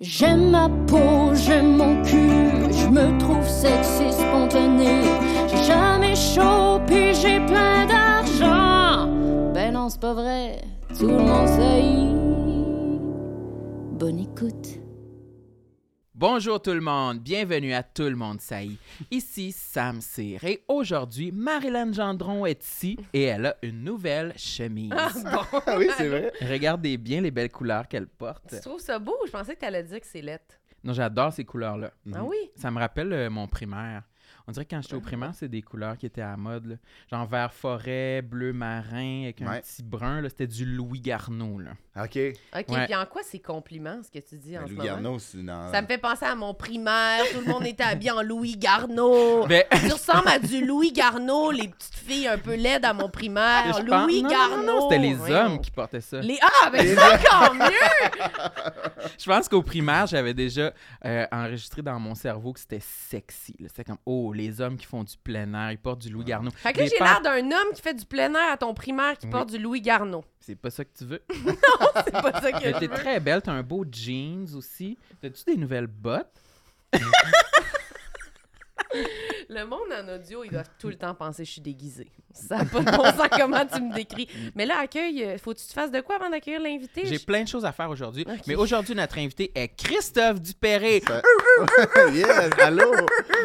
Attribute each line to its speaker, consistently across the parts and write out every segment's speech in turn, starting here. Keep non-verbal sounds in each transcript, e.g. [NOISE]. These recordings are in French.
Speaker 1: J'aime ma peau, j'aime mon cul, je me trouve sexy spontané. J'ai jamais chaud, puis j'ai plein d'argent. Ben non, c'est pas vrai, tout le monde sait. Bonne écoute.
Speaker 2: Bonjour tout le monde, bienvenue à Tout le monde saillit. Ici Sam Cyr et aujourd'hui, Marilyn Gendron est ici et elle a une nouvelle chemise.
Speaker 3: Ah [LAUGHS] oui, c'est vrai.
Speaker 2: Regardez bien les belles couleurs qu'elle porte.
Speaker 4: Tu trouves ça beau? Je pensais que tu allais dire que c'est lettre.
Speaker 2: Non, j'adore ces couleurs-là.
Speaker 4: Ah oui?
Speaker 2: Ça me rappelle euh, mon primaire. On dirait que quand j'étais au primaire, c'est des couleurs qui étaient à la mode. là. Genre vert forêt, bleu marin, avec un
Speaker 3: Ouais.
Speaker 2: petit brun. là. C'était du Louis Garneau. Là.
Speaker 3: OK.
Speaker 4: OK,
Speaker 2: Ouais.
Speaker 4: puis en quoi c'est compliment, ce que tu dis en
Speaker 3: Ben,
Speaker 4: ce
Speaker 3: Lou
Speaker 4: moment?
Speaker 3: Garneau, c'est dans...
Speaker 2: euh.
Speaker 4: Ça me fait penser à mon primaire. Tout le monde était habillé en Louis Garneau.
Speaker 2: Ben,
Speaker 4: Tu ressembles à du Louis Garneau, les petites filles un peu laides à mon primaire.
Speaker 2: [LAUGHS] je pense-
Speaker 4: Ah, Louis
Speaker 2: non, non, non,
Speaker 4: Garneau.
Speaker 2: non, C'était les
Speaker 4: Voyons.
Speaker 2: hommes qui portaient ça.
Speaker 4: Les... Ah, ben c'est encore mieux!
Speaker 2: Je pense qu'au primaire, j'avais déjà euh, enregistré dans mon cerveau que c'était sexy. là. C'était comme, oh, les hommes qui font du plein air, ils portent du
Speaker 4: Ah.
Speaker 2: Louis Garneau.
Speaker 4: Fait que là,
Speaker 2: Des
Speaker 4: j'ai
Speaker 2: pants-
Speaker 4: l'air d'un homme qui fait du plein air à ton primaire qui
Speaker 2: Oui.
Speaker 4: porte du Louis Garneau. [LAUGHS]
Speaker 2: C'est pas ça que tu veux.
Speaker 4: C'est pas ça que
Speaker 2: Mais
Speaker 4: je
Speaker 2: t'es
Speaker 4: veux.
Speaker 2: très belle, t'as un beau jeans aussi. T'as-tu des nouvelles bottes?
Speaker 4: Le monde en audio, ils doivent tout le temps penser que je suis déguisée. Ça n'a pas de bon sens comment tu me décris. Mais là, accueil, euh, faut que tu te fasses de quoi avant d'accueillir l'invité?
Speaker 2: J'ai
Speaker 4: Je-
Speaker 2: plein de choses à faire aujourd'hui.
Speaker 4: Ok.
Speaker 2: Mais aujourd'hui, notre invité est Christophe Dupéré.
Speaker 3: Ça- Oh, yes,
Speaker 4: [LAUGHS]
Speaker 3: allô!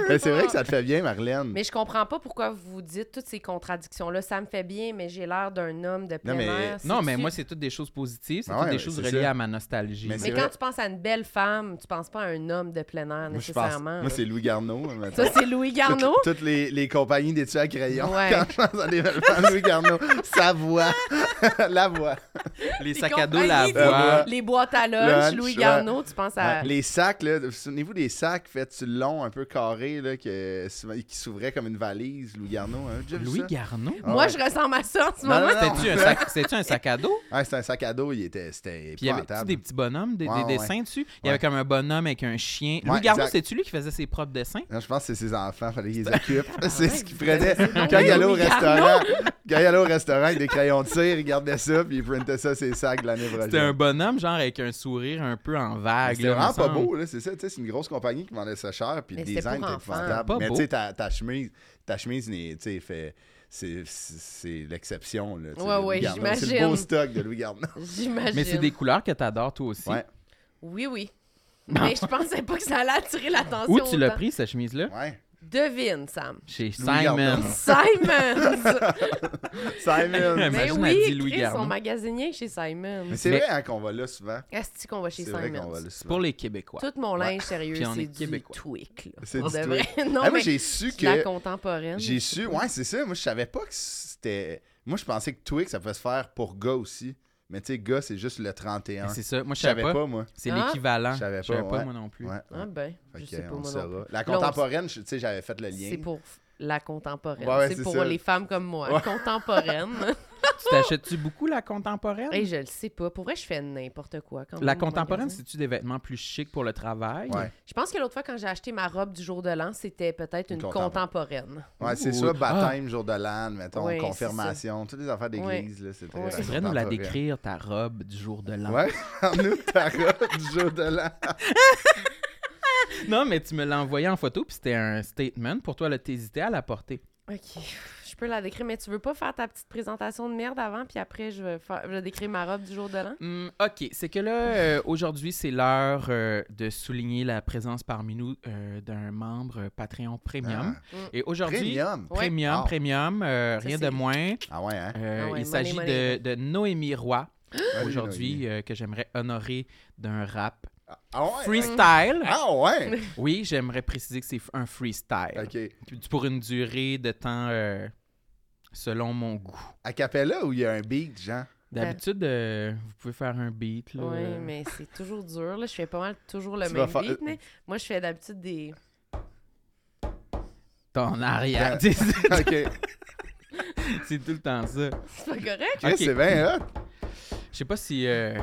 Speaker 3: Ben, c'est vrai que ça te fait bien, Marlène.
Speaker 4: Mais je comprends pas pourquoi vous dites toutes ces contradictions-là. Ça me fait bien, mais j'ai l'air d'un homme de plein
Speaker 3: mais-
Speaker 4: air.
Speaker 2: Non,
Speaker 4: C'est-tu-
Speaker 2: mais moi, c'est toutes des choses positives. C'est
Speaker 3: Ah
Speaker 2: toutes
Speaker 3: ouais,
Speaker 2: des
Speaker 3: ouais,
Speaker 2: choses
Speaker 3: c'est
Speaker 2: reliées
Speaker 3: ça.
Speaker 2: à ma nostalgie.
Speaker 3: Mais
Speaker 4: Mais
Speaker 3: c'est
Speaker 4: quand
Speaker 3: vrai.
Speaker 4: tu penses à une belle femme, tu penses pas à un homme de plein air,
Speaker 3: Moi, je pense-
Speaker 4: nécessairement.
Speaker 3: Moi, c'est Louis Garneau. mettons.
Speaker 4: Ça, c'est Louis Garneau.
Speaker 3: Toutes, toutes les, les compagnies d'études à crayon. [LAUGHS]
Speaker 4: Ouais.
Speaker 3: Quand je pense à des vêtements de Louis Garneau, sa voix, [LAUGHS] la voix,
Speaker 2: Les
Speaker 4: Les
Speaker 2: sacs à dos, la
Speaker 4: compagnies,
Speaker 2: voix.
Speaker 4: Les boîtes à
Speaker 3: Lunch,
Speaker 4: lunch, Louis
Speaker 3: ouais.
Speaker 4: Garneau, tu penses à...
Speaker 3: les sacs, là, vous souvenez-vous des sacs faits sur le long, un peu carrés, là, que, souvent- qui s'ouvraient comme une valise, Louis Garneau. hein, déjà vu
Speaker 2: Louis
Speaker 3: ça?
Speaker 2: Garneau?
Speaker 3: Ah
Speaker 4: Moi,
Speaker 3: ouais.
Speaker 4: je ressemble à ça en ce
Speaker 3: Non,
Speaker 4: moment.
Speaker 3: non, non.
Speaker 2: C'était-tu un, sac... c'était-tu un sac à dos?
Speaker 3: Ouais, c'était Ah, un sac à dos, il était, c'était
Speaker 2: Puis il y avait
Speaker 3: épouvantable.
Speaker 2: des petits bonhommes, des, des
Speaker 3: Ouais, ouais.
Speaker 2: dessins dessus? Il y
Speaker 3: Ouais.
Speaker 2: avait comme un bonhomme avec un chien.
Speaker 3: Ouais,
Speaker 2: Louis Garneau,
Speaker 3: exact.
Speaker 2: c'est-tu lui qui faisait ses propres dessins?
Speaker 3: Non, je pense que c'est ses enfants, fallait qu'ils les occupent.
Speaker 4: Ah
Speaker 3: [LAUGHS] c'est ce qu'ils prenaient.
Speaker 4: donc
Speaker 3: Quand il allait au
Speaker 4: Louis Garneau.
Speaker 3: restaurant, quand il allait au restaurant avec des crayons de cire, il gardait ça, puis il printait ça ses sacs de l'année prochaine.
Speaker 2: C'était un bonhomme, genre, avec un sourire un peu en
Speaker 3: Mais
Speaker 2: vague.
Speaker 3: C'était
Speaker 2: là,
Speaker 3: vraiment
Speaker 2: me
Speaker 3: pas
Speaker 2: semble.
Speaker 3: beau, là, c'est ça. Tu sais, c'est une grosse compagnie qui vendait ça cher, puis le
Speaker 4: Mais c'était
Speaker 3: design
Speaker 4: pour
Speaker 3: était
Speaker 4: enfants.
Speaker 3: épouvantable.
Speaker 2: Pas
Speaker 3: Mais
Speaker 2: beau.
Speaker 3: tu sais, ta, ta chemise, ta chemise, n'est- tu sais, fait. C'est, c'est- c'est l'exception. Là, tu sais,
Speaker 4: Ouais,
Speaker 3: de Louis
Speaker 4: ouais,
Speaker 3: Garneau. C'est le
Speaker 4: j'imagine.
Speaker 3: beau stock de Louis Garneau.
Speaker 4: J'imagine.
Speaker 2: Mais c'est des couleurs que t'adores, toi aussi.
Speaker 3: Ouais.
Speaker 4: Oui, oui. Mais je pensais pas que ça allait attirer l'attention.
Speaker 2: Où tu l'as
Speaker 4: autant.
Speaker 2: pris, cette chemise-là?
Speaker 3: [LAUGHS] Ouais. hein.
Speaker 4: Devine, Sam.
Speaker 2: Chez
Speaker 3: Garneau.
Speaker 2: Simon.
Speaker 3: [LAUGHS]
Speaker 4: Simons!
Speaker 2: [LAUGHS]
Speaker 3: Simon.
Speaker 4: Mais
Speaker 2: Imagine, elle dit
Speaker 4: oui,
Speaker 2: Louis
Speaker 4: Chris,
Speaker 2: Garneau.
Speaker 4: on magasinier chez Simon.
Speaker 3: Mais c'est
Speaker 2: Mais-
Speaker 3: vrai hein, qu'on va là souvent.
Speaker 4: Est-ce qu'on va chez
Speaker 3: C'est vrai qu'on va
Speaker 4: Simon?
Speaker 3: là souvent.
Speaker 2: Pour les Québécois.
Speaker 4: Tout mon linge,
Speaker 2: Puis
Speaker 4: sérieux,
Speaker 2: on est
Speaker 4: c'est du
Speaker 2: Québécois.
Speaker 4: Twic. là.
Speaker 3: C'est
Speaker 4: Pour
Speaker 3: du
Speaker 4: de
Speaker 3: Twic.
Speaker 4: vrai. [LAUGHS] Non,
Speaker 3: Ah, moi,
Speaker 4: mais
Speaker 3: j'ai su
Speaker 4: je suis
Speaker 3: que.
Speaker 4: la contemporaine.
Speaker 3: J'ai su, ouais, c'est ça. Moi, je savais pas que c'était. Moi, je pensais que Twix, ça pouvait se faire pour gars aussi. Mais tu sais, gars, c'est juste le 31.
Speaker 2: Mais C'est ça. Moi, je
Speaker 3: Je savais
Speaker 2: savais
Speaker 3: pas,
Speaker 2: pas.
Speaker 3: moi.
Speaker 2: C'est
Speaker 4: Hein?
Speaker 2: l'équivalent.
Speaker 3: Je savais
Speaker 2: Je savais
Speaker 3: pas,
Speaker 2: pas,
Speaker 3: ouais.
Speaker 2: moi non plus.
Speaker 3: Ouais.
Speaker 4: Ah ben,
Speaker 3: Fait
Speaker 4: je
Speaker 3: que,
Speaker 4: sais pas,
Speaker 3: on
Speaker 4: moi non
Speaker 3: saura.
Speaker 4: plus.
Speaker 3: La
Speaker 4: Là, on-
Speaker 3: contemporaine, je- tu sais, j'avais fait le lien.
Speaker 4: C'est pour la contemporaine.
Speaker 3: Ouais, ouais,
Speaker 4: c'est
Speaker 3: c'est
Speaker 4: pour
Speaker 3: ça.
Speaker 4: les femmes comme moi.
Speaker 3: Ouais. [LAUGHS]
Speaker 4: Contemporaine.
Speaker 2: Tu t'achètes-tu beaucoup la contemporaine?
Speaker 4: Et je le sais pas. Pour vrai, je fais n'importe quoi. Quand
Speaker 2: La
Speaker 4: même au
Speaker 2: contemporaine,
Speaker 4: magasin.
Speaker 2: c'est-tu des vêtements plus chics pour le travail?
Speaker 3: Ouais.
Speaker 4: Je pense que l'autre fois, quand j'ai acheté ma robe du jour de l'an, c'était peut-être
Speaker 3: Une
Speaker 4: une contemporaine.
Speaker 3: Ouais, c'est
Speaker 2: Ouh.
Speaker 3: ça, baptême, jour de l'âne, mettons,
Speaker 4: Ouais, c'est
Speaker 3: confirmation, toutes les affaires d'église, là, c'est
Speaker 4: Ouais.
Speaker 3: très
Speaker 2: Tu devrais nous la
Speaker 3: contemporain.
Speaker 2: décrire, ta robe du jour de l'an.
Speaker 3: Ouais, [LAUGHS] nous, ta robe du jour de l'an.
Speaker 2: Non, mais tu me l'as envoyé en photo, puis c'était un statement. Pour toi, là, t'hésitais à la porter.
Speaker 4: OK. Je peux la décrire, mais tu veux pas faire ta petite présentation de merde avant, puis après, je vais, faire- je vais décrire ma robe du jour de l'an?
Speaker 2: Hum, OK, c'est que là, euh, aujourd'hui, c'est l'heure euh, de souligner la présence parmi nous euh, d'un membre euh, Patreon Premium.
Speaker 3: Ah,
Speaker 2: Et aujourd'hui,
Speaker 3: Premium.
Speaker 4: Ouais.
Speaker 2: Premium,
Speaker 3: Ah.
Speaker 2: Premium, euh,
Speaker 4: Ça,
Speaker 2: rien de
Speaker 4: c'est-
Speaker 2: moins.
Speaker 3: Ah ouais, hein?
Speaker 2: Euh,
Speaker 4: Ah ouais,
Speaker 2: il
Speaker 4: money,
Speaker 2: s'agit de,
Speaker 4: money.
Speaker 2: de Noémie Roy
Speaker 3: Ah, oui,
Speaker 2: aujourd'hui
Speaker 3: oui.
Speaker 2: euh, que j'aimerais honorer d'un rap
Speaker 3: Ah ouais?
Speaker 2: freestyle.
Speaker 3: Ah
Speaker 4: [LAUGHS]
Speaker 3: ouais?
Speaker 2: Oui, j'aimerais préciser que c'est un freestyle
Speaker 3: OK.
Speaker 2: Puis pour une durée de temps euh, selon mon goût.
Speaker 3: À Capella où il y a un beat, genre?
Speaker 2: D'habitude, euh, vous pouvez faire un beat. Là, euh,
Speaker 4: Oui, mais c'est toujours dur. Là. Je fais pas mal toujours le
Speaker 3: Tu vas
Speaker 4: même
Speaker 3: faire- euh,
Speaker 4: beat, mais moi, je fais d'habitude des... [LAUGHS]
Speaker 2: Ton arrière.
Speaker 3: [LAUGHS] OK.
Speaker 2: c'est tout le temps ça.
Speaker 4: C'est pas correct?
Speaker 3: Chris,
Speaker 2: Ok.
Speaker 3: c'est bien hein? hot.
Speaker 2: Je sais pas si. euh,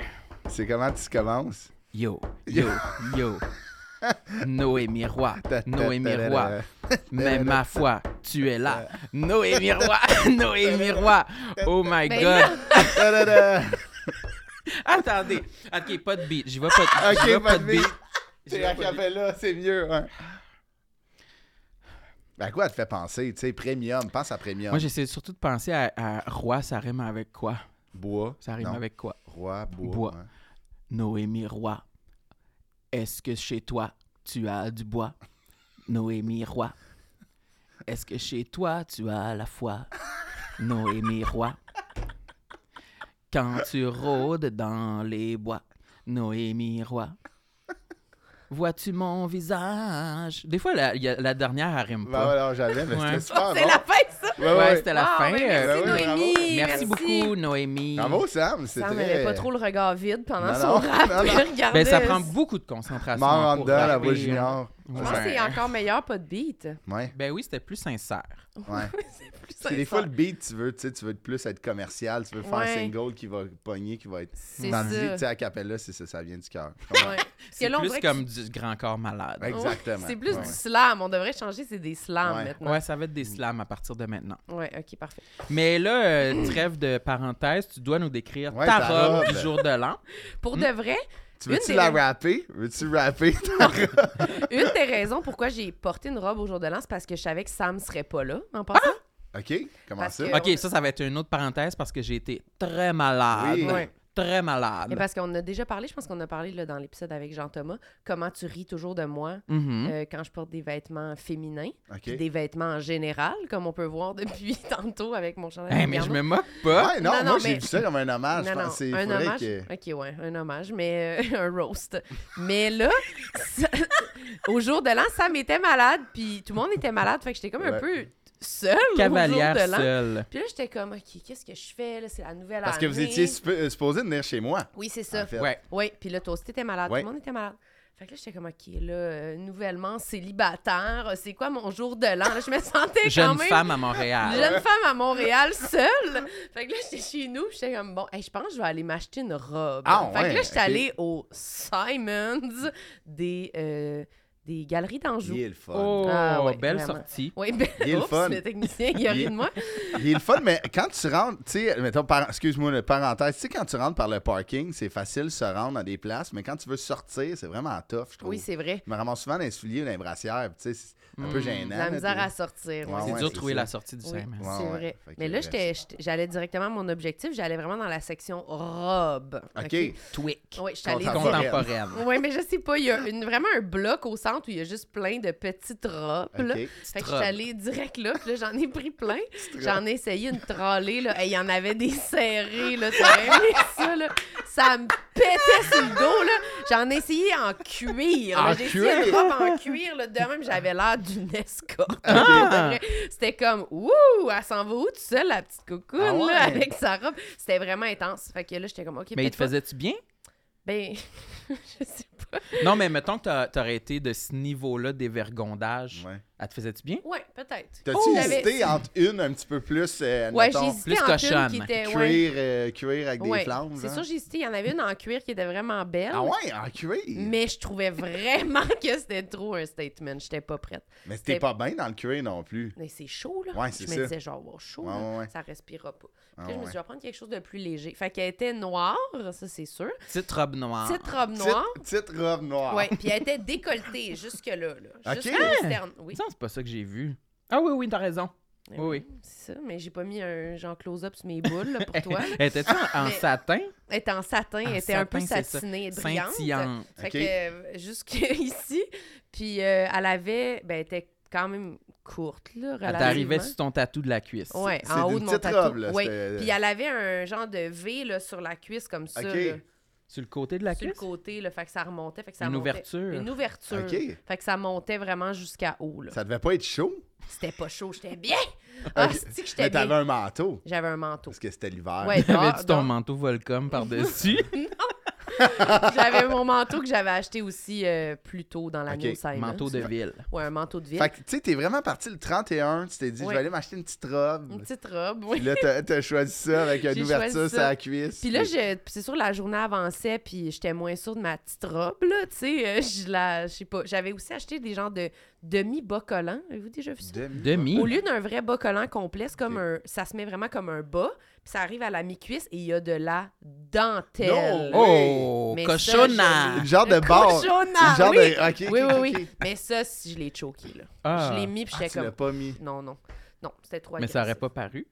Speaker 3: C'est comment tu commences? [LAUGHS]
Speaker 2: Yo, yo, yo. Noémie Roy,
Speaker 3: Ta- ta-
Speaker 2: Noémie
Speaker 3: ta-
Speaker 2: Roy, mais ma foi, tu es là. Noémie Roy, [LAUGHS] Noémie Roy. Oh my
Speaker 4: Ben
Speaker 2: god. [LAUGHS]
Speaker 3: Ta- ta- ta-
Speaker 2: Attendez. Ok, pas de beat. J'y vais pas de, j'y vais [LAUGHS]
Speaker 3: OK,
Speaker 2: pas de beat.
Speaker 3: beat. C'est a cappella, c'est mieux, hein. À quoi elle te fait penser, tu sais, premium, pense à premium.
Speaker 2: Moi, j'essaie surtout de penser à, à roi, ça rime avec quoi?
Speaker 3: bois.
Speaker 2: Ça rime
Speaker 3: non.
Speaker 2: avec quoi?
Speaker 3: Roi, bois.
Speaker 2: Bois.
Speaker 3: ouais.
Speaker 2: Noémie Roy, est-ce que chez toi, tu as du bois? Noémie Roy, est-ce que chez toi, tu as la foi? Noémie Roy, quand tu rôdes dans les bois, Noémie Roy, vois-tu mon visage? Des fois, la, y a- la dernière, elle rime
Speaker 3: Ben
Speaker 2: pas.
Speaker 3: ouais, non, j'avais, mais
Speaker 2: Ouais.
Speaker 3: c'était super
Speaker 4: C'est
Speaker 3: bon.
Speaker 4: la fin, ça!
Speaker 3: Ouais, ouais.
Speaker 2: Ouais, c'était la
Speaker 4: Ah,
Speaker 2: fin.
Speaker 4: ben,
Speaker 2: euh,
Speaker 4: merci,
Speaker 3: Ben oui,
Speaker 4: Noémie!
Speaker 2: merci beaucoup, Noémie.
Speaker 3: Bravo, Sam, c'est
Speaker 4: Ça
Speaker 3: très...
Speaker 4: n'avait pas trop le regard vide pendant
Speaker 3: Non,
Speaker 4: son
Speaker 3: non,
Speaker 4: rap.
Speaker 3: non, non.
Speaker 4: Il regardait-
Speaker 2: Ben, ça prend beaucoup de concentration.
Speaker 3: Mort en
Speaker 2: pour
Speaker 3: dedans, la
Speaker 2: rapper,
Speaker 3: voix
Speaker 2: hein.
Speaker 3: junior.
Speaker 4: Je pense que c'est
Speaker 2: Ouais.
Speaker 4: encore meilleur, pas de beat.
Speaker 3: Ouais,
Speaker 2: Ben oui, c'était plus sincère.
Speaker 4: [LAUGHS]
Speaker 3: ouais.
Speaker 4: c'est plus
Speaker 3: Parce que des fois,
Speaker 4: sincère.
Speaker 3: le beat, tu veux, tu sais, tu veux plus être commercial, tu veux faire un
Speaker 4: Ouais.
Speaker 3: single qui va pogner, qui va être.
Speaker 4: C'est
Speaker 3: Tandis
Speaker 4: ça.
Speaker 3: que, tu sais, à Capella, c'est ça, ça vient du
Speaker 4: [LAUGHS]
Speaker 3: cœur.
Speaker 4: Ouais. Parce que
Speaker 2: C'est
Speaker 4: là, on
Speaker 2: plus
Speaker 4: dirait que-
Speaker 2: comme du grand corps malade.
Speaker 3: Ouais. Exactement.
Speaker 4: Ouais, C'est plus
Speaker 3: Ouais.
Speaker 4: du slam. On devrait changer, c'est des slams
Speaker 3: Ouais.
Speaker 4: maintenant.
Speaker 2: Ouais, ça va être des slams à partir de maintenant.
Speaker 4: Ouais, ok, parfait.
Speaker 2: Mais là,
Speaker 4: Mm.
Speaker 2: euh, trêve de parenthèse, tu dois nous décrire
Speaker 3: Ouais,
Speaker 2: ta,
Speaker 3: ta
Speaker 2: robe,
Speaker 3: robe.
Speaker 2: du jour de l'an.
Speaker 4: Pour de vrai,
Speaker 3: Tu
Speaker 4: Une
Speaker 3: veux-tu
Speaker 4: des-
Speaker 3: la rapper? Veux-tu
Speaker 4: [LAUGHS]
Speaker 3: rapper? [LAUGHS]
Speaker 4: une des raisons pourquoi j'ai porté une robe au jour de l'an, c'est parce que je savais que Sam serait pas là en passant.
Speaker 3: OK, comment
Speaker 4: Parce
Speaker 3: ça?
Speaker 4: que-
Speaker 2: OK, ça, ça va être une autre parenthèse parce que j'ai été très malade.
Speaker 4: Ouais.
Speaker 3: Oui.
Speaker 4: Eh ben,
Speaker 2: Très
Speaker 3: Ah!
Speaker 2: malade.
Speaker 4: Et parce qu'on a déjà parlé, je pense qu'on a parlé là, dans l'épisode avec Jean-Thomas, comment tu ris toujours de moi
Speaker 2: Mhm.
Speaker 4: euh, quand je porte des vêtements féminins,
Speaker 3: Hmm? OK.
Speaker 4: puis des vêtements en général, comme on peut voir depuis [LAUGHS] tantôt avec mon chandail.
Speaker 2: Hey, Eh, mais je
Speaker 4: Rihanna.
Speaker 2: me moque pas.
Speaker 3: Ouais, non,
Speaker 4: Non, non,
Speaker 3: moi, j'ai
Speaker 4: mais-
Speaker 3: vu ça comme un hommage. Ah,
Speaker 4: Non,
Speaker 3: je pense
Speaker 4: non,
Speaker 3: que c'est
Speaker 4: un
Speaker 3: faudrait
Speaker 4: hommage.
Speaker 3: que-
Speaker 4: Ok, ouais, un hommage, mais euh, [LAUGHS] un roast. Mais là, ça- au jour de l'an, Sam était malade, puis tout le monde était malade, fait que j'étais comme un
Speaker 3: Ouais.
Speaker 4: peu seule
Speaker 2: Cavalière
Speaker 4: au jour de l'an.
Speaker 2: seule.
Speaker 4: Puis là, j'étais comme, OK, qu'est-ce que je fais? là? C'est la nouvelle
Speaker 3: Parce que
Speaker 4: année.
Speaker 3: vous étiez suppo- euh, supposé venir chez moi.
Speaker 4: Oui, c'est ça.
Speaker 3: en fait.
Speaker 2: Ouais.
Speaker 4: Oui, puis là, toi aussi, t'étais malade.
Speaker 3: Ouais.
Speaker 4: Tout le monde était malade. Fait que là, j'étais comme, OK, là, euh, nouvellement célibataire, euh, c'est quoi mon jour de l'an? Là, je me [LAUGHS] sentais quand
Speaker 2: Jeune
Speaker 4: même...
Speaker 2: femme à Montréal.
Speaker 4: Jeune femme à Montréal seule. Fait que là, j'étais chez nous, j'étais comme bon, hey, je pense que je vais aller m'acheter une robe.
Speaker 3: Ah,
Speaker 4: fait
Speaker 3: ouais,
Speaker 4: que là, j'étais
Speaker 3: ok.
Speaker 4: allée au Simons des, euh, des galeries d'Anjou.
Speaker 3: Il est le fun.
Speaker 2: Oh,
Speaker 4: Ah ouais,
Speaker 2: belle
Speaker 4: vraiment.
Speaker 2: sortie.
Speaker 4: Oui, ben,
Speaker 3: Il est le
Speaker 4: [LAUGHS] oups,
Speaker 3: fun.
Speaker 4: le technicien, il a
Speaker 3: Il
Speaker 4: ri
Speaker 3: est-
Speaker 4: de
Speaker 3: [LAUGHS]
Speaker 4: moi.
Speaker 3: Il est le fun, mais quand tu rentres, tu sais, mettons, par- excuse-moi, le parenthèse, tu sais, quand tu rentres par le parking, c'est facile de se rendre à des places, mais quand tu veux sortir, c'est vraiment tough, je trouve.
Speaker 4: Oui, c'est vrai.
Speaker 3: Je me ramasse souvent dans les souliers ou dans les brassières, puis tu sais, c'est un peu gênant.
Speaker 4: La
Speaker 3: là,
Speaker 4: misère
Speaker 3: puis-
Speaker 4: à sortir.
Speaker 3: Ah
Speaker 2: C'est
Speaker 3: Oh, ouais,
Speaker 2: dur
Speaker 3: c'est
Speaker 2: de trouver
Speaker 3: ça.
Speaker 2: la sortie du
Speaker 4: Oui,
Speaker 2: Simon.
Speaker 3: Ouais,
Speaker 4: c'est
Speaker 3: ouais.
Speaker 4: vrai.
Speaker 3: Fait que
Speaker 4: Mais là,
Speaker 3: reste.
Speaker 4: j'étais- j'étais- j'allais directement à mon objectif. J'allais vraiment dans la section robe.
Speaker 3: OK.
Speaker 2: Twic.
Speaker 4: Oui, j'étais allée
Speaker 3: Contemporaine.
Speaker 4: direct-
Speaker 2: Contemporaine.
Speaker 4: Oui, mais je sais pas, il y a une- vraiment un bloc au centre où il y a juste plein de petites robes. là.
Speaker 3: OK.
Speaker 4: Fait que je
Speaker 2: robe.
Speaker 4: suis allée direct là, puis là, j'en ai pris
Speaker 3: [LAUGHS]
Speaker 4: plein. J'en ai essayé une trollée, là. Hey, Il y en avait des serrées, là. T'aurais aimé ça, là. Ça me pétait sur le dos, là. J'en ai essayé en cuir. là.
Speaker 3: En
Speaker 4: J'ai essayé une
Speaker 3: cuir?
Speaker 4: robe en cuir, là. De même, j'avais l'air
Speaker 3: [LAUGHS]
Speaker 4: d'une escorte.
Speaker 2: Ah!
Speaker 4: Après, C'était comme, ouh, elle s'en va où toute seule, la petite coucoune,
Speaker 3: Ah ouais?
Speaker 4: là, avec sa robe. C'était vraiment intense. Fait que là, j'étais comme, OK,
Speaker 2: Mais il
Speaker 4: peut-être
Speaker 2: te
Speaker 4: pas-
Speaker 2: faisait-tu bien?
Speaker 4: Ben, [LAUGHS] je sais pas.
Speaker 2: Non, mais mettons que t'a- t'aurais été de ce niveau-là des vergondages.
Speaker 3: Ouais.
Speaker 2: Elle te faisait-tu bien?
Speaker 4: Ouais, peut-être.
Speaker 3: T'as-tu
Speaker 2: Oh!
Speaker 3: hésité entre une un petit peu plus, euh,
Speaker 4: Ouais, j'ai
Speaker 3: admettons,
Speaker 4: hésité
Speaker 2: plus
Speaker 4: entre une
Speaker 2: cochonne.
Speaker 4: qui était... Eh
Speaker 3: cuir,
Speaker 4: ouais.
Speaker 3: euh, cuir avec
Speaker 4: Ouais.
Speaker 3: des flammes?
Speaker 4: C'est
Speaker 3: genre?
Speaker 4: sûr, j'ai hésité. Il y en avait une en cuir qui était vraiment belle.
Speaker 3: Ah ouais, en cuir? Mais,
Speaker 4: Mais je trouvais vraiment [LAUGHS] que c'était trop un statement. J'étais pas prête.
Speaker 3: t'es
Speaker 4: c'était-
Speaker 3: pas bien dans le cuir non plus.
Speaker 4: Mais c'est chaud, là.
Speaker 3: Ouais, c'est
Speaker 4: je me
Speaker 3: ça.
Speaker 4: disais, genre, wow, chaud,
Speaker 3: Ouais,
Speaker 4: là,
Speaker 3: ouais, ouais.
Speaker 4: ça respirera pas. Puis
Speaker 3: Ah
Speaker 4: là, je me
Speaker 3: ouais.
Speaker 4: suis dit, je vais prendre quelque chose de plus léger. Fait qu'elle était noire, ça, c'est sûr.
Speaker 2: Petite robe noire.
Speaker 4: Petite robe noire.
Speaker 3: Ah. Petite, petite robe noire.
Speaker 4: Ouais, puis elle était décolletée jusque-là, là.
Speaker 3: Ah. Ok.
Speaker 4: Jusqu'à l'externe. Oui.
Speaker 2: Il me semble que c'est pas Ah! ça que j'ai vu. Ah oui, oui, t'as raison.
Speaker 4: Eh
Speaker 2: Oui, oui.
Speaker 4: C'est ça, mais j'ai pas mis un genre close-up sur mes boules, là, ben, pour
Speaker 2: [LAUGHS]
Speaker 4: toi. là.
Speaker 2: Était-tu en, en
Speaker 4: Mais-
Speaker 2: satin?
Speaker 4: Elle était en satin, elle
Speaker 2: En
Speaker 4: était un peu
Speaker 2: satin, c'est ça.
Speaker 4: satinée et brillante.
Speaker 2: Scintillante.
Speaker 4: Fait
Speaker 3: Ok.
Speaker 4: que [LAUGHS] jusqu'ici, puis euh, elle avait, ben, elle était quand même courte, là,
Speaker 2: Elle
Speaker 4: relativement.
Speaker 2: t'arrivait sur ton tatou de la cuisse.
Speaker 4: Ouais,
Speaker 3: C'est
Speaker 4: en haut
Speaker 3: une
Speaker 4: de mon
Speaker 3: petite
Speaker 4: tatou.
Speaker 3: robe, là,
Speaker 4: Ouais.
Speaker 3: c'était-
Speaker 4: Puis elle avait un genre de V là, sur la cuisse comme ça,
Speaker 3: OK.
Speaker 4: là,
Speaker 2: Sur le côté de la
Speaker 4: sur le
Speaker 2: cuisse?
Speaker 4: côté, là, fait que ça remontait, fait que ça
Speaker 2: Une
Speaker 4: montait-
Speaker 2: ouverture.
Speaker 4: Une ouverture.
Speaker 3: OK.
Speaker 4: Fait que ça montait vraiment jusqu'à haut, là.
Speaker 3: Ça devait pas être chaud.
Speaker 4: C'était pas chaud, j'étais bien! Ah, c'est que j'étais
Speaker 3: Mais t'avais
Speaker 4: bien!
Speaker 3: un manteau.
Speaker 4: J'avais un manteau.
Speaker 3: Parce que c'était l'hiver. [LAUGHS]
Speaker 2: [LAUGHS]
Speaker 4: Ouais,
Speaker 2: T'avais-tu ton
Speaker 4: donc-
Speaker 2: manteau Volcom
Speaker 4: [LAUGHS]
Speaker 2: par-dessus?
Speaker 4: j'avais mon manteau que j'avais acheté aussi euh, plus tôt dans l'année
Speaker 3: OK,
Speaker 4: au Simons.
Speaker 2: manteau de ville.
Speaker 4: Ouais, un manteau de ville.
Speaker 3: Fait que, tu sais, t'es vraiment parti le 31, tu t'es dit, je
Speaker 4: Ouais.
Speaker 3: vais aller m'acheter une petite robe.
Speaker 4: Une petite robe,
Speaker 3: Puis
Speaker 4: oui.
Speaker 3: [LAUGHS] là, t'as, t'as choisi ça avec une
Speaker 4: J'ai
Speaker 3: ouverture
Speaker 4: choisi
Speaker 3: sur
Speaker 4: ça.
Speaker 3: la cuisse.
Speaker 4: Puis là, je- puis c'est sûr, la journée avançait, puis j'étais moins sûre de ma petite robe, là, tu sais. euh, je la, je sais pas. J'avais aussi acheté des genres de, demi-bas collant. Avez-vous déjà vu ça?
Speaker 3: Demi.
Speaker 5: Demi.
Speaker 4: Au lieu d'un vrai bas collant complet, c'est comme
Speaker 3: Ok.
Speaker 4: un, ça se met vraiment comme un bas, puis ça arrive à la mi-cuisse et il y a de la dentelle.
Speaker 3: Non!
Speaker 5: Oh,
Speaker 4: Mais ça, je
Speaker 5: cochonna!
Speaker 3: Une genre de barre.
Speaker 4: Cochonnard,
Speaker 3: Une genre
Speaker 4: oui.
Speaker 3: de. Ok,
Speaker 4: Oui, oui,
Speaker 3: ok, ok.
Speaker 4: oui. Mais ça, si je l'ai choqué, là.
Speaker 2: Ah.
Speaker 4: Je l'ai mis, puis
Speaker 3: Ah,
Speaker 4: j'étais
Speaker 3: tu l'as
Speaker 4: comme...
Speaker 3: pas mis.
Speaker 4: Non, non. Non, c'était trop
Speaker 2: Mais ça aurait
Speaker 4: agressif.
Speaker 2: pas paru.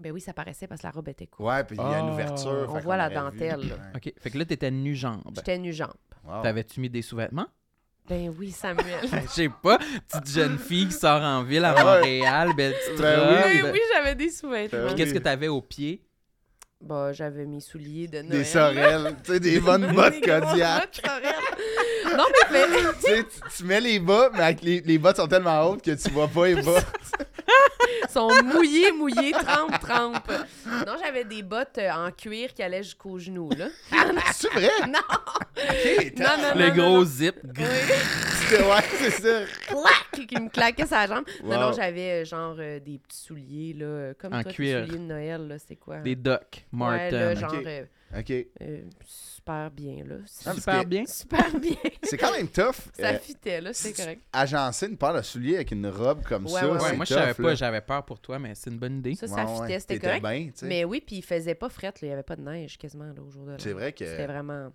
Speaker 4: Ben oui, ça paraissait parce que la robe était courte.
Speaker 3: Ouais, puis il y a une
Speaker 2: Oh.
Speaker 3: ouverture.
Speaker 4: On
Speaker 3: fait
Speaker 4: voit
Speaker 3: qu'on
Speaker 4: la
Speaker 3: aurait vu.
Speaker 4: dentelle, là.
Speaker 3: Ouais.
Speaker 2: OK. Fait que là, t'étais
Speaker 3: Ben.
Speaker 2: nu-jambe.
Speaker 4: J'étais nu-jambe.
Speaker 3: Wow.
Speaker 2: T'avais-tu mis des sous-vêtements?
Speaker 4: Ben oui,
Speaker 3: [LAUGHS]
Speaker 4: Samuel.
Speaker 2: [LAUGHS] Je sais pas. Petite jeune fille qui sort en ville à
Speaker 3: Ouais.
Speaker 2: Montréal, belle petite
Speaker 3: Ben oui.
Speaker 2: robe.
Speaker 4: oui, j'avais des sous-vêtements.
Speaker 3: Ben oui.
Speaker 2: Qu'est-ce que t'avais aux pieds?
Speaker 4: Bah, j'avais mes souliers de Noël.
Speaker 3: Des sorelles, tu sais,
Speaker 4: [LAUGHS]
Speaker 3: des bonnes bottes
Speaker 4: Des grosses
Speaker 3: Kodiak.
Speaker 4: bottes sorelles. Non, mais, ben, mais
Speaker 3: Tu sais, tu- tu mets les bas, mais avec les, les bottes sont tellement hautes que tu vois pas les
Speaker 4: [LAUGHS]
Speaker 3: bas.
Speaker 4: sont mouillés, mouillés, trempe, trempe. Non, j'avais des bottes euh, en cuir qui allaient jusqu'aux genoux, là.
Speaker 3: C'est vrai?
Speaker 4: Non.
Speaker 3: Ok,
Speaker 4: Non, non,
Speaker 2: Le
Speaker 4: non, non,
Speaker 2: gros
Speaker 4: non.
Speaker 2: zip.
Speaker 4: Oui.
Speaker 3: c'est- Ouais, c'est ça.
Speaker 4: Clac! Qui me claquait sa jambe.
Speaker 3: Wow.
Speaker 4: Non, non, j'avais euh, genre euh, des petits souliers, là. euh, Comme
Speaker 2: En
Speaker 4: toi, tes
Speaker 2: cuir.
Speaker 4: souliers de Noël, là, c'est quoi?
Speaker 2: Des Doc
Speaker 4: Ouais,
Speaker 2: Martens.
Speaker 4: là,
Speaker 2: Ah,
Speaker 4: genre
Speaker 3: Ok.
Speaker 4: euh,
Speaker 3: Ok.
Speaker 4: euh, super bien, là. C'est
Speaker 3: Ah, parce
Speaker 2: Super
Speaker 3: que
Speaker 2: bien.
Speaker 4: Super bien.
Speaker 3: C'est quand même tough.
Speaker 4: Ça
Speaker 3: [LAUGHS] euh,
Speaker 4: fitait, là, c'est
Speaker 3: si-
Speaker 4: correct.
Speaker 3: agencer une paire de souliers avec une robe comme
Speaker 4: Ouais,
Speaker 3: ça.
Speaker 4: ouais,
Speaker 3: c'est
Speaker 2: Ouais, moi, je
Speaker 3: tough,
Speaker 2: savais
Speaker 3: là.
Speaker 2: pas, j'avais peur pour toi, mais c'est une bonne idée.
Speaker 4: Ça, ça
Speaker 3: Ouais, ouais,
Speaker 4: fitait, c'était
Speaker 3: t'étais
Speaker 4: correct.
Speaker 3: bien, tu sais.
Speaker 4: Mais oui, puis il faisait pas fret, là. Il y avait pas de neige quasiment, là, au jour de l'an.
Speaker 3: C'est vrai que.
Speaker 4: C'était vraiment...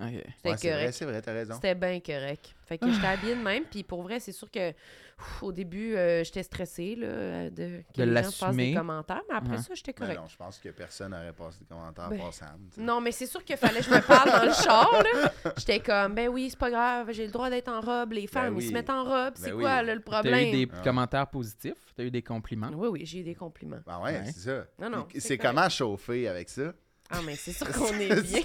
Speaker 2: OK.
Speaker 4: C'était
Speaker 3: Ouais, c'est vrai,
Speaker 4: correct.
Speaker 3: c'est vrai, t'as raison.
Speaker 4: C'était bien correct. Fait que j'étais habillée de même, puis pour vrai, c'est sûr que ouf, au début, euh, j'étais stressée là, euh, de que
Speaker 2: De
Speaker 4: les gens fassent des
Speaker 2: l'assumer.
Speaker 4: commentaires, mais après
Speaker 2: Ouais.
Speaker 4: ça, j'étais
Speaker 3: Mais
Speaker 4: correcte.
Speaker 3: non, je pense que personne n'aurait passé de commentaires
Speaker 4: Ben,
Speaker 3: par Sam. tu sais.
Speaker 4: Non, mais c'est sûr qu'il fallait que je me parle dans le char. là. J'étais comme, ben oui, c'est pas grave, j'ai le droit d'être en robe. Les femmes,
Speaker 3: oui.
Speaker 4: ils se mettent en robe. C'est quoi
Speaker 3: Ben oui.
Speaker 4: là, le
Speaker 2: T'as
Speaker 4: problème? Ah
Speaker 2: eu des
Speaker 3: Ah.
Speaker 2: commentaires positifs? T'as eu des compliments?
Speaker 4: Oui, oui, j'ai eu des compliments.
Speaker 3: Ben ouais,
Speaker 2: Ouais.
Speaker 3: c'est ça.
Speaker 4: Non, non,
Speaker 3: Puis
Speaker 4: c'est
Speaker 3: C'est
Speaker 4: correct.
Speaker 3: comment chauffer avec ça?
Speaker 4: Ah, mais
Speaker 3: [LAUGHS]
Speaker 4: c'est sûr qu'on est bien.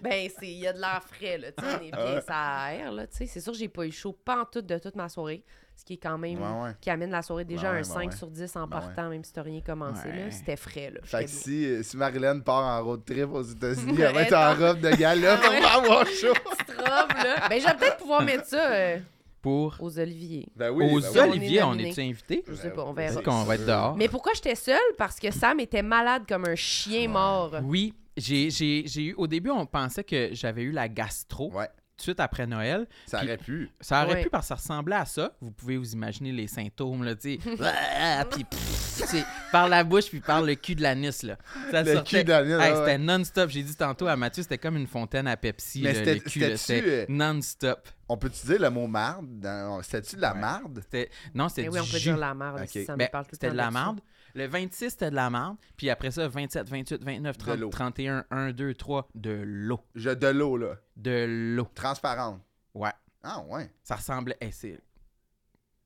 Speaker 4: ben, c'est- il y a de l'air frais, là. Tu sais, on est bien, ça aère, là. Tu sais, c'est sûr que j'ai pas eu chaud pantoute de toute ma soirée, ce qui est quand même.
Speaker 3: Ouais, ouais.
Speaker 4: qui amène la soirée déjà
Speaker 3: Ben
Speaker 4: à
Speaker 3: ouais,
Speaker 4: un
Speaker 3: ben
Speaker 4: 5
Speaker 3: ouais.
Speaker 4: sur 10 en
Speaker 3: Ben
Speaker 4: partant, même si t'as rien commencé.
Speaker 2: Ouais.
Speaker 4: là. C'était frais. Là.
Speaker 3: Fait que
Speaker 4: J'étais
Speaker 3: si, euh, si Marilyn part en road trip aux États-Unis, elle va
Speaker 4: Ouais,
Speaker 3: être en robe de gala
Speaker 4: Ah ouais.
Speaker 3: pour avoir
Speaker 4: bien.
Speaker 3: chaud.
Speaker 4: Petite robe, là. Ben, je vais peut-être pouvoir mettre ça euh,
Speaker 2: Pour
Speaker 4: aux oliviers.
Speaker 3: Ben oui,
Speaker 2: aux
Speaker 3: ben oui.
Speaker 4: on est
Speaker 2: Olivier, on
Speaker 4: nominés.
Speaker 2: est-tu invité?
Speaker 4: Je sais
Speaker 3: Ben
Speaker 4: pas, on
Speaker 3: oui,
Speaker 4: verra.
Speaker 3: c'est
Speaker 2: Peut-être qu'on va être
Speaker 3: sûr.
Speaker 2: dehors.
Speaker 4: Mais pourquoi j'étais seule? Parce que Sam était malade comme un chien mort.
Speaker 2: Oui, j'ai j'ai- j'ai eu. Au début, on pensait que j'avais eu la gastro tout
Speaker 3: Ouais,
Speaker 2: de suite après Noël.
Speaker 3: ça aurait pu.
Speaker 2: Ça aurait
Speaker 4: Ouais.
Speaker 2: pu parce que ça ressemblait à ça. Vous pouvez vous imaginer les symptômes, là, tu sais.
Speaker 4: [LAUGHS]
Speaker 2: Ah, puis pff, tu sais, par la bouche, puis par le cul de l'anus, là. Ça
Speaker 3: Le
Speaker 2: sortait.
Speaker 3: cul d'Anil,
Speaker 2: Hey,
Speaker 3: ouais, ouais.
Speaker 2: c'était non-stop. J'ai dit tantôt à Mathieu, c'était comme une fontaine à Pepsi.
Speaker 3: Mais
Speaker 2: là,
Speaker 3: c'était-
Speaker 2: le cul, là,
Speaker 3: c'était-tu, euh,
Speaker 2: c'était non-stop.
Speaker 3: On peut-tu dire le mot marde? dans- C'était-tu de la marde?
Speaker 2: C'était- Non, c'était
Speaker 4: Mais
Speaker 2: du
Speaker 4: oui, on peut
Speaker 2: jus.
Speaker 4: dire la merde. si
Speaker 3: Ok.
Speaker 4: ça me
Speaker 2: Ben,
Speaker 4: parle tout le
Speaker 2: c'était
Speaker 4: temps
Speaker 2: de la
Speaker 4: ça.
Speaker 2: merde. Le 26, c'était de la merde. Puis après ça, 27, 28, 29,
Speaker 3: De
Speaker 2: 30,
Speaker 3: l'eau.
Speaker 2: 31, 1, 2, 3, de l'eau.
Speaker 3: Je, de l'eau, là.
Speaker 2: De l'eau.
Speaker 3: Transparente.
Speaker 2: Ouais.
Speaker 3: Ah ouais.
Speaker 2: Ça ressemblait. Hey, c'est-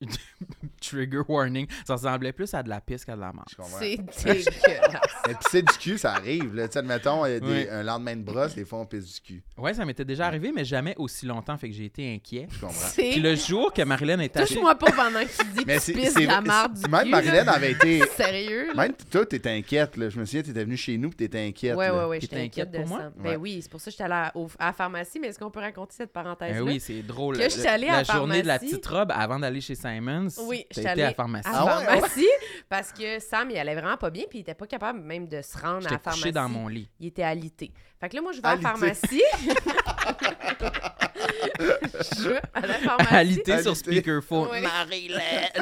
Speaker 2: [LAUGHS] Trigger warning. Ça ressemblait plus à de la pisse qu'à de la merde.
Speaker 3: Je comprends.
Speaker 4: C'est
Speaker 2: [LAUGHS]
Speaker 4: dégueulasse.
Speaker 3: Mais pisser du cul, ça arrive. Là. Tu sais, admettons, euh, des-
Speaker 2: Oui.
Speaker 3: un lendemain de brosse, des fois, on pisse du cul.
Speaker 2: Ouais, ça m'était déjà arrivé, mais jamais aussi longtemps. Fait que j'ai été inquiet.
Speaker 3: Je comprends.
Speaker 2: Puis
Speaker 4: C'est.
Speaker 2: le jour que Marilyn est allée.
Speaker 4: Touche-moi pas pendant que tu
Speaker 2: [LAUGHS]
Speaker 4: dis
Speaker 3: Mais
Speaker 4: que
Speaker 3: c'est
Speaker 4: tu pisses de
Speaker 3: c'est
Speaker 4: la merde. du
Speaker 3: Même
Speaker 4: cul,
Speaker 3: Marilyn
Speaker 4: là.
Speaker 3: avait été.
Speaker 4: Sérieux? là?
Speaker 3: Même toi, t'étais inquiète. Là. Je me souviens, t'étais venue chez nous, puis t'étais inquiète.
Speaker 4: Ouais,
Speaker 3: là.
Speaker 4: ouais, ouais,
Speaker 2: Puis
Speaker 4: j'étais inquiète
Speaker 2: t'inquiètes
Speaker 4: de
Speaker 2: pour moi?
Speaker 4: ça.
Speaker 3: Ouais.
Speaker 4: Ben oui, c'est pour ça que j'étais allée à, au- à la pharmacie, mais est-ce qu'on peut raconter cette parenthèse-là?
Speaker 2: Ben oui, c'est drôle.
Speaker 4: Que
Speaker 2: Le-
Speaker 4: j'étais allée
Speaker 2: la
Speaker 4: à
Speaker 2: journée de la
Speaker 4: pharmacie.
Speaker 2: petite robe avant d'aller chez Simons.
Speaker 4: Oui,
Speaker 2: t'as
Speaker 4: j'étais
Speaker 2: été à la
Speaker 4: allée
Speaker 2: pharmacie.
Speaker 4: à la
Speaker 3: Ah ouais, ah ouais.
Speaker 4: pharmacie parce que Sam, il allait vraiment pas bien, puis il était pas capable même de se rendre à
Speaker 2: J'étais
Speaker 4: la pharmacie.
Speaker 2: couché dans mon lit.
Speaker 4: Il était alité. Fait que là, moi, je vais à la
Speaker 3: Alité.
Speaker 4: pharmacie.
Speaker 1: [LAUGHS]
Speaker 4: je vais à la pharmacie.
Speaker 2: Alité
Speaker 3: Alité.
Speaker 2: sur speakerphone.
Speaker 4: Ouais.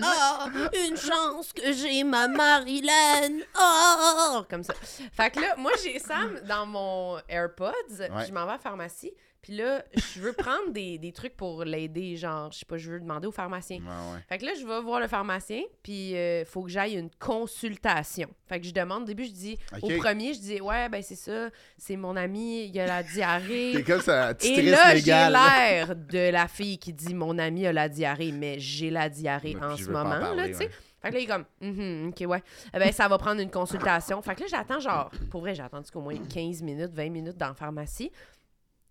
Speaker 1: Ah, une chance que j'ai ma Marilyn. Ah!
Speaker 4: Oh, comme ça. Fait que là, moi, j'ai Sam dans mon AirPods, puis je m'en vais à la pharmacie, puis là, je veux prendre des, des trucs pour l'aider, genre, je sais pas, je veux demander au pharmacien.
Speaker 3: Ouais, ouais.
Speaker 4: Fait que là, je vais voir le pharmacien, puis euh, faut que j'aille une consultation. Fait que je demande, au début, je dis,
Speaker 3: Ok.
Speaker 4: au premier, je dis, ouais, ben c'est ça, c'est mon ami, il a la
Speaker 3: [LAUGHS] T'es
Speaker 4: diarrhée.
Speaker 3: comme ça,
Speaker 4: Et
Speaker 3: titrice
Speaker 4: là, j'ai
Speaker 3: légale. là.
Speaker 4: l'air de la fille qui dit, mon ami a la diarrhée, mais j'ai la diarrhée
Speaker 3: Mais
Speaker 4: en
Speaker 3: puis je
Speaker 4: ce
Speaker 3: veux pas en
Speaker 4: moment, là,
Speaker 3: parler,
Speaker 4: tu sais.
Speaker 3: ouais.
Speaker 4: Fait que là, il est comme, Mhm, OK, ouais. Eh Ben, ça va prendre une consultation. Fait que là, j'attends, genre, pour vrai, j'ai attendu qu'au moins 15 minutes, 20 minutes dans la pharmacie.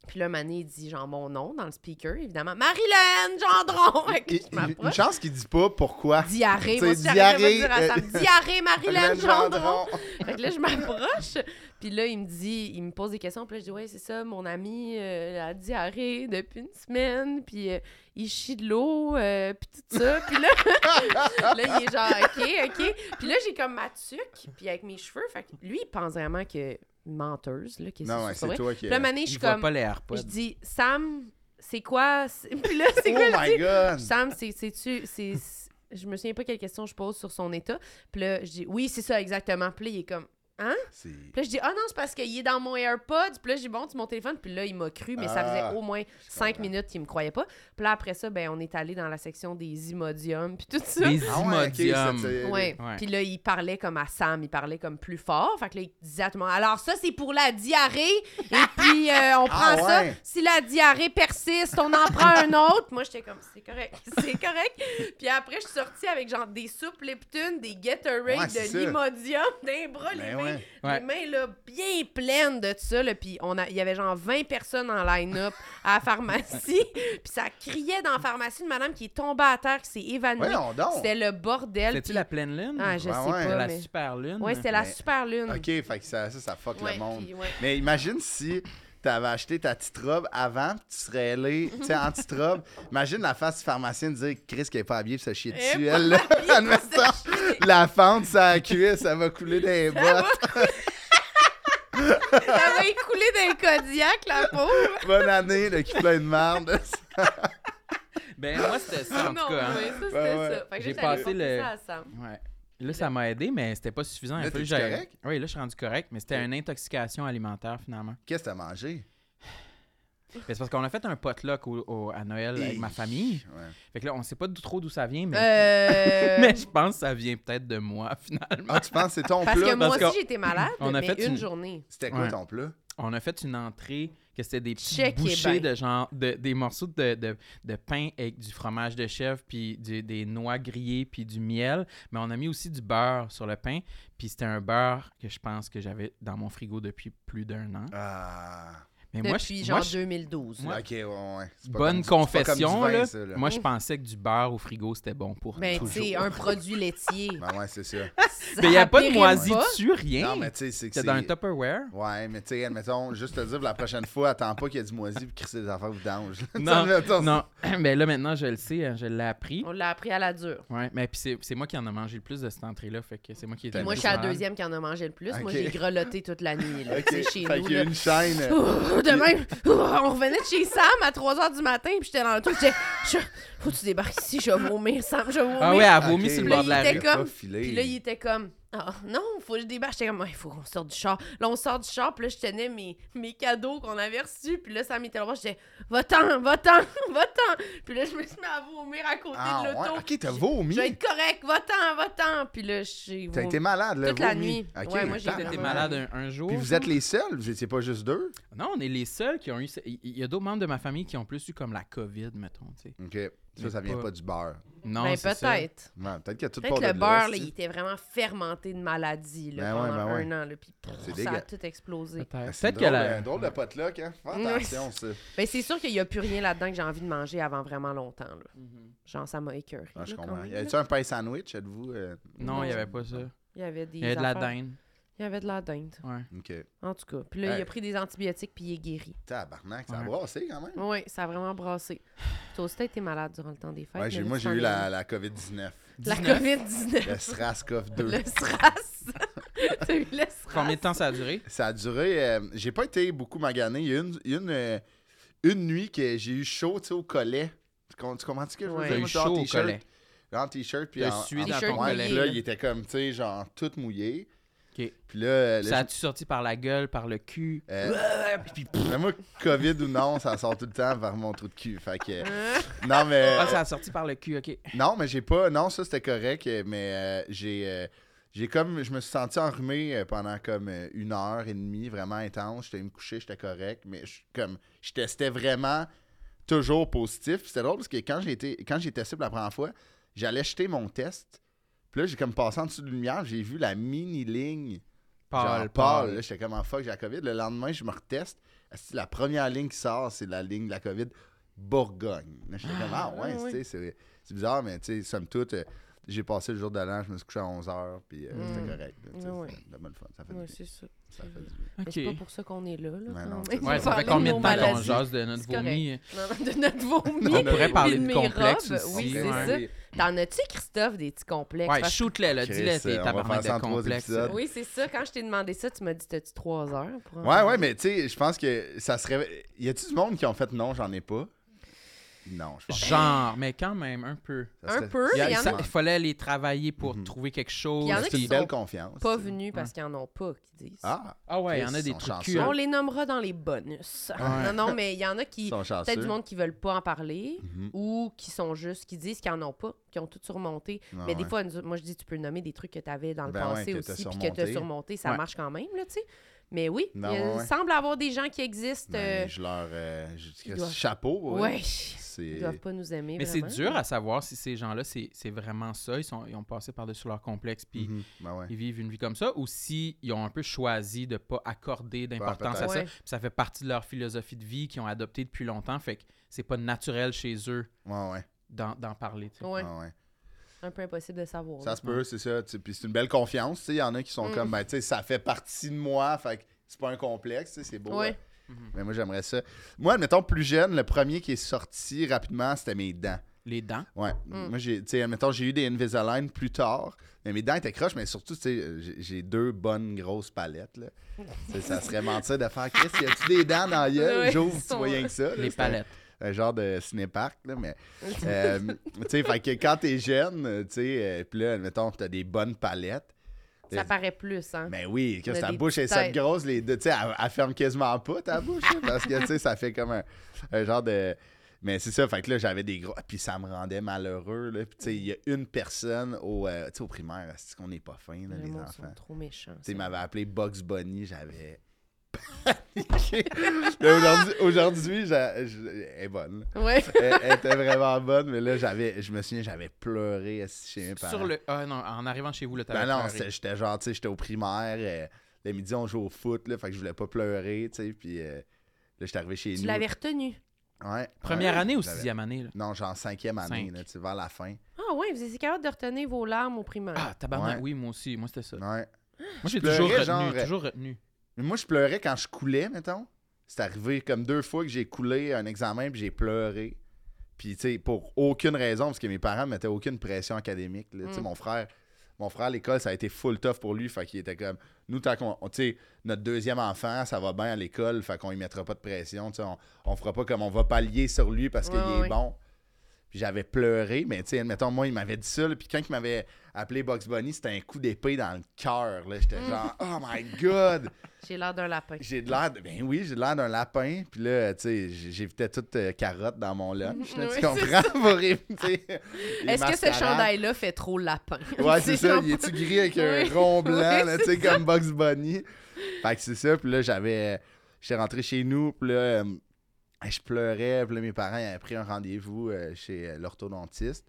Speaker 4: Puis là, Mané, il dit, genre, mon nom dans le speaker, évidemment. Marilyn Gendron! [LAUGHS] Fait que
Speaker 3: Et-
Speaker 4: je
Speaker 3: Une
Speaker 4: m'approche.
Speaker 3: chance qu'il dit pas pourquoi.
Speaker 4: Diarrhée, moi,
Speaker 3: C'est
Speaker 4: si j'arrêtais pas de
Speaker 3: diarrhée,
Speaker 4: dire à Sam,
Speaker 3: euh,
Speaker 4: diarrhée, Marilyn
Speaker 3: Marilyn
Speaker 4: Gendron. Fait que là, je m'approche, puis là, il me dit, il me pose des questions, puis là, je dis, ouais, c'est ça, mon ami euh, a diarrhée depuis une semaine, puis euh, il chie de l'eau, euh, puis tout ça, puis là, [LAUGHS] là, il est genre, ok, ok. Puis là, j'ai comme ma tuque, puis avec mes cheveux, fait que lui, il pense vraiment que menteuse, là, que c'est
Speaker 3: Non,
Speaker 4: [LAUGHS]
Speaker 3: ouais,
Speaker 4: c'est pas
Speaker 3: c'est euh,
Speaker 4: vrai.
Speaker 3: toi qui.
Speaker 4: Puis là, mané, je
Speaker 2: Il
Speaker 4: suis
Speaker 2: voit
Speaker 4: comme,
Speaker 2: pas les
Speaker 4: je
Speaker 2: AirPods.
Speaker 4: dis, Sam, c'est quoi? [LAUGHS] c'est- Puis là, c'est
Speaker 3: oh
Speaker 4: quoi? je
Speaker 3: my
Speaker 4: dis,
Speaker 3: god!
Speaker 4: Sam, c'est- c'est-tu. c'est- c'est- Je me souviens pas quelle question je pose sur son état. Puis là, je dis oui, c'est ça, exactement. Puis là, il est comme.
Speaker 3: C'est-
Speaker 4: Puis là, je dis ah non, c'est parce qu'il est dans mon AirPod. Puis là, je dis bon, tu mon téléphone. Puis là, il m'a cru, mais ça
Speaker 3: Ah,
Speaker 4: faisait au moins cinq
Speaker 3: comprends.
Speaker 4: minutes qu'il me croyait pas. Puis là, après ça, ben, on est allé dans la section des imodiums. Puis tout ça.
Speaker 2: Les
Speaker 3: Ah ouais, ok,
Speaker 2: Imodium.
Speaker 3: c'est- c'est-
Speaker 4: Ouais.
Speaker 2: Ouais.
Speaker 4: Puis là, il parlait comme à Sam, il parlait comme plus fort. Fait que là, il disait à tout le monde Alors, ça, c'est pour la diarrhée.
Speaker 3: [LAUGHS]
Speaker 4: Et puis, euh, on prend
Speaker 3: Ah
Speaker 4: ça.
Speaker 3: ouais.
Speaker 4: Si la diarrhée persiste, on en prend un autre. Moi, j'étais comme C'est correct, [LAUGHS] c'est correct. Puis après, je suis sortie avec genre des soupes Leptune, des Gatorade,
Speaker 3: Ouais, c'est
Speaker 4: de
Speaker 3: ça.
Speaker 4: l'Imodium, des bras, les
Speaker 3: Ben
Speaker 4: mains.
Speaker 3: ouais.
Speaker 2: Ouais.
Speaker 4: Les mains, là, bien pleines de ça. Là, puis on a- il y avait genre 20 personnes en line-up à la
Speaker 3: [LAUGHS]
Speaker 4: pharmacie. puis ça criait dans la pharmacie de madame qui est tombée à terre, qui s'est évanouie.
Speaker 3: Voyons donc!
Speaker 4: C'était le bordel.
Speaker 2: C'était-tu
Speaker 4: puis-
Speaker 2: la pleine lune?
Speaker 4: ah, je
Speaker 3: Ben Ouais,
Speaker 4: sais
Speaker 3: ouais.
Speaker 2: C'était
Speaker 4: pas,
Speaker 2: la
Speaker 4: mais...
Speaker 2: super lune?
Speaker 4: Ouais, c'était la
Speaker 3: Mais-
Speaker 4: super lune.
Speaker 3: Ben, Ok, fait que ça, ça, ça fuck
Speaker 4: Ouais,
Speaker 3: le monde. [LAUGHS]
Speaker 4: puis, ouais.
Speaker 3: Mais imagine si t'avais acheté ta petite robe avant, puis tu serais allé, tu sais, en petite robe. Imagine la face du pharmacien de dire Chris qui est pas habillé, puis ça chier dessus.
Speaker 4: Eh,
Speaker 3: Elle, là,
Speaker 4: pas habillée,
Speaker 3: admettons,
Speaker 4: pour se chier.
Speaker 3: la fente, ça cuisse, ça va couler dans les bottes.
Speaker 4: Ça va écouler d'un Kodiak,
Speaker 3: [LAUGHS]
Speaker 4: la pauvre.
Speaker 3: Bonne année, le cul plein de merde.
Speaker 2: Ben, moi, c'était ça, en
Speaker 4: [LAUGHS] non,
Speaker 2: tout cas. hein.
Speaker 4: oui, ça, c'était
Speaker 3: Ben Ouais, ouais.
Speaker 4: ça. Fait que
Speaker 2: J'ai
Speaker 4: j'étais allée
Speaker 2: passé
Speaker 4: porter
Speaker 2: le-
Speaker 4: ça
Speaker 2: [LAUGHS]
Speaker 4: à Sam.
Speaker 2: Ouais. Là, ça m'a aidé, mais c'était pas suffisant.
Speaker 3: Là,
Speaker 2: Il a fallu
Speaker 3: t'es-tu
Speaker 2: que j'aille-
Speaker 3: correct?
Speaker 2: Oui, là, je suis rendu correct, mais c'était une intoxication alimentaire, finalement.
Speaker 3: [LAUGHS] Qu'est-ce que t'as mangé?
Speaker 2: Mais C'est parce qu'on a fait un potluck au- au- à Noël avec ma
Speaker 3: Hey.
Speaker 2: famille.
Speaker 3: Ouais.
Speaker 2: Fait que là, on sait pas d'où- trop d'où ça vient, mais...
Speaker 4: Euh...
Speaker 2: [LAUGHS] mais je pense que ça vient peut-être de moi, [LAUGHS] finalement.
Speaker 3: Ah, tu penses que c'est ton
Speaker 4: Parce que
Speaker 3: plat?
Speaker 4: moi
Speaker 2: parce qu'on-
Speaker 4: aussi, j'étais malade,
Speaker 2: on a
Speaker 4: mais
Speaker 2: fait
Speaker 4: une
Speaker 2: une-
Speaker 4: journée.
Speaker 3: C'était quoi
Speaker 2: Ouais.
Speaker 3: ton plat?
Speaker 2: On a fait une entrée que c'était des petits
Speaker 4: Check et
Speaker 2: bouchées
Speaker 4: ben.
Speaker 2: de genre... de- des morceaux de, de- de pain avec du fromage de chèvre, puis du- des noix grillées, puis du miel. Mais on a mis aussi du beurre sur le pain, puis c'était un beurre que je pense que j'avais dans mon frigo depuis plus d'un an.
Speaker 3: Ah.
Speaker 2: Mais moi, je-
Speaker 4: Depuis
Speaker 2: moi,
Speaker 4: genre
Speaker 2: je-
Speaker 4: 2012. là.
Speaker 3: Ok, ouais, ouais. C'est pas
Speaker 2: Bonne
Speaker 3: comme du- c'est pas comme du
Speaker 2: confession,
Speaker 3: vin,
Speaker 2: là.
Speaker 3: ça, là.
Speaker 2: Moi, je pensais que du beurre au frigo, c'était bon pour
Speaker 4: Ben, tu
Speaker 2: toujours.
Speaker 4: sais, un produit laitier.
Speaker 3: [LAUGHS] Ben ouais, c'est ça.
Speaker 4: Ça
Speaker 2: Mais il n'y a pas de
Speaker 4: périme
Speaker 2: moisissure, rien.
Speaker 3: Non, mais tu sais, c'est que
Speaker 2: C'était dans un
Speaker 3: c'est.
Speaker 2: Tupperware.
Speaker 3: Ouais, mais tu sais, admettons, juste te dire, la prochaine fois, attends pas qu'il y ait du moisi puis crisser des affaires vidanges. [LAUGHS]
Speaker 2: Non,
Speaker 3: Admettons,
Speaker 2: non. [CLEARS THROAT] Mais là, maintenant, je le sais, hein, je l'ai appris.
Speaker 4: On l'a appris à la dure.
Speaker 2: Ouais, mais puis c'est c'est moi qui en ai mangé le plus de cette entrée-là, fait que c'est moi qui ai été
Speaker 4: Puis moi,
Speaker 2: le
Speaker 4: je
Speaker 2: plus
Speaker 4: suis la
Speaker 2: malade.
Speaker 4: deuxième qui en a mangé le plus. Moi,
Speaker 3: Ok.
Speaker 4: j'ai grelotté toute la nuit. là.
Speaker 3: [LAUGHS] Ok,
Speaker 4: C'est chez
Speaker 3: fait
Speaker 4: nous.
Speaker 3: qu'il y
Speaker 4: là.
Speaker 3: a
Speaker 4: [LAUGHS]
Speaker 3: une chaîne.
Speaker 4: Ouh, Demain, ouh, on revenait de chez Sam à 3 h du matin, puis j'étais dans le truc, je disais, je... faut que tu débarques ici, je vais vomir, Sam, je vais vomir.
Speaker 2: Ah ouais, elle a vomi
Speaker 3: Ok.
Speaker 2: sur le
Speaker 4: Là,
Speaker 2: bord de la
Speaker 4: il était
Speaker 2: rue.
Speaker 4: comme-
Speaker 3: Pas filé.
Speaker 4: Puis là, il était comme, ah non, faut que je débarque. J'étais comme, il faut qu'on sorte du char. Là, on sort du char, puis là, je tenais mes, mes cadeaux qu'on avait reçus, puis là, Sam était là-bas, je disais, va-t'en, va-t'en, [LAUGHS] va-t'en. Puis là, je me suis mis à vomir à côté
Speaker 3: Ah,
Speaker 4: de
Speaker 3: ouais.
Speaker 4: l'auto.
Speaker 3: Ok, t'as
Speaker 4: Je-
Speaker 3: vomi.
Speaker 4: Je vais être correct, va-t'en, va-en. Puis là, j'ai
Speaker 3: T'as
Speaker 4: vomi.
Speaker 3: été malade, là.
Speaker 4: Toute la
Speaker 3: vomi.
Speaker 4: nuit.
Speaker 3: Ok,
Speaker 4: Ouais, moi, j'ai
Speaker 3: attends.
Speaker 4: été
Speaker 2: T'es malade un, un jour.
Speaker 3: Puis vous êtes les seuls, vous étiez pas juste deux.
Speaker 2: Non, on est les seuls qui ont eu. ce- Il il y a d'autres membres de ma famille qui ont plus eu comme la COVID, mettons. tu sais.
Speaker 3: Ok. Ça,
Speaker 2: Mais
Speaker 3: ça vient
Speaker 2: pas-
Speaker 3: pas du beurre.
Speaker 2: Non,
Speaker 4: Ben,
Speaker 2: c'est ça.
Speaker 4: peut-être.
Speaker 3: Ouais, peut-être que tout
Speaker 4: Peut-être
Speaker 3: part
Speaker 4: que
Speaker 3: de
Speaker 4: le beurre, là,
Speaker 3: là,
Speaker 4: il était vraiment fermenté de maladie là,
Speaker 3: Ben ouais,
Speaker 4: pendant
Speaker 3: ben
Speaker 4: un an. Là, puis prrr,
Speaker 3: C'est
Speaker 4: ça a
Speaker 3: dégueu.
Speaker 4: tout
Speaker 3: [LAUGHS]
Speaker 4: explosé.
Speaker 2: Peut-être
Speaker 3: Ben, C'est
Speaker 2: Peut-être que la.
Speaker 3: Un drôle de potluck, hein. Fais
Speaker 4: Oui.
Speaker 3: attention, ça.
Speaker 4: Mais Ben, c'est sûr qu'il n'y a plus rien là-dedans que j'ai envie de manger avant vraiment longtemps. Là.
Speaker 2: Mhm.
Speaker 4: Genre, ça m'a écœuré.
Speaker 3: Ah, je
Speaker 4: là, quand
Speaker 3: comprends.
Speaker 4: même,
Speaker 3: Y
Speaker 4: là.
Speaker 3: a-tu un pain sandwich, êtes-vous euh,
Speaker 2: Non, il n'y avait pas ça.
Speaker 4: Il y avait des.
Speaker 2: Il y avait de la
Speaker 4: affaires-
Speaker 2: dinde.
Speaker 4: Il y avait de la dinde.
Speaker 2: Ouais.
Speaker 3: Ok.
Speaker 4: En tout cas. Puis là, il
Speaker 3: Hey.
Speaker 4: a pris des antibiotiques puis il est guéri.
Speaker 3: Tabarnak, ça a
Speaker 2: Ouais.
Speaker 3: brassé quand même.
Speaker 4: Oui, ça a vraiment brassé. Toi aussi, t'as été malade durant le temps des fêtes.
Speaker 3: Ouais, j'ai-
Speaker 4: mais là,
Speaker 3: moi,
Speaker 4: tu
Speaker 3: j'ai
Speaker 4: t'en
Speaker 3: eu
Speaker 4: es
Speaker 3: la, la COVID-19.
Speaker 4: La COVID-19.
Speaker 3: Le SRAS-CoV 2. [LAUGHS]
Speaker 4: Le SRAS. [LAUGHS] T'as eu le SRAS.
Speaker 2: Combien de temps ça a duré?
Speaker 3: Ça a duré. euh, j'ai pas été beaucoup magané. Il y a une, il y a une, euh, une nuit que j'ai eu chaud, tu sais, au collet. Tu, com- tu comprends-tu que je veux
Speaker 4: Ouais.
Speaker 3: dire?
Speaker 2: T'as eu
Speaker 3: Moi, j'étais en
Speaker 2: chaud au
Speaker 3: t-shirt,
Speaker 2: collet.
Speaker 3: En t-shirt, puis
Speaker 2: T'as
Speaker 3: en.
Speaker 2: sué
Speaker 3: en-
Speaker 2: dans
Speaker 4: T-shirt
Speaker 2: ton
Speaker 3: ouais,
Speaker 4: mouillé,
Speaker 3: puis
Speaker 2: collet.
Speaker 3: là,
Speaker 4: là.
Speaker 3: il était comme, tu sais, genre, tout mouillé.
Speaker 2: OK.
Speaker 3: Puis là, euh, là,
Speaker 2: Ça a-tu sorti par la gueule, par le cul?
Speaker 3: je- euh, mais moi, COVID ou non, ça sort tout le temps vers mon trou de cul. Fait que. euh, non, mais.
Speaker 2: Ah, ça a sorti par le cul, ok.
Speaker 3: Non, mais j'ai pas. Non, ça c'était correct, euh, mais euh, j'ai. euh, j'ai comme. Je me suis senti enrhumé euh, pendant comme euh, une heure et demie, vraiment intense. J'étais allé me coucher, j'étais correct, mais je suis comme. Je testais vraiment toujours positif. Puis C'était drôle parce que quand j'ai été, quand j'ai testé pour la première fois, j'allais jeter mon test. Puis là, j'ai comme passé en dessous de lumière, j'ai vu la mini-ligne.
Speaker 2: Paul,
Speaker 3: genre, Là, j'étais comme en fuck, j'ai la COVID. Le lendemain, je me reteste. Asti, La première ligne qui sort, c'est la ligne de la COVID Bourgogne. Là, J'étais comme, ah ouais,
Speaker 4: ouais.
Speaker 3: tu sais, c'est c'est bizarre, mais tu sais, somme toute, euh, j'ai passé le jour de l'an, je me suis couché à 11h, puis euh, c'était correct. là, tu sais,
Speaker 4: Ah ouais.
Speaker 3: C'était de la bonne fun. Ça fait
Speaker 4: Ouais,
Speaker 3: du
Speaker 4: c'est ça.
Speaker 3: ça fait du bien.
Speaker 4: Mais c'est pas pour ça qu'on est là. là
Speaker 3: Ouais,
Speaker 4: quand
Speaker 3: Ben non,
Speaker 4: même.
Speaker 3: c'est ça.
Speaker 4: On
Speaker 2: Ouais, ça
Speaker 4: parlait
Speaker 2: fait
Speaker 4: de
Speaker 2: combien
Speaker 4: nos
Speaker 2: de temps qu'on
Speaker 4: maladies.
Speaker 2: jase de notre
Speaker 4: C'est correct.
Speaker 2: vomi?
Speaker 4: Non, non, de notre vomi.
Speaker 2: On pourrait parler
Speaker 4: puis
Speaker 2: de
Speaker 4: mes
Speaker 2: complexe
Speaker 4: robes.
Speaker 2: aussi.
Speaker 4: Oui,
Speaker 3: Ouais,
Speaker 4: c'est
Speaker 3: ouais.
Speaker 4: ça. T'en as-tu, Christophe, des petits complexes?
Speaker 2: Ouais,
Speaker 4: Parce-
Speaker 2: shoot-les, là.
Speaker 3: Chris,
Speaker 2: Dis-les,
Speaker 3: euh,
Speaker 2: tes
Speaker 3: on va
Speaker 2: tabarnak
Speaker 3: faire ça en
Speaker 2: de
Speaker 3: trois
Speaker 2: complexe.
Speaker 3: épisodes.
Speaker 4: Oui, c'est ça. Quand je t'ai demandé ça, tu m'as dit, t'as-tu trois heures? Pour en
Speaker 3: Ouais,
Speaker 4: parler?
Speaker 3: ouais, mais tu sais, je pense que ça serait. Y a-tu du monde qui ont fait non, j'en ai pas? Non, je pense que
Speaker 2: Genre, mais quand même, un peu.
Speaker 3: ça
Speaker 4: Un
Speaker 3: serait-
Speaker 4: peu,
Speaker 2: Il, y a-
Speaker 4: mais il y en
Speaker 2: ça-
Speaker 4: a
Speaker 2: il fallait les travailler pour
Speaker 3: Mhm.
Speaker 2: trouver quelque chose.
Speaker 4: Il y en a
Speaker 3: C'est
Speaker 4: qui
Speaker 3: une belle
Speaker 4: sont
Speaker 3: confiance.
Speaker 4: pas
Speaker 3: tu sais.
Speaker 4: venus parce qu'ils en ont pas, qui disent.
Speaker 3: Ah,
Speaker 2: Ah ouais, il y en a
Speaker 3: Ils
Speaker 2: des
Speaker 3: sont
Speaker 2: trucs
Speaker 3: chanceux.
Speaker 2: cul. hein.
Speaker 4: On les nommera dans les bonus.
Speaker 2: Ouais.
Speaker 4: [LAUGHS] Non, non, mais il y en a
Speaker 3: ils
Speaker 4: qui.
Speaker 3: sont chanceux.
Speaker 4: Peut-être du monde qui veulent pas en parler
Speaker 3: Mhm.
Speaker 4: ou qui sont juste, qui disent qu'ils en ont pas, qui ont tout surmonté.
Speaker 3: Ah
Speaker 4: mais des
Speaker 3: ouais.
Speaker 4: fois, nous- moi, je dis, tu peux nommer des trucs que tu avais dans le
Speaker 3: Ben ouais,
Speaker 4: passé
Speaker 3: que t'as
Speaker 4: aussi, puis que tu as
Speaker 3: surmonté.
Speaker 4: surmonté, ça
Speaker 2: Ouais.
Speaker 4: marche quand même, là, tu sais. Mais oui,
Speaker 3: Non,
Speaker 4: il
Speaker 3: ouais, ouais.
Speaker 4: semble avoir des gens qui existent.
Speaker 3: Ben,
Speaker 4: euh,
Speaker 3: je leur. euh, je dirais
Speaker 4: doivent-
Speaker 3: chapeau.
Speaker 4: ouais, ils
Speaker 3: C'est.
Speaker 4: doivent pas nous aimer.
Speaker 2: Mais c'est
Speaker 4: vraiment.
Speaker 2: dur à savoir si ces gens-là, c'est c'est vraiment ça. Ils, sont, ils ont passé par-dessus leur complexe, puis
Speaker 3: Mhm. Ben ouais.
Speaker 2: ils vivent une vie comme ça, ou si ils ont un peu choisi de pas accorder d'importance à
Speaker 3: peut-être.
Speaker 2: ça.
Speaker 4: Ouais.
Speaker 2: Puis ça fait partie de leur philosophie de vie qu'ils ont adoptée depuis longtemps. Fait que c'est pas naturel chez eux
Speaker 3: Ouais, ouais.
Speaker 2: d'en d'en parler. tu sais.
Speaker 4: Ouais,
Speaker 3: ouais, ouais.
Speaker 4: un peu impossible de savoir.
Speaker 3: Ça
Speaker 4: là.
Speaker 3: se peut, c'est ça. tu sais, Puis c'est une belle confiance. tu sais, Il y en a qui sont
Speaker 4: Mm.
Speaker 3: comme, ben, tu sais, ça fait partie de moi. Fait que c'est pas un complexe. tu sais, C'est beau.
Speaker 4: Ouais.
Speaker 3: hein. Mais moi, j'aimerais ça. Moi, admettons, plus jeune, le premier qui est sorti rapidement, c'était mes dents.
Speaker 2: Les dents.
Speaker 3: Ouais.
Speaker 4: Mm.
Speaker 3: Moi, j'ai, tu sais, admettons, j'ai eu des Invisalign plus tard. Mais mes dents étaient croches, mais surtout, tu sais, euh, j'ai- j'ai deux bonnes grosses palettes, là. Tu sais, ça serait mentir de faire, Chris, y a-tu des dents dans
Speaker 4: [LAUGHS]
Speaker 3: la gueule?
Speaker 4: Ouais,
Speaker 3: J'ouvre,
Speaker 4: ils
Speaker 3: tu
Speaker 4: sont-
Speaker 3: vois rien que ça. là.
Speaker 2: Les
Speaker 3: Euh, C'est un-
Speaker 2: palettes.
Speaker 3: Un, genre de cinépark, là, mais... euh, tu sais, fait que quand t'es jeune, euh, tu sais, euh, puis là, admettons, t'as des bonnes palettes.
Speaker 4: Ça paraît plus, hein.
Speaker 3: Mais oui, que
Speaker 4: On a
Speaker 3: ta
Speaker 4: des
Speaker 3: bouche est
Speaker 4: petites
Speaker 3: cette
Speaker 4: têtes.
Speaker 3: grosse, les deux. Tu sais, elle, elle ferme quasiment pas ta bouche, là, parce que, tu sais, ça fait comme un, un genre de. Mais c'est ça, fait que là, j'avais des gros. Puis ça me rendait malheureux, là. Puis, tu sais, il y a une personne au, euh, tu sais, au primaire, c'est qu'on n'est pas fin, là,
Speaker 4: Le
Speaker 3: les
Speaker 4: monde sont
Speaker 3: enfants.
Speaker 4: trop méchants.
Speaker 3: Tu sais,
Speaker 4: ça.
Speaker 3: il m'avait appelé Bugs Bunny, j'avais. [LAUGHS] paniqué. Là, Aujourd'hui, aujourd'hui, j'a- je- elle est bonne. là.
Speaker 4: Ouais.
Speaker 3: Elle, elle était vraiment bonne, mais là, j'avais, je me souviens, j'avais pleuré assis chez mes parents.
Speaker 2: Sur le. Ah non, en arrivant chez vous, le
Speaker 3: Ben non, c'était- j'étais genre, tu sais, j'étais au primaire. euh, le midi, on jouait au foot, là, fait que je voulais pas pleurer, tu sais. Puis euh, là, j'étais arrivé chez
Speaker 4: Tu
Speaker 3: nous.
Speaker 4: l'avais retenu.
Speaker 3: Ouais,
Speaker 2: Première
Speaker 3: ouais,
Speaker 2: année ou
Speaker 3: j'avais-
Speaker 2: sixième année, là?
Speaker 3: Non, genre cinquième année,
Speaker 2: Cinq.
Speaker 3: là, tu sais, vers la fin.
Speaker 4: Ah ouais, vous étiez capable de retenir vos larmes au primaire.
Speaker 2: Ah, tabarnak,
Speaker 3: Ouais.
Speaker 2: oui, moi aussi. Moi, c'était ça.
Speaker 3: Ouais.
Speaker 2: Moi, j'ai
Speaker 3: pleurais,
Speaker 2: toujours retenu,
Speaker 3: genre, euh,
Speaker 2: toujours retenu.
Speaker 3: Mais moi, je pleurais quand je coulais, mettons. C'est arrivé comme deux fois que j'ai coulé un examen, puis j'ai pleuré. Puis, tu sais, pour aucune raison, parce que mes parents mettaient aucune pression académique. là. Tu sais,
Speaker 4: Mm.
Speaker 3: mon frère, mon frère, l'école, ça a été full tough pour lui. Fait qu'il était comme, nous, tant qu'on, tu sais, notre deuxième enfant, ça va bien à l'école, fait qu'on y mettra pas de pression. Tu sais, on, on fera pas comme on va pallier sur lui parce qu'il
Speaker 4: Ouais,
Speaker 3: est
Speaker 4: ouais.
Speaker 3: bon. Puis j'avais pleuré, mais tu sais, admettons, moi, il m'avait dit ça, là, puis quand il m'avait appelé Box Bunny, c'était un coup d'épée dans le cœur. là.
Speaker 4: Mm.
Speaker 3: J'étais
Speaker 4: [LAUGHS]
Speaker 3: genre, oh my god!
Speaker 4: J'ai l'air d'un lapin.
Speaker 3: J'ai de l'air, de- ben oui, j'ai de l'air d'un lapin. Puis là, tu sais, j'ai- j'évitais toute euh, carotte dans mon lunch. là,
Speaker 4: Oui,
Speaker 3: tu
Speaker 4: c'est
Speaker 3: comprends?
Speaker 4: [LAUGHS]
Speaker 3: Pour éviter les
Speaker 4: Est-ce que ce
Speaker 3: mascarades.
Speaker 4: chandail-là fait trop lapin?
Speaker 3: Ouais,
Speaker 4: [LAUGHS]
Speaker 3: c'est ça.
Speaker 4: genre-
Speaker 3: Il est-tu gris avec un
Speaker 4: Oui. [LAUGHS]
Speaker 3: rond blanc,
Speaker 4: Oui,
Speaker 3: là, tu
Speaker 4: c'est
Speaker 3: sais, comme Bugs Bunny? Fait que c'est ça. Puis là, j'avais. J'étais rentré chez nous, puis là, euh, je pleurais. Puis là, mes parents ils avaient pris un rendez-vous euh, chez euh, l'orthodontiste.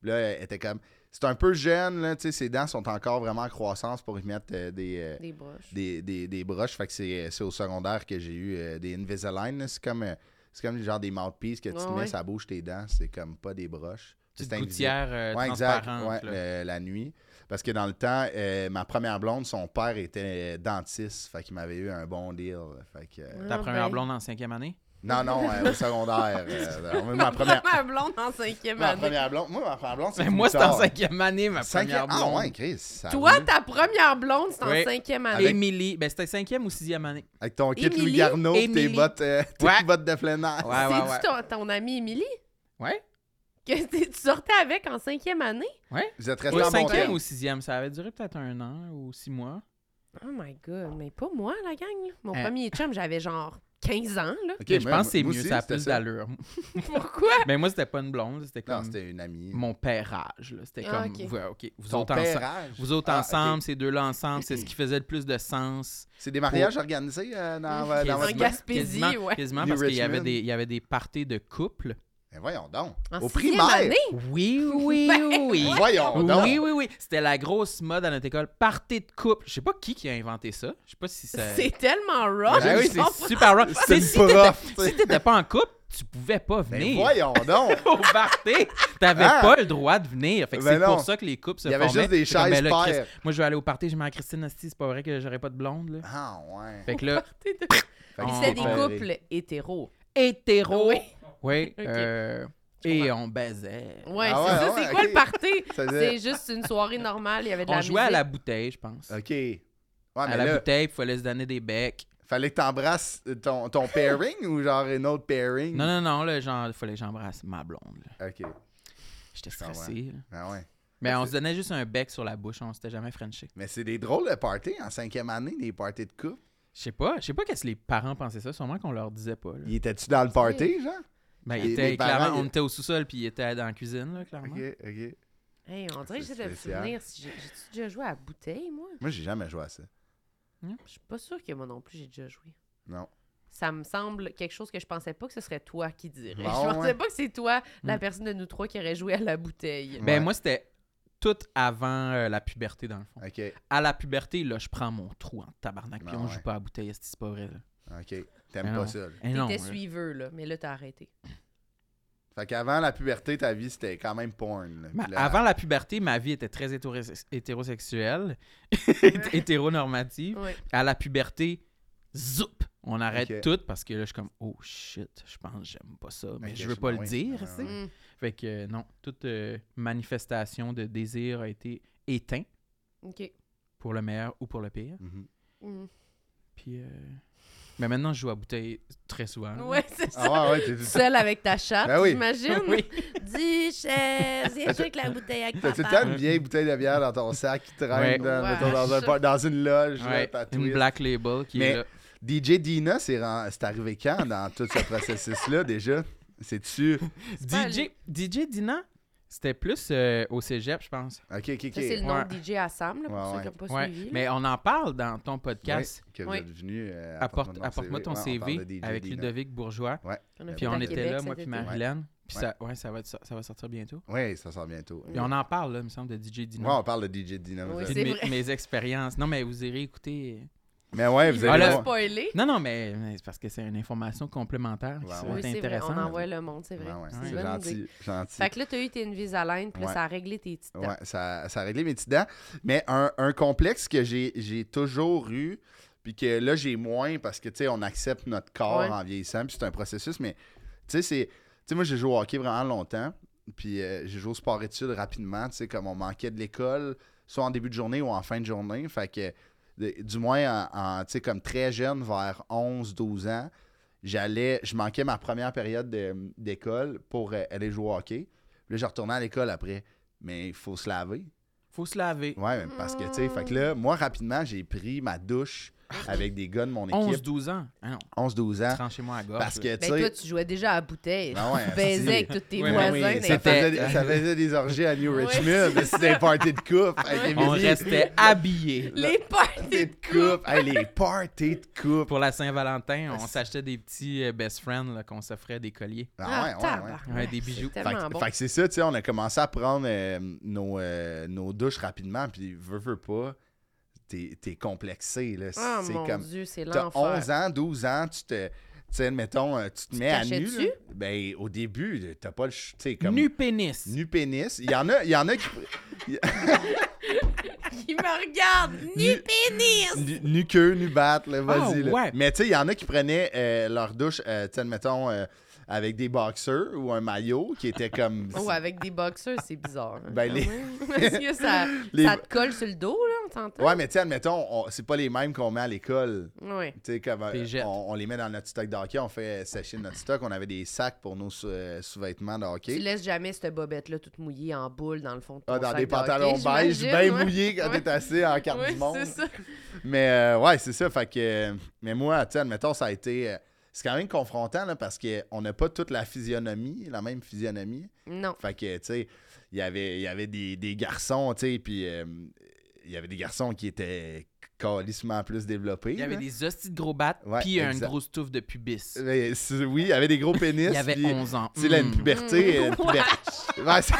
Speaker 3: Puis là, elle était comme. C'est un peu jeune, là, tu sais, ses dents sont encore vraiment en croissance pour y mettre euh, des. euh,
Speaker 4: Des broches.
Speaker 3: des, des, des broches. Fait que c'est c'est au secondaire que j'ai eu euh, des Invisalign. là. C'est comme, euh, c'est comme le genre des mouthpieces que tu te
Speaker 4: Ouais,
Speaker 3: mets,
Speaker 4: ouais.
Speaker 3: ça bouge tes dents. C'est comme pas des broches.
Speaker 2: Petite
Speaker 3: C'est invisible.
Speaker 2: gouttière euh,
Speaker 3: Ouais, exact.
Speaker 2: transparente.
Speaker 3: Ouais,
Speaker 2: là.
Speaker 3: le- la nuit. Parce que dans le temps, euh, ma première blonde, son père était euh, dentiste. Fait qu'il m'avait eu un bon deal. Fait que, euh,
Speaker 2: Ta
Speaker 4: Ah
Speaker 2: première
Speaker 4: ben.
Speaker 2: blonde en cinquième année?
Speaker 3: Non, non, euh, au secondaire.
Speaker 4: [LAUGHS]
Speaker 3: euh, alors, moi, [LAUGHS] ma première,
Speaker 4: Ma blonde en cinquième
Speaker 3: ma
Speaker 4: année.
Speaker 3: première blonde. Moi, ma première blonde, c'est.
Speaker 2: Ben, moi,
Speaker 3: plus
Speaker 2: c'était en
Speaker 3: tard.
Speaker 2: cinquième année, ma
Speaker 3: Cinquième-
Speaker 2: première blonde.
Speaker 3: Ah, ouais, Chris. ça
Speaker 4: Toi,
Speaker 3: roule.
Speaker 4: ta première blonde, c'est en
Speaker 2: Oui.
Speaker 4: cinquième année.
Speaker 3: Avec-
Speaker 2: Émilie, ben c'était cinquième ou sixième année.
Speaker 3: Avec ton kit
Speaker 4: Émilie,
Speaker 3: Louis Garneau, pis tes
Speaker 2: Émilie.
Speaker 3: bottes, euh, tes
Speaker 2: Ouais.
Speaker 3: bottes de plein air.
Speaker 2: Ouais, ouais,
Speaker 4: C'est-tu
Speaker 2: ouais.
Speaker 4: ton, ton amie Émilie?
Speaker 2: Ouais.
Speaker 4: Que t'es- tu sortais avec en cinquième année?
Speaker 3: Vous êtes restés
Speaker 2: Au
Speaker 3: en bon
Speaker 2: cinquième
Speaker 3: terme.
Speaker 2: ou sixième, ça avait duré peut-être un an ou six mois.
Speaker 4: Oh my God, mais pas moi, la gang. là. Mon
Speaker 2: Hein.
Speaker 4: premier chum, j'avais genre 15 ans, là.
Speaker 3: Ok,
Speaker 2: Mais je
Speaker 3: moi-
Speaker 2: pense que c'est
Speaker 3: moi
Speaker 2: mieux,
Speaker 3: aussi,
Speaker 2: ça a
Speaker 3: c'était
Speaker 2: plus d'allure. [LAUGHS]
Speaker 4: Pourquoi?
Speaker 2: Mais moi, c'était pas une blonde, c'était
Speaker 3: Non,
Speaker 2: comme
Speaker 3: c'était une amie.
Speaker 2: mon pérage. là. C'était
Speaker 4: Ah,
Speaker 2: comme,
Speaker 4: ok.
Speaker 2: ouais, ok, vous
Speaker 3: Son
Speaker 2: autres ensemble.
Speaker 3: père-âge.
Speaker 2: Vous autres
Speaker 3: Ah,
Speaker 2: ensemble,
Speaker 3: ok.
Speaker 2: ces deux-là ensemble, c'est ce qui faisait le plus de sens.
Speaker 3: C'est des mariages organisés euh, dans, euh, dans
Speaker 2: Quasiment-
Speaker 3: votre
Speaker 4: En Gaspésie,
Speaker 2: quasiment-
Speaker 4: ouais.
Speaker 2: Quasiment
Speaker 3: New
Speaker 2: parce qu'il y avait
Speaker 3: Richmond.
Speaker 2: des- il y avait des parties de couple.
Speaker 3: Mais voyons donc.
Speaker 4: En
Speaker 3: Au
Speaker 4: sixième
Speaker 3: primaire.
Speaker 4: année?
Speaker 2: Oui, oui, oui.
Speaker 3: Voyons donc.
Speaker 2: Oui, oui, oui. C'était la grosse mode à notre école. Party de couple. Je sais pas qui qui a inventé ça. Je sais pas si ça.
Speaker 4: C'est tellement rough.
Speaker 2: Ah
Speaker 3: Ben
Speaker 2: oui,
Speaker 3: je
Speaker 2: c'est super rough.
Speaker 3: C'est
Speaker 2: C'est si
Speaker 3: une
Speaker 2: t'étais-
Speaker 3: prof. tu sais.
Speaker 2: si t'étais pas en couple, tu pouvais pas
Speaker 3: Mais
Speaker 2: venir
Speaker 3: Ben voyons donc.
Speaker 2: [LAUGHS] au party. T'avais
Speaker 3: Ah.
Speaker 2: pas le droit de venir. Fait que
Speaker 3: Ben
Speaker 2: c'est pour
Speaker 3: non.
Speaker 2: ça que les couples se
Speaker 3: Il y avait
Speaker 2: formaient.
Speaker 3: juste des
Speaker 2: C'est comme,
Speaker 3: chaises
Speaker 2: ben là, Chris,
Speaker 3: paires.
Speaker 2: Moi, je vais aller au party, je mets à Christine Asti, c'est pas vrai que j'aurais pas de blonde,
Speaker 3: [LAUGHS]
Speaker 2: là.
Speaker 3: Ah ouais.
Speaker 2: Fait que là,
Speaker 4: T'es de-
Speaker 3: Fait que
Speaker 2: on-
Speaker 4: C'était des
Speaker 2: on-
Speaker 4: couples hétéros.
Speaker 2: hétéro.
Speaker 4: Oui.
Speaker 2: Oui,
Speaker 4: Ok.
Speaker 2: euh,
Speaker 4: Je
Speaker 2: et on baisait.
Speaker 4: Ouais,
Speaker 3: Ah
Speaker 4: c'est
Speaker 3: ouais,
Speaker 4: ça.
Speaker 3: ouais,
Speaker 4: c'est quoi
Speaker 3: ok.
Speaker 4: le party?
Speaker 3: [LAUGHS] Ça
Speaker 4: C'est
Speaker 3: faisait-
Speaker 4: juste une soirée normale, il y avait de
Speaker 2: On
Speaker 4: la
Speaker 2: jouait à
Speaker 4: musique.
Speaker 2: la bouteille, je pense.
Speaker 3: OK. Ouais,
Speaker 2: à
Speaker 3: mais
Speaker 2: la
Speaker 3: là,
Speaker 2: bouteille, il fallait se donner des becs.
Speaker 3: Fallait que t'embrasses euh,
Speaker 2: [LAUGHS]
Speaker 3: ton, ton pairing ou genre une autre pairing?
Speaker 2: Non, non, non, là, genre, il fallait que j'embrasse ma blonde. là.
Speaker 3: OK.
Speaker 2: J'étais
Speaker 3: Je comprends.
Speaker 2: stressé. là.
Speaker 3: Ah ouais.
Speaker 2: Mais on se donnait juste un bec sur la bouche, on s'était jamais frenché.
Speaker 3: Mais c'est des drôles de parties en cinquième année, des parties de couple.
Speaker 2: Je sais pas, je sais pas qu'est-ce que les parents pensaient ça, sûrement qu'on leur disait pas. là.
Speaker 3: Il était-tu dans le party, genre?
Speaker 2: Ben,
Speaker 3: Les-
Speaker 2: il était,
Speaker 3: les parents,
Speaker 2: clairement,
Speaker 3: ils-
Speaker 2: on était au sous-sol, puis il était dans la cuisine, là, clairement. Ben,
Speaker 3: OK, OK.
Speaker 4: Hey, on dirait que
Speaker 3: C'est
Speaker 4: j'essaie de me
Speaker 3: spécial.
Speaker 4: souvenir. si J'ai j'ai-tu déjà joué à la bouteille, moi?
Speaker 3: Moi, j'ai jamais joué à ça.
Speaker 4: Je suis pas sûre que moi non plus, j'ai déjà joué.
Speaker 3: Non.
Speaker 4: Ça me semble quelque chose que je pensais pas que ce serait toi qui dirais.
Speaker 3: Ah
Speaker 4: [LAUGHS] je pensais
Speaker 3: ouais? Mm.
Speaker 4: pas que c'est toi, la
Speaker 2: Hmm.
Speaker 4: personne de nous trois, qui aurait joué à la bouteille.
Speaker 2: Ben,
Speaker 3: Ouais.
Speaker 2: moi, c'était tout avant euh, la puberté, dans le fond.
Speaker 3: OK,
Speaker 2: À la puberté, là, je prends mon trou en tabarnak, puis
Speaker 3: Ah
Speaker 2: on
Speaker 3: ouais.
Speaker 2: joue pas à la bouteille, est-ce que c'est pas vrai, là?
Speaker 3: OK. T'aimes
Speaker 2: Mais
Speaker 3: pas
Speaker 2: non.
Speaker 3: ça. là.
Speaker 2: Eh non,
Speaker 4: T'étais
Speaker 2: là.
Speaker 4: suiveux, là, mais là, t'as
Speaker 3: [LAUGHS]
Speaker 4: arrêté.
Speaker 3: Fait qu'avant la puberté, ta vie, c'était quand même porn. là.
Speaker 2: Ma-
Speaker 3: Puis là,
Speaker 2: Ben, avant la puberté, ma vie était très hétérosex- hétérosexuelle, hét- [LAUGHS] hétéronormative.
Speaker 4: Ouais.
Speaker 2: À la puberté, zoup, on arrête
Speaker 3: Ok.
Speaker 2: tout parce que là, je suis comme, oh shit, je pense que j'aime pas ça, mais
Speaker 3: Ok,
Speaker 2: je veux
Speaker 3: je-
Speaker 2: pas le
Speaker 3: ouais,
Speaker 2: dire. tu
Speaker 3: ouais,
Speaker 2: sais.
Speaker 3: Ah, ouais.
Speaker 4: Hmm.
Speaker 2: Fait que euh, non, toute euh, manifestation de désir a été éteint,
Speaker 4: OK.
Speaker 2: pour le meilleur ou pour le pire.
Speaker 3: Mhm.
Speaker 4: Hmm.
Speaker 2: Puis, euh, mais maintenant, je joue à bouteille très souvent. là.
Speaker 4: Ouais, c'est ça.
Speaker 3: Ah ouais, ouais, t'es tout
Speaker 4: Seul avec ta chatte,
Speaker 3: Ben [LAUGHS] oui.
Speaker 4: j'imagine.
Speaker 2: [LAUGHS] Oui.
Speaker 4: Dis, chef, viens jouer avec la bouteille avec
Speaker 3: T'as
Speaker 4: papa.
Speaker 3: tout le temps une vieille bouteille de bière dans ton sac qui traîne
Speaker 2: Ouais.
Speaker 3: dans,
Speaker 4: Ouais.
Speaker 3: mettons, dans, un par- dans une loge. là,
Speaker 2: Ouais,
Speaker 3: t'as
Speaker 2: une
Speaker 3: twist.
Speaker 2: black label qui
Speaker 3: Mais-
Speaker 2: est là.
Speaker 3: DJ Dina, c'est ren- c'est arrivé quand dans tout ce processus-là déjà? C'est-tu.
Speaker 4: pas
Speaker 2: DJ, DJ Dina, c'était plus euh, au cégep, je pense.
Speaker 3: Ok, ok, ok.
Speaker 4: Ça, c'est le nom
Speaker 2: Ouais.
Speaker 4: de DJ à Sam, là, pour
Speaker 3: Ouais,
Speaker 4: ceux
Speaker 3: ouais.
Speaker 4: qui n'ont pas
Speaker 2: Ouais,
Speaker 4: suivi. là.
Speaker 2: mais on en parle dans ton
Speaker 3: Ouais,
Speaker 2: podcast.
Speaker 3: que vous
Speaker 4: Oui.
Speaker 3: êtes venu. euh,
Speaker 2: Apporte- Apporte-moi ton
Speaker 3: Ouais, on
Speaker 2: CV
Speaker 3: parle de DJ
Speaker 2: avec
Speaker 3: Dina.
Speaker 2: Ludovic Bourgeois.
Speaker 4: On a
Speaker 2: Puis
Speaker 4: fait
Speaker 2: on
Speaker 4: à
Speaker 2: était
Speaker 4: Québec
Speaker 2: là,
Speaker 4: cet
Speaker 2: moi puis
Speaker 4: été.
Speaker 2: Marie-Hélène. Puis
Speaker 3: Ouais.
Speaker 2: ça, ouais, ça, va être, ça, ça va sortir bientôt.
Speaker 3: Oui, ça sort bientôt.
Speaker 2: Puis on en parle, là, il me semble, de DJ Dina.
Speaker 3: Ouais, on parle de DJ Dina.
Speaker 2: Puis
Speaker 4: Oui,
Speaker 3: vous avez-
Speaker 2: de
Speaker 4: c'est
Speaker 2: mes,
Speaker 4: vrai.
Speaker 2: mes expériences. Non, mais vous irez écouter.
Speaker 3: Mais ouais,
Speaker 4: Il
Speaker 3: vous
Speaker 4: veut
Speaker 2: Ah,
Speaker 3: allez
Speaker 2: là-
Speaker 4: pas
Speaker 3: voir.
Speaker 4: spoiler.
Speaker 2: Non, non, mais, mais c'est parce que c'est une information complémentaire qui
Speaker 3: Ouais,
Speaker 2: serait
Speaker 3: ouais.
Speaker 4: Oui, c'est vrai.
Speaker 2: intéressante.
Speaker 4: On envoie le monde, c'est
Speaker 3: Ouais,
Speaker 4: vrai.
Speaker 3: ouais,
Speaker 4: C'est une
Speaker 3: c'est
Speaker 4: bonne idée.
Speaker 3: gentil. gentil.
Speaker 4: Fait que là, t'as eu tes Invisalign, puis là,
Speaker 3: Ouais.
Speaker 4: ça a réglé tes petites
Speaker 3: Ouais, ça, ça a réglé mes petits dents. Mais un, un complexe que j'ai j'ai toujours eu, puis que là, j'ai moins parce que, tu sais, on accepte notre corps
Speaker 4: Ouais.
Speaker 3: en vieillissant, puis c'est un processus. Mais, tu sais, c'est. Tu sais, moi, j'ai joué au hockey vraiment longtemps, puis euh, j'ai joué au sport-études rapidement, tu sais, comme on manquait de l'école, soit en début de journée ou en fin de journée. Fait que, de- du moins, en, en- tu sais, comme très jeune, vers 11, 12 ans, j'allais, je manquais ma première période de- d'école pour euh, aller jouer au hockey. Puis là, je retournais à l'école après. Mais il faut se laver.
Speaker 2: Faut se laver.
Speaker 3: Ouais, mais parce que, tu sais, fait que là, moi, rapidement, j'ai pris ma douche avec des gars de mon équipe,
Speaker 2: 11-12 ans. Ah non,
Speaker 3: 11-12 ans,
Speaker 2: tranchez-moi à gauche.
Speaker 3: parce que, tu
Speaker 4: Ben toi,
Speaker 3: sais...
Speaker 4: tu jouais déjà à la bouteille.
Speaker 3: Ah ouais,
Speaker 4: tu baisais
Speaker 3: c'est-
Speaker 4: avec tous tes
Speaker 2: Ouais, euh,
Speaker 3: ben oui,
Speaker 4: voisins.
Speaker 3: ça,
Speaker 4: n'importe-
Speaker 2: C'était-
Speaker 3: faisait, ça faisait des orgies à
Speaker 4: [LAUGHS]
Speaker 3: New
Speaker 4: Ouais,
Speaker 3: Richmond, mais c'était des parties de coupe. avec
Speaker 2: on
Speaker 3: Émilie.
Speaker 2: restait
Speaker 3: [LAUGHS]
Speaker 2: habillés.
Speaker 4: Les
Speaker 3: Parties
Speaker 4: parties
Speaker 3: de coupe. Hey, les parties de coupe.
Speaker 2: Pour la Saint-Valentin, on s'achetait des petits euh, best friends là, qu'on s'offrait des colliers.
Speaker 3: Ah ouais, ouais, ouais.
Speaker 4: tabarnak,
Speaker 2: Ouais, des bijoux.
Speaker 4: C'est
Speaker 3: Fait
Speaker 4: tellement
Speaker 3: que,
Speaker 4: bon.
Speaker 3: fait que c'est ça, tu sais, on a commencé à prendre euh, nos, euh, nos douches rapidement, puis veux, veux pas, t'es t'es complexé, là.
Speaker 4: Ah,
Speaker 3: c'est
Speaker 4: mon
Speaker 3: comme...
Speaker 4: Dieu, c'est
Speaker 3: T'as
Speaker 4: l'enfer.
Speaker 3: 11 ans, 12 ans, tu te. Tu sais, mettons, euh, tu te mets à nu.
Speaker 4: cachais-tu?
Speaker 3: là. Ben, au début, là, t'as pas le. ch- Tu sais, comme.
Speaker 2: Nu pénis.
Speaker 3: Nu pénis. Il y en a, il y en a qui.
Speaker 4: Il me regarde, nu pénis!
Speaker 3: nu, nu queue, nu batte, là, vas-y.
Speaker 2: Ah,
Speaker 3: là.
Speaker 2: ouais.
Speaker 3: Mais tu sais, il y en a qui prenaient euh, leur douche, euh, tu sais, mettons, avec des boxers ou un maillot qui était comme.
Speaker 4: Oh, avec des boxeurs, c'est bizarre. hein,
Speaker 3: Ben,
Speaker 4: quand
Speaker 3: les-
Speaker 4: même. [LAUGHS] Parce que ça,
Speaker 3: Les-
Speaker 4: ça te colle sur le dos, là, on t'entend?
Speaker 3: [LAUGHS] Ouais, mais tu sais, admettons, on- c'est pas les mêmes qu'on met à l'école.
Speaker 4: Ouais.
Speaker 3: Tu sais, comme, euh,
Speaker 2: T'es jette.
Speaker 3: on, on les met dans notre stock de hockey, on fait sécher notre stock, on avait des sacs pour nos sous- euh, sous-vêtements de hockey.
Speaker 4: Tu laisses jamais cette bobette-là toute mouillée en boule dans le fond de ton
Speaker 3: Ah, dans
Speaker 4: sac
Speaker 3: des
Speaker 4: de
Speaker 3: pantalons
Speaker 4: hockey,
Speaker 3: beige,
Speaker 4: j'imagine,
Speaker 3: bien
Speaker 4: ouais.
Speaker 3: mouillés quand
Speaker 4: Ouais.
Speaker 3: t'es assis en carte
Speaker 4: Ouais,
Speaker 3: du monde.
Speaker 4: c'est ça.
Speaker 3: Mais euh, ouais, c'est ça. Fait que, euh, mais moi, tu sais, admettons, ça a été. euh, c'est quand même confrontant là, parce qu'on n'a pas toute la physionomie, la même physionomie. [LAUGHS]
Speaker 4: Non.
Speaker 3: Fait que, tu sais, il y avait, il y avait des, des garçons, tu sais, puis euh, il y avait des garçons qui étaient calissement plus développés.
Speaker 2: Il y avait
Speaker 3: là.
Speaker 2: des hosties de gros battes,
Speaker 3: Ouais,
Speaker 2: puis une
Speaker 3: exact.
Speaker 2: grosse touffe de pubis.
Speaker 3: Mais c'est- oui, il y avait des gros pénis.
Speaker 2: Il y avait
Speaker 3: puis,
Speaker 2: 11 ans.
Speaker 3: Tu sais, la
Speaker 2: Mm. [LAUGHS]
Speaker 3: puberté. euh, puberté. Ouais, c'est-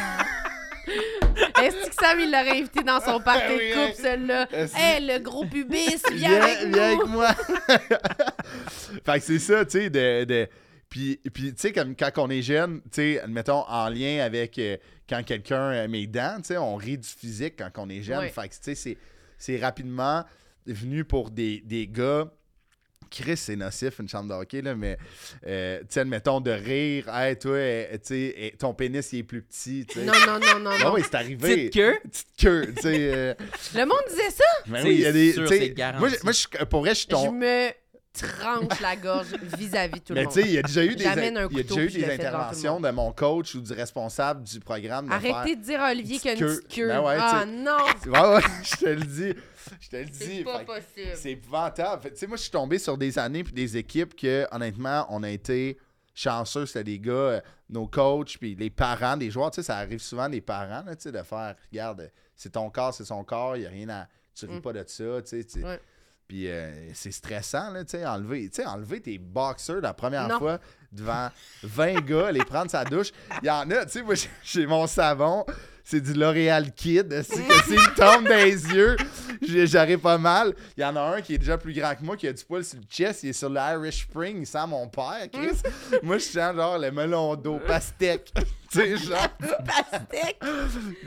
Speaker 4: Est-ce que Sam, il l'aurait invité dans son party
Speaker 3: Ben Oui, hein.
Speaker 4: de couple, celui-là?
Speaker 3: Est-ce-
Speaker 4: Hey, le gros pubis, viens
Speaker 3: viens,
Speaker 4: avec nous!
Speaker 3: viens avec moi. [LAUGHS] fait que c'est ça, tu sais, de, de- Puis, puis tu sais, comme quand on est jeune, tu sais, admettons, en lien avec euh, quand quelqu'un euh, met les dents, tu sais, on rit du physique quand on est jeune.
Speaker 4: Ouais.
Speaker 3: Fait que, tu sais, c'est- c'est rapidement venu pour des, des gars... Chris, c'est nocif, une chambre de hockey, là, mais, euh, tu sais, admettons, de rire, « Hey, toi, euh, tu sais, euh, ton pénis, il est plus petit, tu sais. »
Speaker 4: Non, non, non, non,
Speaker 3: Ah
Speaker 4: non.
Speaker 3: oui, c'est arrivé.
Speaker 2: Petite queue.
Speaker 3: Petite queue, tu sais. euh,
Speaker 4: Le monde disait ça?
Speaker 3: ben
Speaker 2: C'est
Speaker 3: oui, il y a des.
Speaker 2: sûr,
Speaker 3: tu sais,
Speaker 2: c'est garanti.
Speaker 3: moi, je- moi, je suis- pour vrai, je suis ton.
Speaker 4: Je me tranche la gorge vis-à-vis tout le
Speaker 3: Mais
Speaker 4: monde.
Speaker 3: tu sais, il y a déjà eu des,
Speaker 4: J'amène un
Speaker 3: il y a
Speaker 4: couteau,
Speaker 3: déjà eu
Speaker 4: puis je
Speaker 3: des
Speaker 4: le fais devant tout le
Speaker 3: interventions
Speaker 4: monde.
Speaker 3: de mon coach ou du responsable du programme. de faire-
Speaker 4: Arrêtez de dire à Olivier
Speaker 3: une
Speaker 4: qu'il y a une
Speaker 3: petite
Speaker 4: petite queue.
Speaker 3: queue. Ben ouais,
Speaker 4: ah
Speaker 3: tu [LAUGHS]
Speaker 4: non!
Speaker 3: Ouais, ouais, je te le dis. Je te le dis. Fait que
Speaker 4: possible.
Speaker 3: C'est épouvantable. Fait que, Tu sais, moi, je suis tombé sur des années puis des équipes que, honnêtement, on a été chanceux. C'était des gars, euh, nos coachs, puis les parents des joueurs. Tu sais, ça arrive souvent des parents, là, tu sais, de faire, regarde, euh, c'est ton corps, c'est son corps, il n'y a rien à... Tu ris pas de ça, tu sais. tu-
Speaker 4: Mm. Ouais.
Speaker 3: Puis euh, c'est stressant, là, tu sais, enlever, tu sais, enlever tes boxers la première
Speaker 4: Non.
Speaker 3: fois devant 20
Speaker 4: [LAUGHS]
Speaker 3: gars, les prendre sa douche. Il y en a, tu sais, moi, j'ai- j'ai mon savon, c'est du L'Oréal Kid, [LAUGHS] c'est que s'il me tombe dans les yeux, j'ai- j'aurai pas mal. Il y en a un qui est déjà plus grand que moi, qui a du poil sur le chest, il est sur l'Irish Spring, il sent mon père, Chris.
Speaker 4: Mm.
Speaker 3: moi, je sens genre le melon d'eau, pastèque, [LAUGHS] tu sais, genre...
Speaker 4: Pastèque!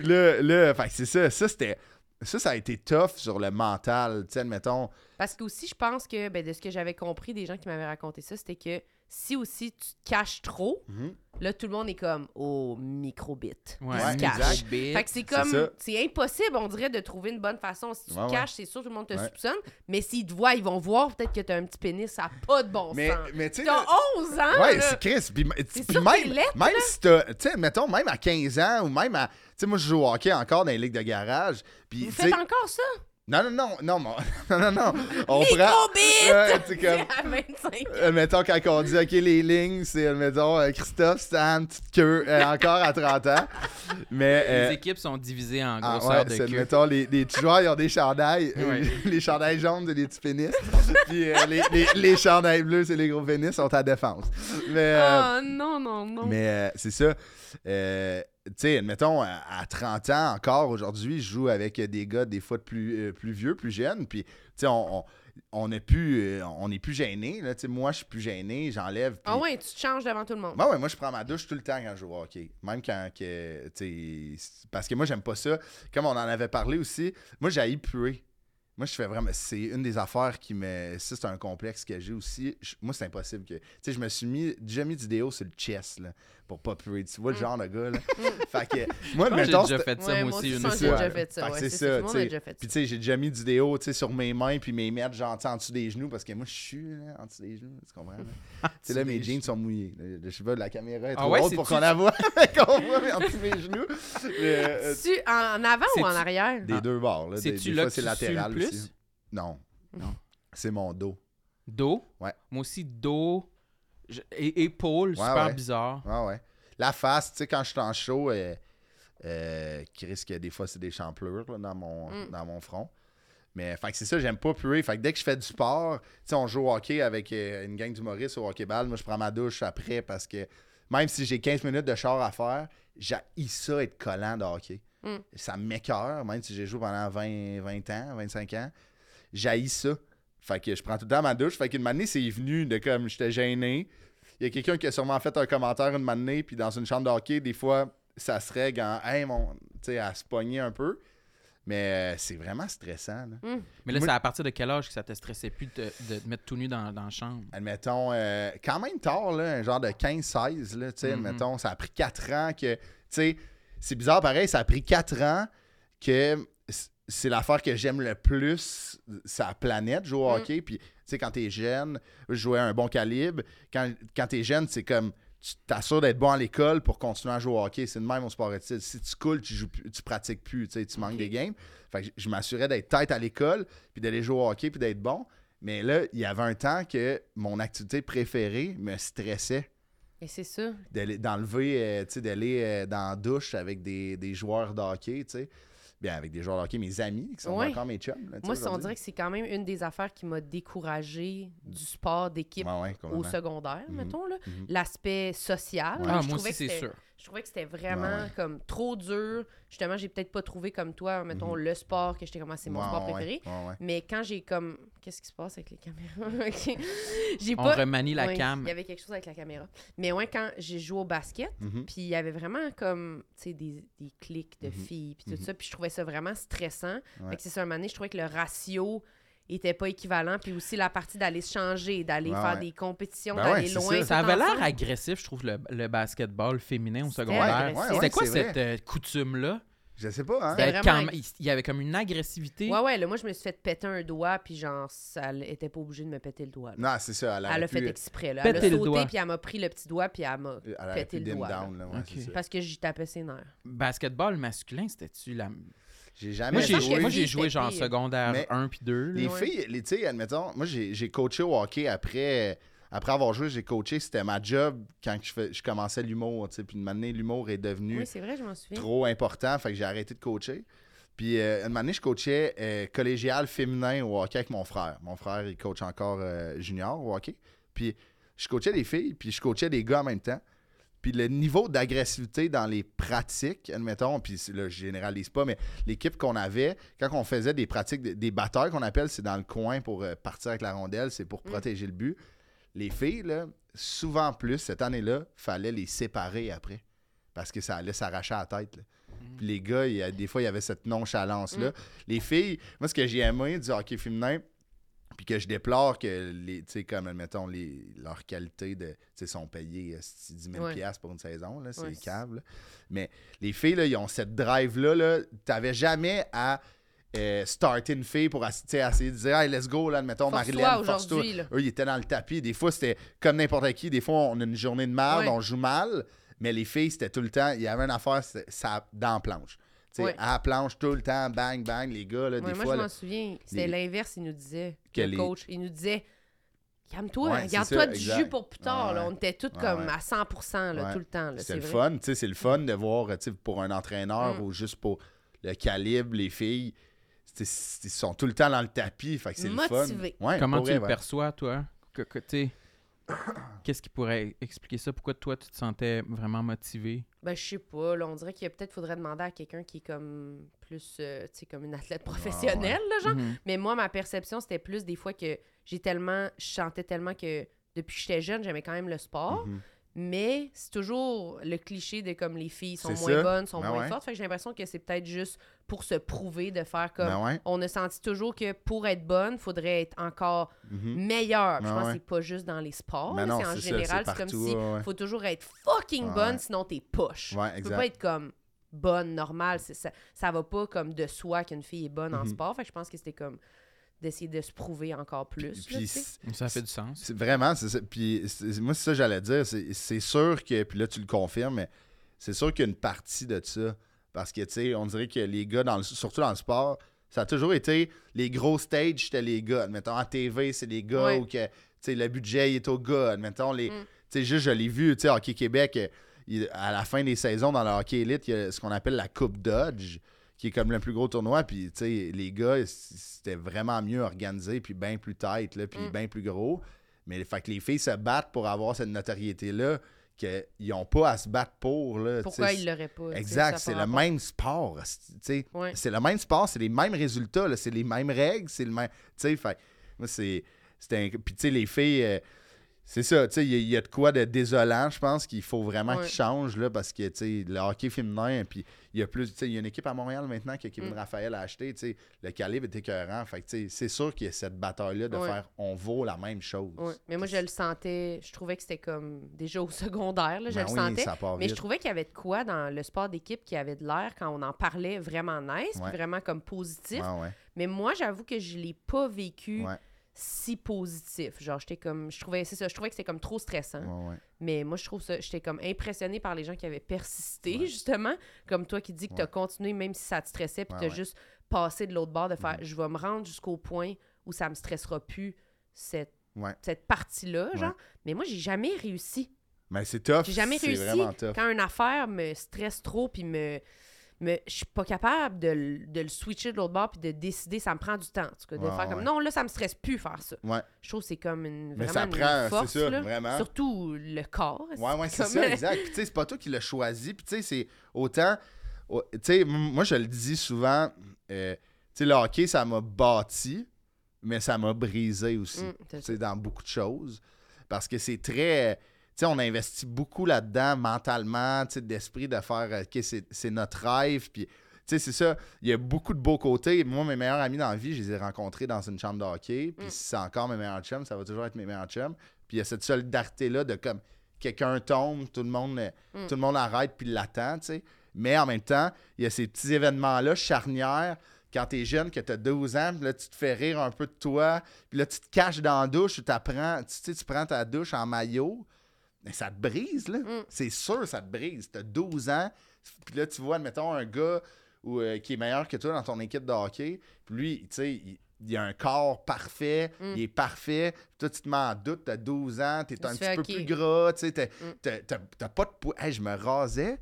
Speaker 3: Là, là, fait que c'est ça, ça, c'était... Ça, ça a été tough sur le mental, tu sais, admettons...
Speaker 4: Parce que aussi, je pense que, ben, de ce que j'avais compris des gens qui m'avaient raconté ça, c'était que si aussi tu te caches trop,
Speaker 3: Mhm.
Speaker 4: là, tout le monde est comme au microbit.
Speaker 2: Ouais,
Speaker 4: Il se cache.
Speaker 3: exact.
Speaker 4: Fait que c'est
Speaker 3: ça.
Speaker 4: comme, c'est impossible, on dirait, de trouver une bonne façon. Si tu
Speaker 3: Ouais,
Speaker 4: te
Speaker 3: ouais.
Speaker 4: caches, c'est sûr, tout le monde te
Speaker 3: Ouais.
Speaker 4: soupçonne. Mais s'ils te voient, ils vont voir peut-être que t'as un petit pénis, ça n'a pas de bon
Speaker 3: Mais,
Speaker 4: sens.
Speaker 3: mais tu sais...
Speaker 4: T'as
Speaker 3: là-
Speaker 4: 11 ans!
Speaker 3: Ouais,
Speaker 4: là.
Speaker 3: c'est Chris. Puis, puis
Speaker 4: C'est
Speaker 3: puis
Speaker 4: sur tes
Speaker 3: même,
Speaker 4: lettres,
Speaker 3: même si t'as, tu sais, mettons, même à 15 ans ou même à. Tu sais, moi, je joue au hockey encore dans les ligues de garage. Puis,
Speaker 4: Vous
Speaker 3: tu sais.
Speaker 4: faites encore ça?
Speaker 3: Non, non, non, non, mon- [LAUGHS] non, non, non. On prend.
Speaker 4: Microbit!
Speaker 3: Ouais, tu sais,
Speaker 4: [LAUGHS]
Speaker 3: comme.
Speaker 4: à 25
Speaker 3: euh, mettons, quand on dit, OK, les lignes, c'est, euh, mettons, euh, Christophe, Stan, petite queue, euh, encore à 30 ans. Mais. euh,
Speaker 2: Les équipes sont divisées en
Speaker 3: ah,
Speaker 2: grosseur
Speaker 3: ouais,
Speaker 2: de
Speaker 3: c'est,
Speaker 2: queue.
Speaker 3: mettons, les, les petits joueurs, ils ont des chandails.
Speaker 2: [LAUGHS]
Speaker 3: euh,
Speaker 2: Ouais.
Speaker 3: les chandails jaunes, c'est des petits pénis. [LAUGHS] Puis, euh, les, les, les chandails bleus, c'est les gros pénis, sont à défense. Mais. euh,
Speaker 4: Oh non, non, non.
Speaker 3: Mais euh, c'est ça. Euh, tu sais, admettons, à, à 30 ans encore aujourd'hui, je joue avec des gars des fois de plus, euh, plus vieux, plus jeunes. Puis, tu sais, on, on, on est plus, euh, on est plus gêné. là. Tu sais, moi, je suis plus gêné, j'enlève. puis-
Speaker 4: Ah ouais, tu te changes devant tout le monde.
Speaker 3: Ouais, ouais, moi, je prends ma douche tout le temps quand je joue au hockey. Même quand. Que, tu sais, c'est- parce que moi, j'aime pas ça. Comme on en avait parlé aussi, moi, j'ai puer. Moi, je fais vraiment. C'est une des affaires qui me. Ça, c'est un complexe que j'ai aussi. Je- moi, c'est impossible que. Tu sais, je me suis mis, déjà mis du déo sur le chest, là, pour pas puer. Tu vois le genre de gars, là. fait que. Moi,
Speaker 2: Moi, J'ai
Speaker 3: mettons.
Speaker 2: déjà
Speaker 3: c'est-
Speaker 2: fait ça,
Speaker 4: Ouais,
Speaker 2: moi aussi,
Speaker 4: je
Speaker 2: une
Speaker 4: sens que j'ai
Speaker 3: fois,
Speaker 4: déjà
Speaker 3: là.
Speaker 4: fait ça.
Speaker 3: Fait que
Speaker 4: ouais,
Speaker 3: c'est
Speaker 4: c'est
Speaker 3: ça,
Speaker 4: ça. Tout le monde a
Speaker 3: tu sais.
Speaker 4: déjà fait
Speaker 3: Puis,
Speaker 4: ça.
Speaker 3: tu sais, j'ai déjà mis du déo, tu sais, sur mes mains, puis mes mètres, genre, tu sais, en dessous des genoux, parce que moi, je suis, là, en dessous des genoux. Tu
Speaker 2: [LAUGHS]
Speaker 3: comprends, là? Tu sais, là, mes jeans sont mouillés. Le- le- Je sais pas, la caméra est
Speaker 2: Ah
Speaker 3: trop
Speaker 2: ouais,
Speaker 3: haute
Speaker 2: c'est
Speaker 3: pour
Speaker 2: tu-
Speaker 3: qu'on la voit. qu'on voit [LAUGHS] mais en dessous de mes
Speaker 2: [LAUGHS]
Speaker 3: genoux. Mais, euh,
Speaker 4: Tu, en, en avant ou en
Speaker 2: C'est-tu-
Speaker 4: arrière?
Speaker 3: des
Speaker 2: Ah.
Speaker 3: deux bords. Là, des,
Speaker 2: C'est-tu
Speaker 3: des
Speaker 2: là
Speaker 3: fois,
Speaker 2: que
Speaker 3: c'est
Speaker 2: tu
Speaker 3: latéral
Speaker 2: sues le plus?
Speaker 3: aussi. Non.
Speaker 2: Non.
Speaker 3: C'est mon dos.
Speaker 2: Dos.
Speaker 3: Ouais.
Speaker 2: Moi aussi, dos. je- et épaule,
Speaker 3: Ouais,
Speaker 2: super
Speaker 3: ouais.
Speaker 2: bizarre.
Speaker 3: Ouais, Ah ouais. La face, tu sais, quand je suis en chaud, euh, euh, Chris, que des fois, c'est des champlures là, dans, mon,
Speaker 4: Mm.
Speaker 3: dans mon front. Mais fait que c'est ça, j'aime pas puer. Fait que dès que je fais du sport, tu sais, on joue au hockey avec euh, une gang d'humoristes au hockey-ball. Moi, je prends ma douche après parce que même si j'ai 15 minutes de char à faire, j'haïs ça être collant de hockey.
Speaker 4: Mm.
Speaker 3: Ça m'écœure, même si j'ai joué pendant 20, 20 ans, 25 ans. J'haïs ça. Fait que je prends tout le temps ma douche. Fait qu'une manée, c'est venu de comme j'étais gêné. Il y a quelqu'un qui a sûrement fait un commentaire une manée, puis dans une chambre de hockey, des fois, ça se règle en Hey, mon. Tu sais, à se pogner un peu. Mais euh, c'est vraiment stressant. là.
Speaker 2: Mais là,
Speaker 3: Moi-
Speaker 2: c'est à partir de quel âge que ça te stressait plus de, de te mettre tout nu dans, dans la chambre?
Speaker 3: Admettons, euh, quand même tard, là, un genre de 15-16, là, tu sais,
Speaker 2: Mhm.
Speaker 3: admettons, ça a pris 4 ans que. Tu sais, c'est bizarre pareil, ça a pris 4 ans que c- c'est l'affaire que j'aime le plus, sa planète, jouer au
Speaker 4: Mm.
Speaker 3: hockey. Puis, tu sais, quand t'es jeune, jouer à un bon calibre. Quand, quand t'es jeune, c'est comme. Tu t'assures d'être bon à l'école pour continuer à jouer au hockey. C'est de même au sport études. Si tu coules, tu, joues plus- tu pratiques plus, tu sais, tu manques des games. Fait que je- je m'assurais d'être tête à l'école, puis d'aller jouer au hockey, puis d'être bon. Mais là, il y avait un temps que mon activité préférée me stressait
Speaker 4: Et c'est ça.
Speaker 3: d'aller- d'enlever, euh, tu sais, d'aller euh, dans la douche avec des, des joueurs de hockey, tu sais. Bien, avec des joueurs de hockey, mes amis, qui sont
Speaker 4: Ouais.
Speaker 3: encore mes chums. là, tu sais,
Speaker 4: Moi, ça, on
Speaker 3: aujourd'hui.
Speaker 4: dirait que c'est quand même une des affaires qui m'a découragée du sport d'équipe
Speaker 3: Ouais, ouais,
Speaker 4: au
Speaker 3: complètement.
Speaker 4: secondaire,
Speaker 3: Mhm.
Speaker 4: mettons. là.
Speaker 3: Mhm.
Speaker 4: L'aspect social.
Speaker 3: Ouais.
Speaker 2: Ah,
Speaker 4: Je
Speaker 2: moi
Speaker 4: trouvais
Speaker 2: aussi,
Speaker 4: que
Speaker 2: c'est
Speaker 4: c'était-
Speaker 2: sûr.
Speaker 4: Je trouvais que c'était vraiment
Speaker 3: Ouais, ouais.
Speaker 4: comme trop dur. Justement, j'ai peut-être pas trouvé comme toi, mettons,
Speaker 3: Mhm.
Speaker 4: le sport que j'étais comme, Ah, c'est mon
Speaker 3: Ouais,
Speaker 4: sport
Speaker 3: ouais,
Speaker 4: préféré.
Speaker 3: ouais, ouais.
Speaker 4: Mais quand j'ai comme. Qu'est-ce qui se passe avec les caméras? [LAUGHS] Ok. J'ai
Speaker 2: On
Speaker 4: pas.
Speaker 2: remanie la
Speaker 4: Ouais,
Speaker 2: cam.
Speaker 4: Il y avait quelque chose avec la caméra. Mais ouais, quand j'ai joué au basket,
Speaker 3: Mhm.
Speaker 4: puis il y avait vraiment comme, tu sais, des, des clics de
Speaker 3: Mhm.
Speaker 4: filles, puis tout
Speaker 3: Mhm.
Speaker 4: ça. Puis je trouvais ça vraiment stressant.
Speaker 3: Ouais.
Speaker 4: Fait que c'est ça, un moment donné, je trouvais que le ratio était pas équivalent. Puis aussi la partie d'aller se changer, d'aller
Speaker 3: Ouais,
Speaker 4: faire
Speaker 3: ouais.
Speaker 4: des compétitions,
Speaker 3: Ben ouais,
Speaker 4: d'aller
Speaker 3: c'est
Speaker 4: loin.
Speaker 3: ça.
Speaker 4: tout
Speaker 2: Ça avait l'air
Speaker 4: ensemble.
Speaker 2: agressif, je trouve, le, le basketball féminin au
Speaker 4: C'était
Speaker 2: secondaire.
Speaker 4: agressif.
Speaker 3: Ouais, ouais,
Speaker 2: C'était quoi
Speaker 3: c'est
Speaker 2: cette euh, coutume-là?
Speaker 3: Je sais pas, hein?
Speaker 4: C'était
Speaker 2: Ben,
Speaker 4: vraiment
Speaker 2: quand-
Speaker 4: ag-
Speaker 2: il il y avait comme une agressivité.
Speaker 4: Ouais, ouais, là, moi, je me suis fait péter un doigt, puis genre, ça elle était pas obligée de me péter le doigt. là.
Speaker 3: Non, c'est ça. Elle, aurait
Speaker 4: Elle l'a
Speaker 3: pu- euh,
Speaker 4: fait exprès, là. Elle a
Speaker 2: Péter le doigt.
Speaker 4: sauté, puis elle m'a pris le petit doigt, puis elle m'a.
Speaker 3: Elle aurait
Speaker 4: péter
Speaker 3: pu
Speaker 4: le
Speaker 3: dim
Speaker 4: doigt, là.
Speaker 3: down, là. ouais,
Speaker 2: Ok.
Speaker 3: c'est ça.
Speaker 4: Parce que j'y tapais ses nerfs.
Speaker 2: Basketball masculin, c'était-tu la.
Speaker 3: J'ai
Speaker 2: Moi,
Speaker 3: jamais
Speaker 2: j'ai
Speaker 4: je-
Speaker 3: joué.
Speaker 2: moi, j'ai
Speaker 4: oui,
Speaker 2: joué
Speaker 4: c'était
Speaker 2: genre
Speaker 4: pire.
Speaker 2: secondaire
Speaker 3: Ah, Mais-
Speaker 2: 1 puis 2. là.
Speaker 3: Les
Speaker 4: Ouais.
Speaker 3: filles, les, tu sais, admettons, moi, j'ai j'ai coaché au hockey après, après avoir joué, j'ai coaché. C'était ma job quand je, fais- je commençais l'humour, tu sais. Puis de m'amener, l'humour est devenu
Speaker 4: Oui, c'est vrai, je m'en souviens.
Speaker 3: trop important, fait que j'ai arrêté de coacher. Puis euh, une année, je coachais euh, collégial féminin au hockey avec mon frère. Mon frère, il coach encore euh, junior au hockey. Puis je coachais des filles, puis je coachais des gars en même temps. Puis le niveau d'agressivité dans les pratiques, admettons, puis c'est- là, je généralise pas, mais l'équipe qu'on avait, quand on faisait des pratiques, de- des batteurs qu'on appelle, c'est dans le coin pour euh, partir avec la rondelle, c'est pour protéger le but. Les filles, là, souvent plus, cette année-là, fallait les séparer après. Parce que ça allait s'arracher à la tête. là.
Speaker 4: Mm.
Speaker 3: Puis les gars, il y a- des fois, il y avait cette nonchalance-là. Les filles, moi, ce que j'ai aimé du hockey féminin, puis que je déplore que, les, tu sais, comme, admettons, les, leur qualité de. Tu sais, sont payés euh, 10 000
Speaker 4: Ouais.
Speaker 3: piastres pour une saison, là, c'est
Speaker 4: Ouais, c'est-
Speaker 3: câble. Mais les filles, là, ils ont cette drive-là. Là, T'avais jamais à. euh, starter une fille pour ass- tu sais, essayer de dire hey let's go là admettons
Speaker 4: Force-toi
Speaker 3: Marilyn force-toi
Speaker 4: aujourd'hui, là.
Speaker 3: eux ils étaient dans le tapis des fois c'était comme n'importe qui des fois on a une journée de merde
Speaker 4: Ouais.
Speaker 3: on joue mal mais les filles c'était tout le temps il y avait une affaire c'était- ça dans la planche tu sais
Speaker 4: Ouais.
Speaker 3: à la planche tout le temps bang bang les gars là,
Speaker 4: Ouais, moi,
Speaker 3: des fois
Speaker 4: je
Speaker 3: là,
Speaker 4: m'en souviens. C'était
Speaker 3: les-
Speaker 4: l'inverse, il nous disait.
Speaker 3: Que les-
Speaker 4: le coach, il nous disait Calme-toi,
Speaker 3: Ouais, c'est
Speaker 4: regarde-toi
Speaker 3: ça,
Speaker 4: du
Speaker 3: exact.
Speaker 4: jus pour plus tard.
Speaker 3: Ouais,
Speaker 4: là.
Speaker 3: ouais.
Speaker 4: On était tous
Speaker 3: Ouais,
Speaker 4: comme
Speaker 3: ouais.
Speaker 4: à 100 là,
Speaker 3: Ouais.
Speaker 4: tout le temps. là,
Speaker 3: C'était
Speaker 4: C'est
Speaker 3: le
Speaker 4: vrai.
Speaker 3: fun, tu sais, c'est le fun de voir, tu sais, pour un entraîneur
Speaker 4: Mm.
Speaker 3: ou juste pour le calibre, les filles, c'est- c'est- ils sont tout le temps dans le tapis, fait que c'est le fun.
Speaker 4: Motivés.
Speaker 3: Ouais,
Speaker 2: Comment
Speaker 3: pour
Speaker 2: tu
Speaker 3: vrai,
Speaker 2: le
Speaker 3: ouais.
Speaker 2: perçois, toi? Que- que t'es- Qu'est-ce qui pourrait expliquer ça? Pourquoi toi, tu te sentais vraiment motivé?
Speaker 4: Ben, je sais pas. Là, on dirait qu'il y a peut-être faudrait demander à quelqu'un qui est comme plus, euh, tu sais, comme une athlète
Speaker 3: Ah,
Speaker 4: professionnelle, là, genre.
Speaker 2: Mhm.
Speaker 4: Mais moi, ma perception, c'était plus des fois que j'ai tellement, je sentais tellement que depuis que j'étais jeune, j'aimais quand même le sport.
Speaker 3: Mhm.
Speaker 4: Mais c'est toujours le cliché de comme les filles sont
Speaker 3: C'est
Speaker 4: moins
Speaker 3: ça.
Speaker 4: bonnes, sont
Speaker 3: Ben
Speaker 4: moins
Speaker 3: ouais.
Speaker 4: fortes. Fait que j'ai l'impression que c'est peut-être juste pour se prouver de faire comme.
Speaker 3: Ben ouais.
Speaker 4: On a senti toujours que pour être bonne, faudrait être encore meilleure. Puis
Speaker 3: Ben
Speaker 4: je pense
Speaker 3: ouais.
Speaker 4: que c'est pas juste dans les sports.
Speaker 3: Ben
Speaker 4: là,
Speaker 3: non,
Speaker 4: c'est en
Speaker 3: c'est ça,
Speaker 4: général,
Speaker 3: c'est
Speaker 4: c'est comme
Speaker 3: partout,
Speaker 4: si
Speaker 3: ouais, ouais.
Speaker 4: faut toujours être fucking
Speaker 3: Ouais.
Speaker 4: bonne, sinon t'es poche.
Speaker 3: Ouais,
Speaker 4: tu peux
Speaker 3: exact.
Speaker 4: pas être comme bonne, normale. c'est Ça, ça va pas comme de soi qu'une fille est bonne en
Speaker 3: Mhm.
Speaker 4: sport. Fait que je pense que c'était comme d'essayer de se prouver encore plus.
Speaker 3: Puis-
Speaker 4: là,
Speaker 3: puis
Speaker 4: tu sais.
Speaker 2: Ça fait du sens.
Speaker 3: C'est vraiment, c'est ça. Puis c'est- moi, c'est ça que j'allais dire. C'est c'est sûr que, puis là, tu le confirmes, mais c'est sûr qu'il y a une partie de ça. Parce que, tu sais, on dirait que les gars, dans le- surtout dans le sport, ça a toujours été les gros stages, c'était les gars. Mettons, en TV, c'est les gars
Speaker 4: Ouais.
Speaker 3: ou que, tu sais, le budget, il est au gars. Mettons, les.
Speaker 4: Mm.
Speaker 3: Tu sais, juste, je l'ai vu, tu sais, Hockey Québec, euh, il- à la fin des saisons, dans le hockey élite, il y a ce qu'on appelle la Coupe Dodge, qui est comme le plus gros tournoi. Puis, tu sais, les gars, c- c'était vraiment mieux organisé, puis bien plus tight, là, puis
Speaker 4: Mm.
Speaker 3: bien plus gros. Mais fait que les filles se battent pour avoir cette notoriété-là qu'ils n'ont pas à se battre pour. Là,
Speaker 4: Pourquoi
Speaker 3: tu sais.
Speaker 4: il l'aurait pas? tu sais,
Speaker 3: Exact,
Speaker 4: ça
Speaker 3: c'est
Speaker 4: fait
Speaker 3: le
Speaker 4: rapport.
Speaker 3: même sport. c'est- tu sais.
Speaker 4: Ouais.
Speaker 3: C'est le même sport, c'est les mêmes résultats, là, c'est les mêmes règles, c'est le même. Tu sais, fait moi, c'est. c'était inc- Puis, tu sais, les filles. euh, c'est ça, tu sais, il y a- il y, a de quoi de désolant, je pense, qu'il faut vraiment
Speaker 4: Ouais.
Speaker 3: qu'ils changent, là, parce que, tu sais, le hockey féminin, puis il y a plus, tu sais, il y a une équipe à Montréal maintenant que Kevin
Speaker 4: Mm.
Speaker 3: Raphaël a acheté, tu sais, le calibre est écœurant, fait que, tu sais, c'est sûr qu'il y a cette bataille-là de
Speaker 4: Ouais.
Speaker 3: faire on vaut la même chose.
Speaker 4: Ouais. Mais moi, je le sentais, je trouvais que c'était comme déjà au secondaire, là, je
Speaker 3: Ben
Speaker 4: le
Speaker 3: oui,
Speaker 4: sentais.
Speaker 3: ça part
Speaker 4: Mais je
Speaker 3: vite.
Speaker 4: trouvais qu'il y avait de quoi dans le sport d'équipe qui avait de l'air quand on en parlait vraiment nice, puis
Speaker 3: Ouais.
Speaker 4: vraiment comme positif.
Speaker 3: Ouais, ouais.
Speaker 4: Mais moi, j'avoue que je l'ai pas vécu
Speaker 3: Ouais.
Speaker 4: si positif. Genre, j'étais comme, je trouvais, c'est ça, je trouvais que c'était comme trop stressant.
Speaker 3: Ouais, ouais.
Speaker 4: Mais moi, je trouve ça, j'étais comme impressionnée par les gens qui avaient persisté, justement, comme toi qui dis que tu as
Speaker 3: Ouais.
Speaker 4: continué même si ça te stressait, puis
Speaker 3: Ouais,
Speaker 4: tu as
Speaker 3: ouais. Mhm.
Speaker 4: juste passé de l'autre bord de faire, je vais me rendre jusqu'au point où ça me stressera plus cette,
Speaker 3: Ouais.
Speaker 4: cette partie-là,
Speaker 3: Ouais.
Speaker 4: genre. Mais moi, j'ai jamais réussi.
Speaker 3: Mais c'est tough.
Speaker 4: J'ai jamais
Speaker 3: c'est
Speaker 4: réussi
Speaker 3: vraiment tough.
Speaker 4: quand une affaire me stresse trop puis me me je suis pas capable de, le- de le switcher de l'autre bord puis de décider ça me prend du temps en tout cas, de
Speaker 3: Ouais,
Speaker 4: faire comme
Speaker 3: ouais.
Speaker 4: non là ça me stresse plus faire ça
Speaker 3: Ouais.
Speaker 4: je trouve que c'est comme une
Speaker 3: Mais
Speaker 4: vraiment
Speaker 3: ça
Speaker 4: une
Speaker 3: prend, c'est
Speaker 4: force,
Speaker 3: ça,
Speaker 4: là.
Speaker 3: vraiment.
Speaker 4: surtout le corps
Speaker 3: Ouais, ouais, c'est
Speaker 4: comme- [LAUGHS]
Speaker 3: ça, exact. Puis, tu sais, c'est pas toi qui l'as choisi. Puis, tu sais, c'est autant. au- Tu sais, m- moi, je le dis souvent, euh, tu sais, le hockey, ça m'a bâti, mais ça m'a brisé aussi.
Speaker 4: Mm, t'as-
Speaker 3: Tu sais, dans beaucoup de choses. Parce que c'est très. Tu sais, on investit beaucoup là-dedans, mentalement, tu sais, d'esprit, de faire. euh, OK, c'est c'est notre rêve. Puis, tu sais, c'est ça. Il y a beaucoup de beaux côtés. Moi, mes meilleurs amis dans la vie, je les ai rencontrés dans une chambre de hockey. Puis,
Speaker 4: Mm.
Speaker 3: si c'est encore mes meilleurs chums, ça va toujours être mes meilleurs chums. Puis, il y a cette solidarité-là de comme quelqu'un tombe, tout le monde,
Speaker 4: Mm.
Speaker 3: tout le monde arrête, puis l'attend, tu sais. Mais en même temps, il y a ces petits événements-là, charnières, quand t'es jeune, que t'as 12 ans, puis là, tu te fais rire un peu de toi, puis là, tu te caches dans la douche, tu t'apprends, tu sais, tu prends ta douche en maillot, mais ça te brise, là.
Speaker 4: Mm.
Speaker 3: C'est sûr, ça te brise. T'as 12 ans, puis là, tu vois, admettons, un gars ou, euh, qui est meilleur que toi dans ton équipe de hockey, puis lui, tu sais, il, il a un corps parfait, il est parfait, puis toi, tu te mets en doute, t'as 12 ans, t'es
Speaker 4: Mm. Tu
Speaker 3: un
Speaker 4: fais, Mm.
Speaker 3: petit peu
Speaker 4: OK.
Speaker 3: plus gras, tu sais, t'as- t'as t'as- t'as pas de poids. Hey, je me rasais,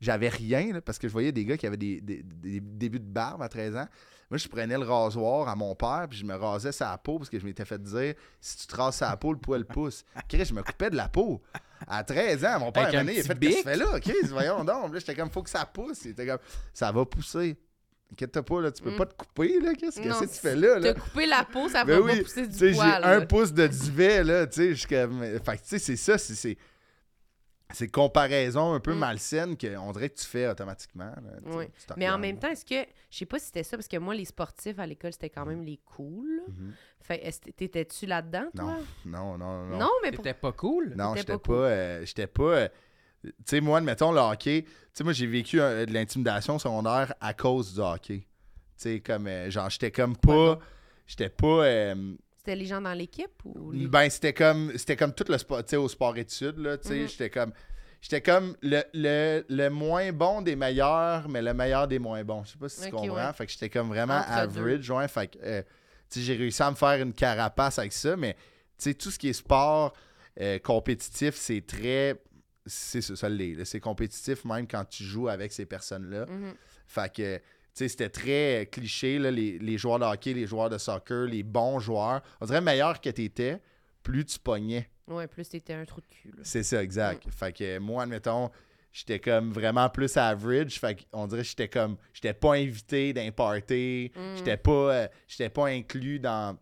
Speaker 3: j'avais rien, là, parce que je voyais des gars qui avaient des, des- des débuts de barbe à 13 ans. Moi, je prenais le rasoir à mon père, puis je me rasais sa peau, parce que je m'étais fait dire si tu te rases sa peau, le
Speaker 4: [LAUGHS]
Speaker 3: poil pousse. Chris, je me coupais de la peau. À 13 ans, mon père,
Speaker 2: Avec
Speaker 3: un
Speaker 2: un
Speaker 3: moment donné, il
Speaker 2: petit
Speaker 3: a fait Qu'est-ce que
Speaker 2: bic.
Speaker 3: tu fais là, Chris, voyons donc. Là, j'étais comme Faut que ça pousse. Il était comme Ça va pousser. Inquiète-toi pas, là, tu peux pas te couper, là. Qu'est-ce que
Speaker 4: Mm. Non,
Speaker 3: c'est que tu fais là, là?
Speaker 4: T'as coupé la peau, ça va
Speaker 3: Ben
Speaker 4: pas
Speaker 3: oui,
Speaker 4: pousser
Speaker 3: tu
Speaker 4: du
Speaker 3: sais, j'ai
Speaker 4: poil.
Speaker 3: un
Speaker 4: là.
Speaker 3: pouce de duvet, là, tu sais, je suis comme- Fait que, tu sais, c'est ça, c'est... c'est- Ces comparaisons un peu
Speaker 4: Mm.
Speaker 3: malsaines qu'on dirait que tu fais automatiquement. là, tu sais,
Speaker 4: Ouais.
Speaker 3: tu te
Speaker 4: Mais en
Speaker 3: regardes.
Speaker 4: même temps, est-ce que. Je sais pas si c'était ça, parce que moi, les sportifs à l'école, c'était
Speaker 3: Mm-hmm.
Speaker 4: quand même les cools. Fait, est-ce que t'étais-tu là-dedans, toi?
Speaker 3: Non, non, non, non.
Speaker 4: Non, mais pour...
Speaker 2: C'était pas cool.
Speaker 3: Non,
Speaker 4: T'étais
Speaker 3: j'étais
Speaker 4: pas
Speaker 3: pas.
Speaker 4: cool.
Speaker 3: euh, j'étais pas. euh, tu sais, moi, admettons, le hockey. Tu sais, moi, j'ai vécu euh, de l'intimidation secondaire à cause du hockey. Tu sais, comme. euh, genre, j'étais comme pas. J'étais pas. euh,
Speaker 4: c'était les gens dans l'équipe ou. les-
Speaker 3: ben, c'était comme. C'était comme tout le sport. Tu sais, au sport-études, là. Tu sais,
Speaker 4: Mm-hmm.
Speaker 3: j'étais comme. J'étais comme le, le, le moins bon des meilleurs, mais le meilleur des moins bons. Je sais pas si tu
Speaker 4: Ok,
Speaker 3: comprends.
Speaker 4: ouais.
Speaker 3: Fait que j'étais comme vraiment
Speaker 4: Entre
Speaker 3: average, ouais. Fait que, euh, tu sais, j'ai réussi à me faire une carapace avec ça, mais tu sais, tout ce qui est sport euh, compétitif, c'est très. C'est ça, ça l'est, là. C'est compétitif même quand tu joues avec ces personnes-là.
Speaker 4: Mm-hmm.
Speaker 3: Fait que, tu sais, c'était très euh, cliché, là, les, les joueurs de hockey, les joueurs de soccer, les bons joueurs. On dirait meilleur que t'étais, plus tu pognais.
Speaker 4: Ouais, plus t'étais un trou de cul. là.
Speaker 3: C'est ça, exact. Fait que moi, admettons, j'étais comme vraiment plus average. Fait qu'on dirait que j'étais comme. J'étais pas invité d'un party.
Speaker 4: Mmh,
Speaker 3: J'étais pas. euh, j'étais pas inclus dans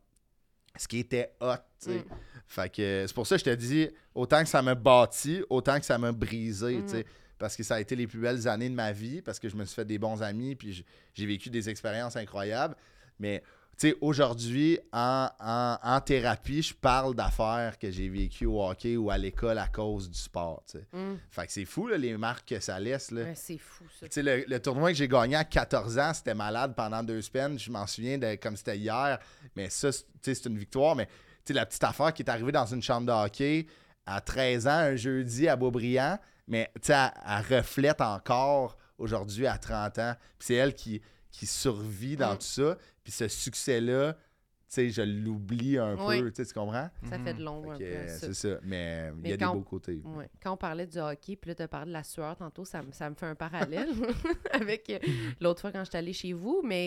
Speaker 3: ce qui était hot, tu sais. Fait que euh, c'est pour ça que je te dis, autant que ça m'a bâti, autant que ça m'a brisé, tu sais. Parce que ça a été les plus belles années de ma vie, parce que je me suis fait des bons amis, puis j- j'ai vécu des expériences incroyables. Mais, tu sais, aujourd'hui, en, en- en thérapie, je parle d'affaires que j'ai vécues au hockey ou à l'école à cause du sport, tu sais. Fait que c'est fou, là, les marques que ça laisse, là.
Speaker 4: mmh. Ouais, c'est fou, ça.
Speaker 3: Tu sais, le, le tournoi que j'ai gagné à 14 ans, c'était malade pendant deux semaines. Je m'en souviens de, comme c'était hier. Mais ça, c'est- tu sais, c'est une victoire. Mais tu sais, la petite affaire qui est arrivée dans une chambre de hockey à 13 ans, un jeudi à Beaubriand, mais tu sais, elle, elle reflète encore aujourd'hui à 30 ans. Puis c'est elle qui, qui survit
Speaker 4: Mm.
Speaker 3: dans tout ça. Puis ce succès-là, tu sais, je l'oublie un
Speaker 4: Oui.
Speaker 3: peu. Tu sais, tu comprends?
Speaker 4: Ça
Speaker 2: Mmh. Mhm.
Speaker 4: fait de l'ombre
Speaker 3: Fait
Speaker 4: un
Speaker 3: que,
Speaker 4: peu.
Speaker 3: euh,
Speaker 4: ça.
Speaker 3: c'est ça. Mais il y a
Speaker 4: Mais quand-
Speaker 3: des beaux côtés.
Speaker 4: Ouais. Quand on parlait du hockey, puis là, tu as parlé de la sueur tantôt, ça, me- ça me fait un parallèle [LAUGHS] avec euh, l'autre fois quand je suis allée chez vous,
Speaker 3: [LAUGHS]
Speaker 4: mais...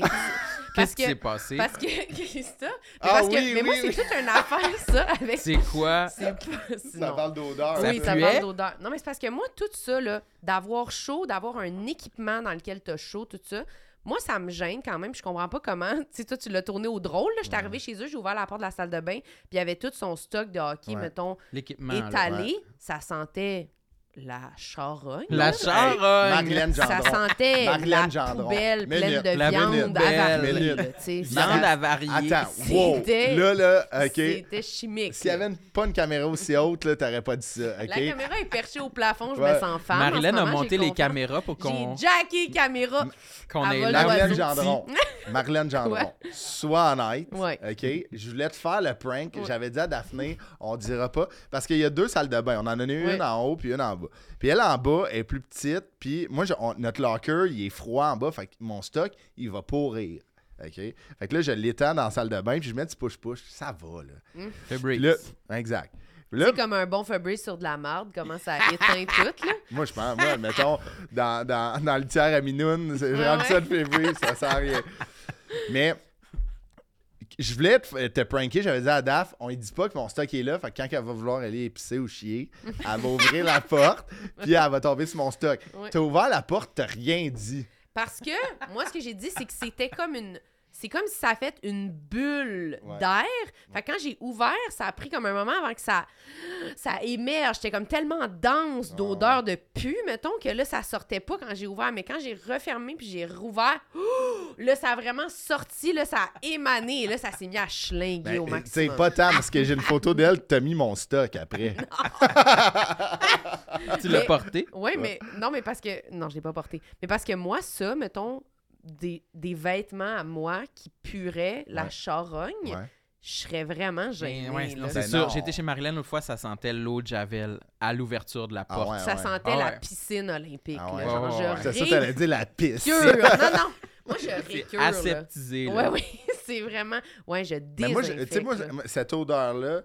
Speaker 2: Qu'est-ce
Speaker 4: parce
Speaker 2: qui
Speaker 4: que...
Speaker 2: s'est passé?
Speaker 4: Parce que... [LAUGHS] Christophe, mais
Speaker 3: Ah
Speaker 4: parce que-
Speaker 3: oui,
Speaker 4: mais moi,
Speaker 3: oui,
Speaker 4: c'est
Speaker 3: oui.
Speaker 4: toute une affaire, ça, avec...
Speaker 2: C'est quoi?
Speaker 4: [LAUGHS] C'est
Speaker 3: [LAUGHS]
Speaker 4: pas... c'est-
Speaker 3: Ça
Speaker 4: non.
Speaker 3: parle d'odeur.
Speaker 4: Ah, Oui,
Speaker 2: Ça
Speaker 4: ça
Speaker 2: puait.
Speaker 4: parle d'odeur. Non, mais c'est parce que moi, tout ça, là, d'avoir chaud, d'avoir un équipement dans lequel t'as chaud, tout ça, moi, ça me gêne quand même. Je comprends pas comment. [LAUGHS] Tu sais, toi, tu l'as tourné au drôle. là. J'étais arrivée chez eux, j'ai ouvert la porte de la salle de bain, puis il y avait tout son stock de hockey,
Speaker 3: Ouais.
Speaker 4: mettons,
Speaker 2: L'équipement. là.
Speaker 4: étalé. Ça sentait la charogne.
Speaker 2: La
Speaker 4: ben,
Speaker 2: charogne.
Speaker 3: Marlène
Speaker 4: ça
Speaker 3: Gendron.
Speaker 4: sentait
Speaker 3: Marlène
Speaker 4: la
Speaker 3: Gendron.
Speaker 4: poubelle pleine
Speaker 3: Minute.
Speaker 4: de
Speaker 2: La
Speaker 4: viande
Speaker 2: minute.
Speaker 4: avariée.
Speaker 3: Minute.
Speaker 4: là, tu sais.
Speaker 2: Viande
Speaker 4: Ça-
Speaker 2: avariée.
Speaker 3: Attends, wow!
Speaker 4: C'était-
Speaker 3: Là, là, OK.
Speaker 4: C'était chimique.
Speaker 3: S'il y avait une- pas une caméra aussi haute, là, t'aurais pas dit ça, OK?
Speaker 4: La caméra est perchée au plafond, je
Speaker 3: Ouais.
Speaker 4: me sens femme. en ce
Speaker 2: Marilyn a
Speaker 4: moment, j'ai
Speaker 2: monté les
Speaker 4: confiance.
Speaker 2: caméras pour qu'on
Speaker 4: J'ai Jackie Caméra.
Speaker 2: qu'on
Speaker 4: à
Speaker 2: ait
Speaker 4: vol
Speaker 2: l'air
Speaker 3: Marlène
Speaker 4: d'oiseau. [LAUGHS]
Speaker 3: Gendron. Marlène Gendron. Sois honnête,
Speaker 4: Ouais.
Speaker 3: OK? Je voulais te faire le prank.
Speaker 4: Ouais.
Speaker 3: J'avais dit à Daphné, on dira pas. Parce qu'il y a deux salles de bain. On en a une
Speaker 4: Ouais.
Speaker 3: en haut puis une en bas. Puis elle en bas est plus petite. Puis moi, je- on- notre locker, il est froid en bas. Fait que mon stock, il va pourrir. OK? Fait que là, je l'étends dans la salle de bain puis je mets du push-push. Ça va, là. Puis
Speaker 2: Fabrice.
Speaker 3: là, exact. Puis là,
Speaker 4: C'est comme un bon Fabrice sur de la marde, comment ça
Speaker 3: [LAUGHS]
Speaker 4: éteint tout, là.
Speaker 3: Moi, je pense, moi, mettons, dans, dans, dans le tiers à Minoune, c'est- j'ai
Speaker 4: Ouais,
Speaker 3: rempli ça
Speaker 4: ouais.
Speaker 3: de février, ça sert à rien. Mais je voulais te, te pranker, j'avais dit à Daph, on lui dit pas que mon stock est là, fait que quand elle va vouloir aller épicer ou chier, elle va ouvrir la porte, puis elle va tomber sur mon stock.
Speaker 4: Ouais.
Speaker 3: T'as ouvert la porte, t'as rien dit.
Speaker 4: Parce que, moi, ce que j'ai dit, c'est que c'était comme une... c'est comme si ça a fait une bulle
Speaker 3: Ouais.
Speaker 4: d'air. Fait que quand j'ai ouvert, ça a pris comme un moment avant que ça, ça émerge. J'étais comme tellement dense d'odeur de pu, mettons, que là, ça sortait pas quand j'ai ouvert. Mais quand j'ai refermé puis j'ai rouvert, [GASPS] là, ça a vraiment sorti, là, ça a émané. Et là, ça s'est mis à schlinguer
Speaker 3: Ben,
Speaker 4: au
Speaker 3: c'est
Speaker 4: maximum.
Speaker 3: pas tant parce que j'ai une photo d'elle que t'as mis mon stock après.
Speaker 2: Tu l'as
Speaker 4: Mais-
Speaker 2: porté.
Speaker 4: Oui, mais non, mais parce que. Non, je l'ai pas porté. Mais parce que moi, ça, mettons, des, des vêtements à moi qui pueraient la
Speaker 3: Ouais.
Speaker 4: charogne,
Speaker 3: Ouais.
Speaker 4: je serais vraiment gênée.
Speaker 2: Mais ouais,
Speaker 4: là.
Speaker 2: non, c'est
Speaker 3: Ben
Speaker 2: sûr.
Speaker 3: non.
Speaker 2: J'étais chez Marilyn l'autre fois, ça sentait l'eau de Javel à l'ouverture de la
Speaker 3: Ah
Speaker 2: porte.
Speaker 3: ouais.
Speaker 4: ça sentait
Speaker 2: Ah
Speaker 4: la
Speaker 2: ouais.
Speaker 4: piscine olympique.
Speaker 3: Ah
Speaker 4: là,
Speaker 3: ouais.
Speaker 4: genre,
Speaker 2: Ouais, ouais, ouais.
Speaker 4: je
Speaker 3: C'est ça, t'allais dire la pisse.
Speaker 4: récure. Non, non. Moi, je récure. là.
Speaker 2: Aseptisé. là.
Speaker 4: Ouais, oui, [LAUGHS] c'est vraiment. Ouais, je
Speaker 3: Mais moi, je-
Speaker 4: désinfecte.
Speaker 3: tu sais, moi,
Speaker 4: là.
Speaker 3: je- cette odeur-là,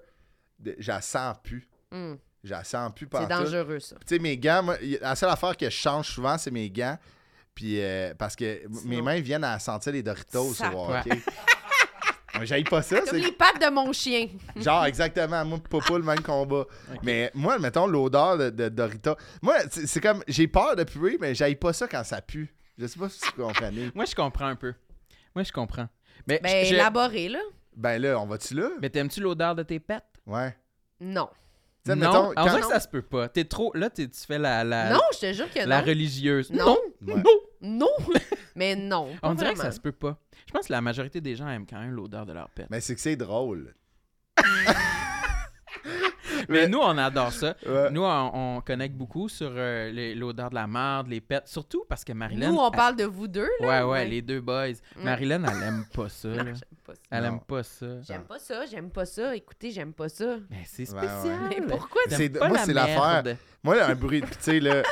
Speaker 3: de- je la sens plus.
Speaker 4: Hum,
Speaker 3: Je la sens plus
Speaker 4: c'est
Speaker 3: partout.
Speaker 4: dangereux, ça.
Speaker 3: Tu sais, mes gants, moi, y- la seule affaire que je change souvent, c'est mes gants. Puis, euh, parce que m- mes
Speaker 4: Sinon-
Speaker 3: mains viennent à sentir les Doritos
Speaker 4: Ça-
Speaker 3: au hockey.
Speaker 2: [LAUGHS]
Speaker 3: Mais J'aille pas ça,
Speaker 4: Comme
Speaker 3: c'est
Speaker 4: les pattes de mon chien.
Speaker 3: genre exactement, moi pis pas le même combat. Mais moi, mettons l'odeur de, de Doritos. Moi, c'est c'est comme j'ai peur de puer, mais j'aille pas ça quand ça pue. Je sais pas si vous comprenez.
Speaker 2: Moi, je comprends un peu. Moi, je comprends. Mais,
Speaker 4: Ben,
Speaker 2: je-
Speaker 4: élaboré, là.
Speaker 3: Ben là, on va-tu là?
Speaker 2: mais t'aimes-tu l'odeur de tes pets?
Speaker 3: Ouais.
Speaker 4: Non.
Speaker 3: Tu sais,
Speaker 2: non, Ah,
Speaker 3: mettons,
Speaker 2: on
Speaker 3: quand-
Speaker 2: dirait que ça se peut pas. T'es trop. Là, t'es- tu fais la, la,
Speaker 4: non, je te jure que
Speaker 2: Euh, la
Speaker 4: non.
Speaker 2: religieuse.
Speaker 4: Non.
Speaker 2: non.
Speaker 3: Ouais.
Speaker 2: non.
Speaker 4: Non. [LAUGHS] Mais non. pas
Speaker 2: On dirait que ça
Speaker 4: Oh, vraiment.
Speaker 2: se peut pas. Je pense que la majorité des gens aiment quand même l'odeur de leur pet.
Speaker 3: Mais c'est que c'est drôle.
Speaker 2: [LAUGHS] Mais nous, on adore ça.
Speaker 3: Ouais.
Speaker 2: Nous, on, on connecte beaucoup sur euh, les- l'odeur de la marde, les pets, surtout parce que Marilyn.
Speaker 4: Nous, on
Speaker 2: elle-
Speaker 4: parle de vous deux, là.
Speaker 2: Ouais, ouais,
Speaker 4: ouais.
Speaker 2: les deux boys. Marilyn, elle aime pas ça. là.
Speaker 4: Non, j'aime pas ça.
Speaker 2: Elle
Speaker 3: Non.
Speaker 2: aime pas ça.
Speaker 4: J'aime pas ça, j'aime pas ça. Écoutez, j'aime pas ça.
Speaker 2: Mais c'est
Speaker 3: Ouais, ouais.
Speaker 2: spécial.
Speaker 4: Ah, Mais pourquoi
Speaker 2: T'aimes
Speaker 3: C'est-
Speaker 2: pas
Speaker 3: moi,
Speaker 2: la
Speaker 3: c'est l'affaire.
Speaker 2: merde.
Speaker 3: Moi, là, un bruit de pitié, là.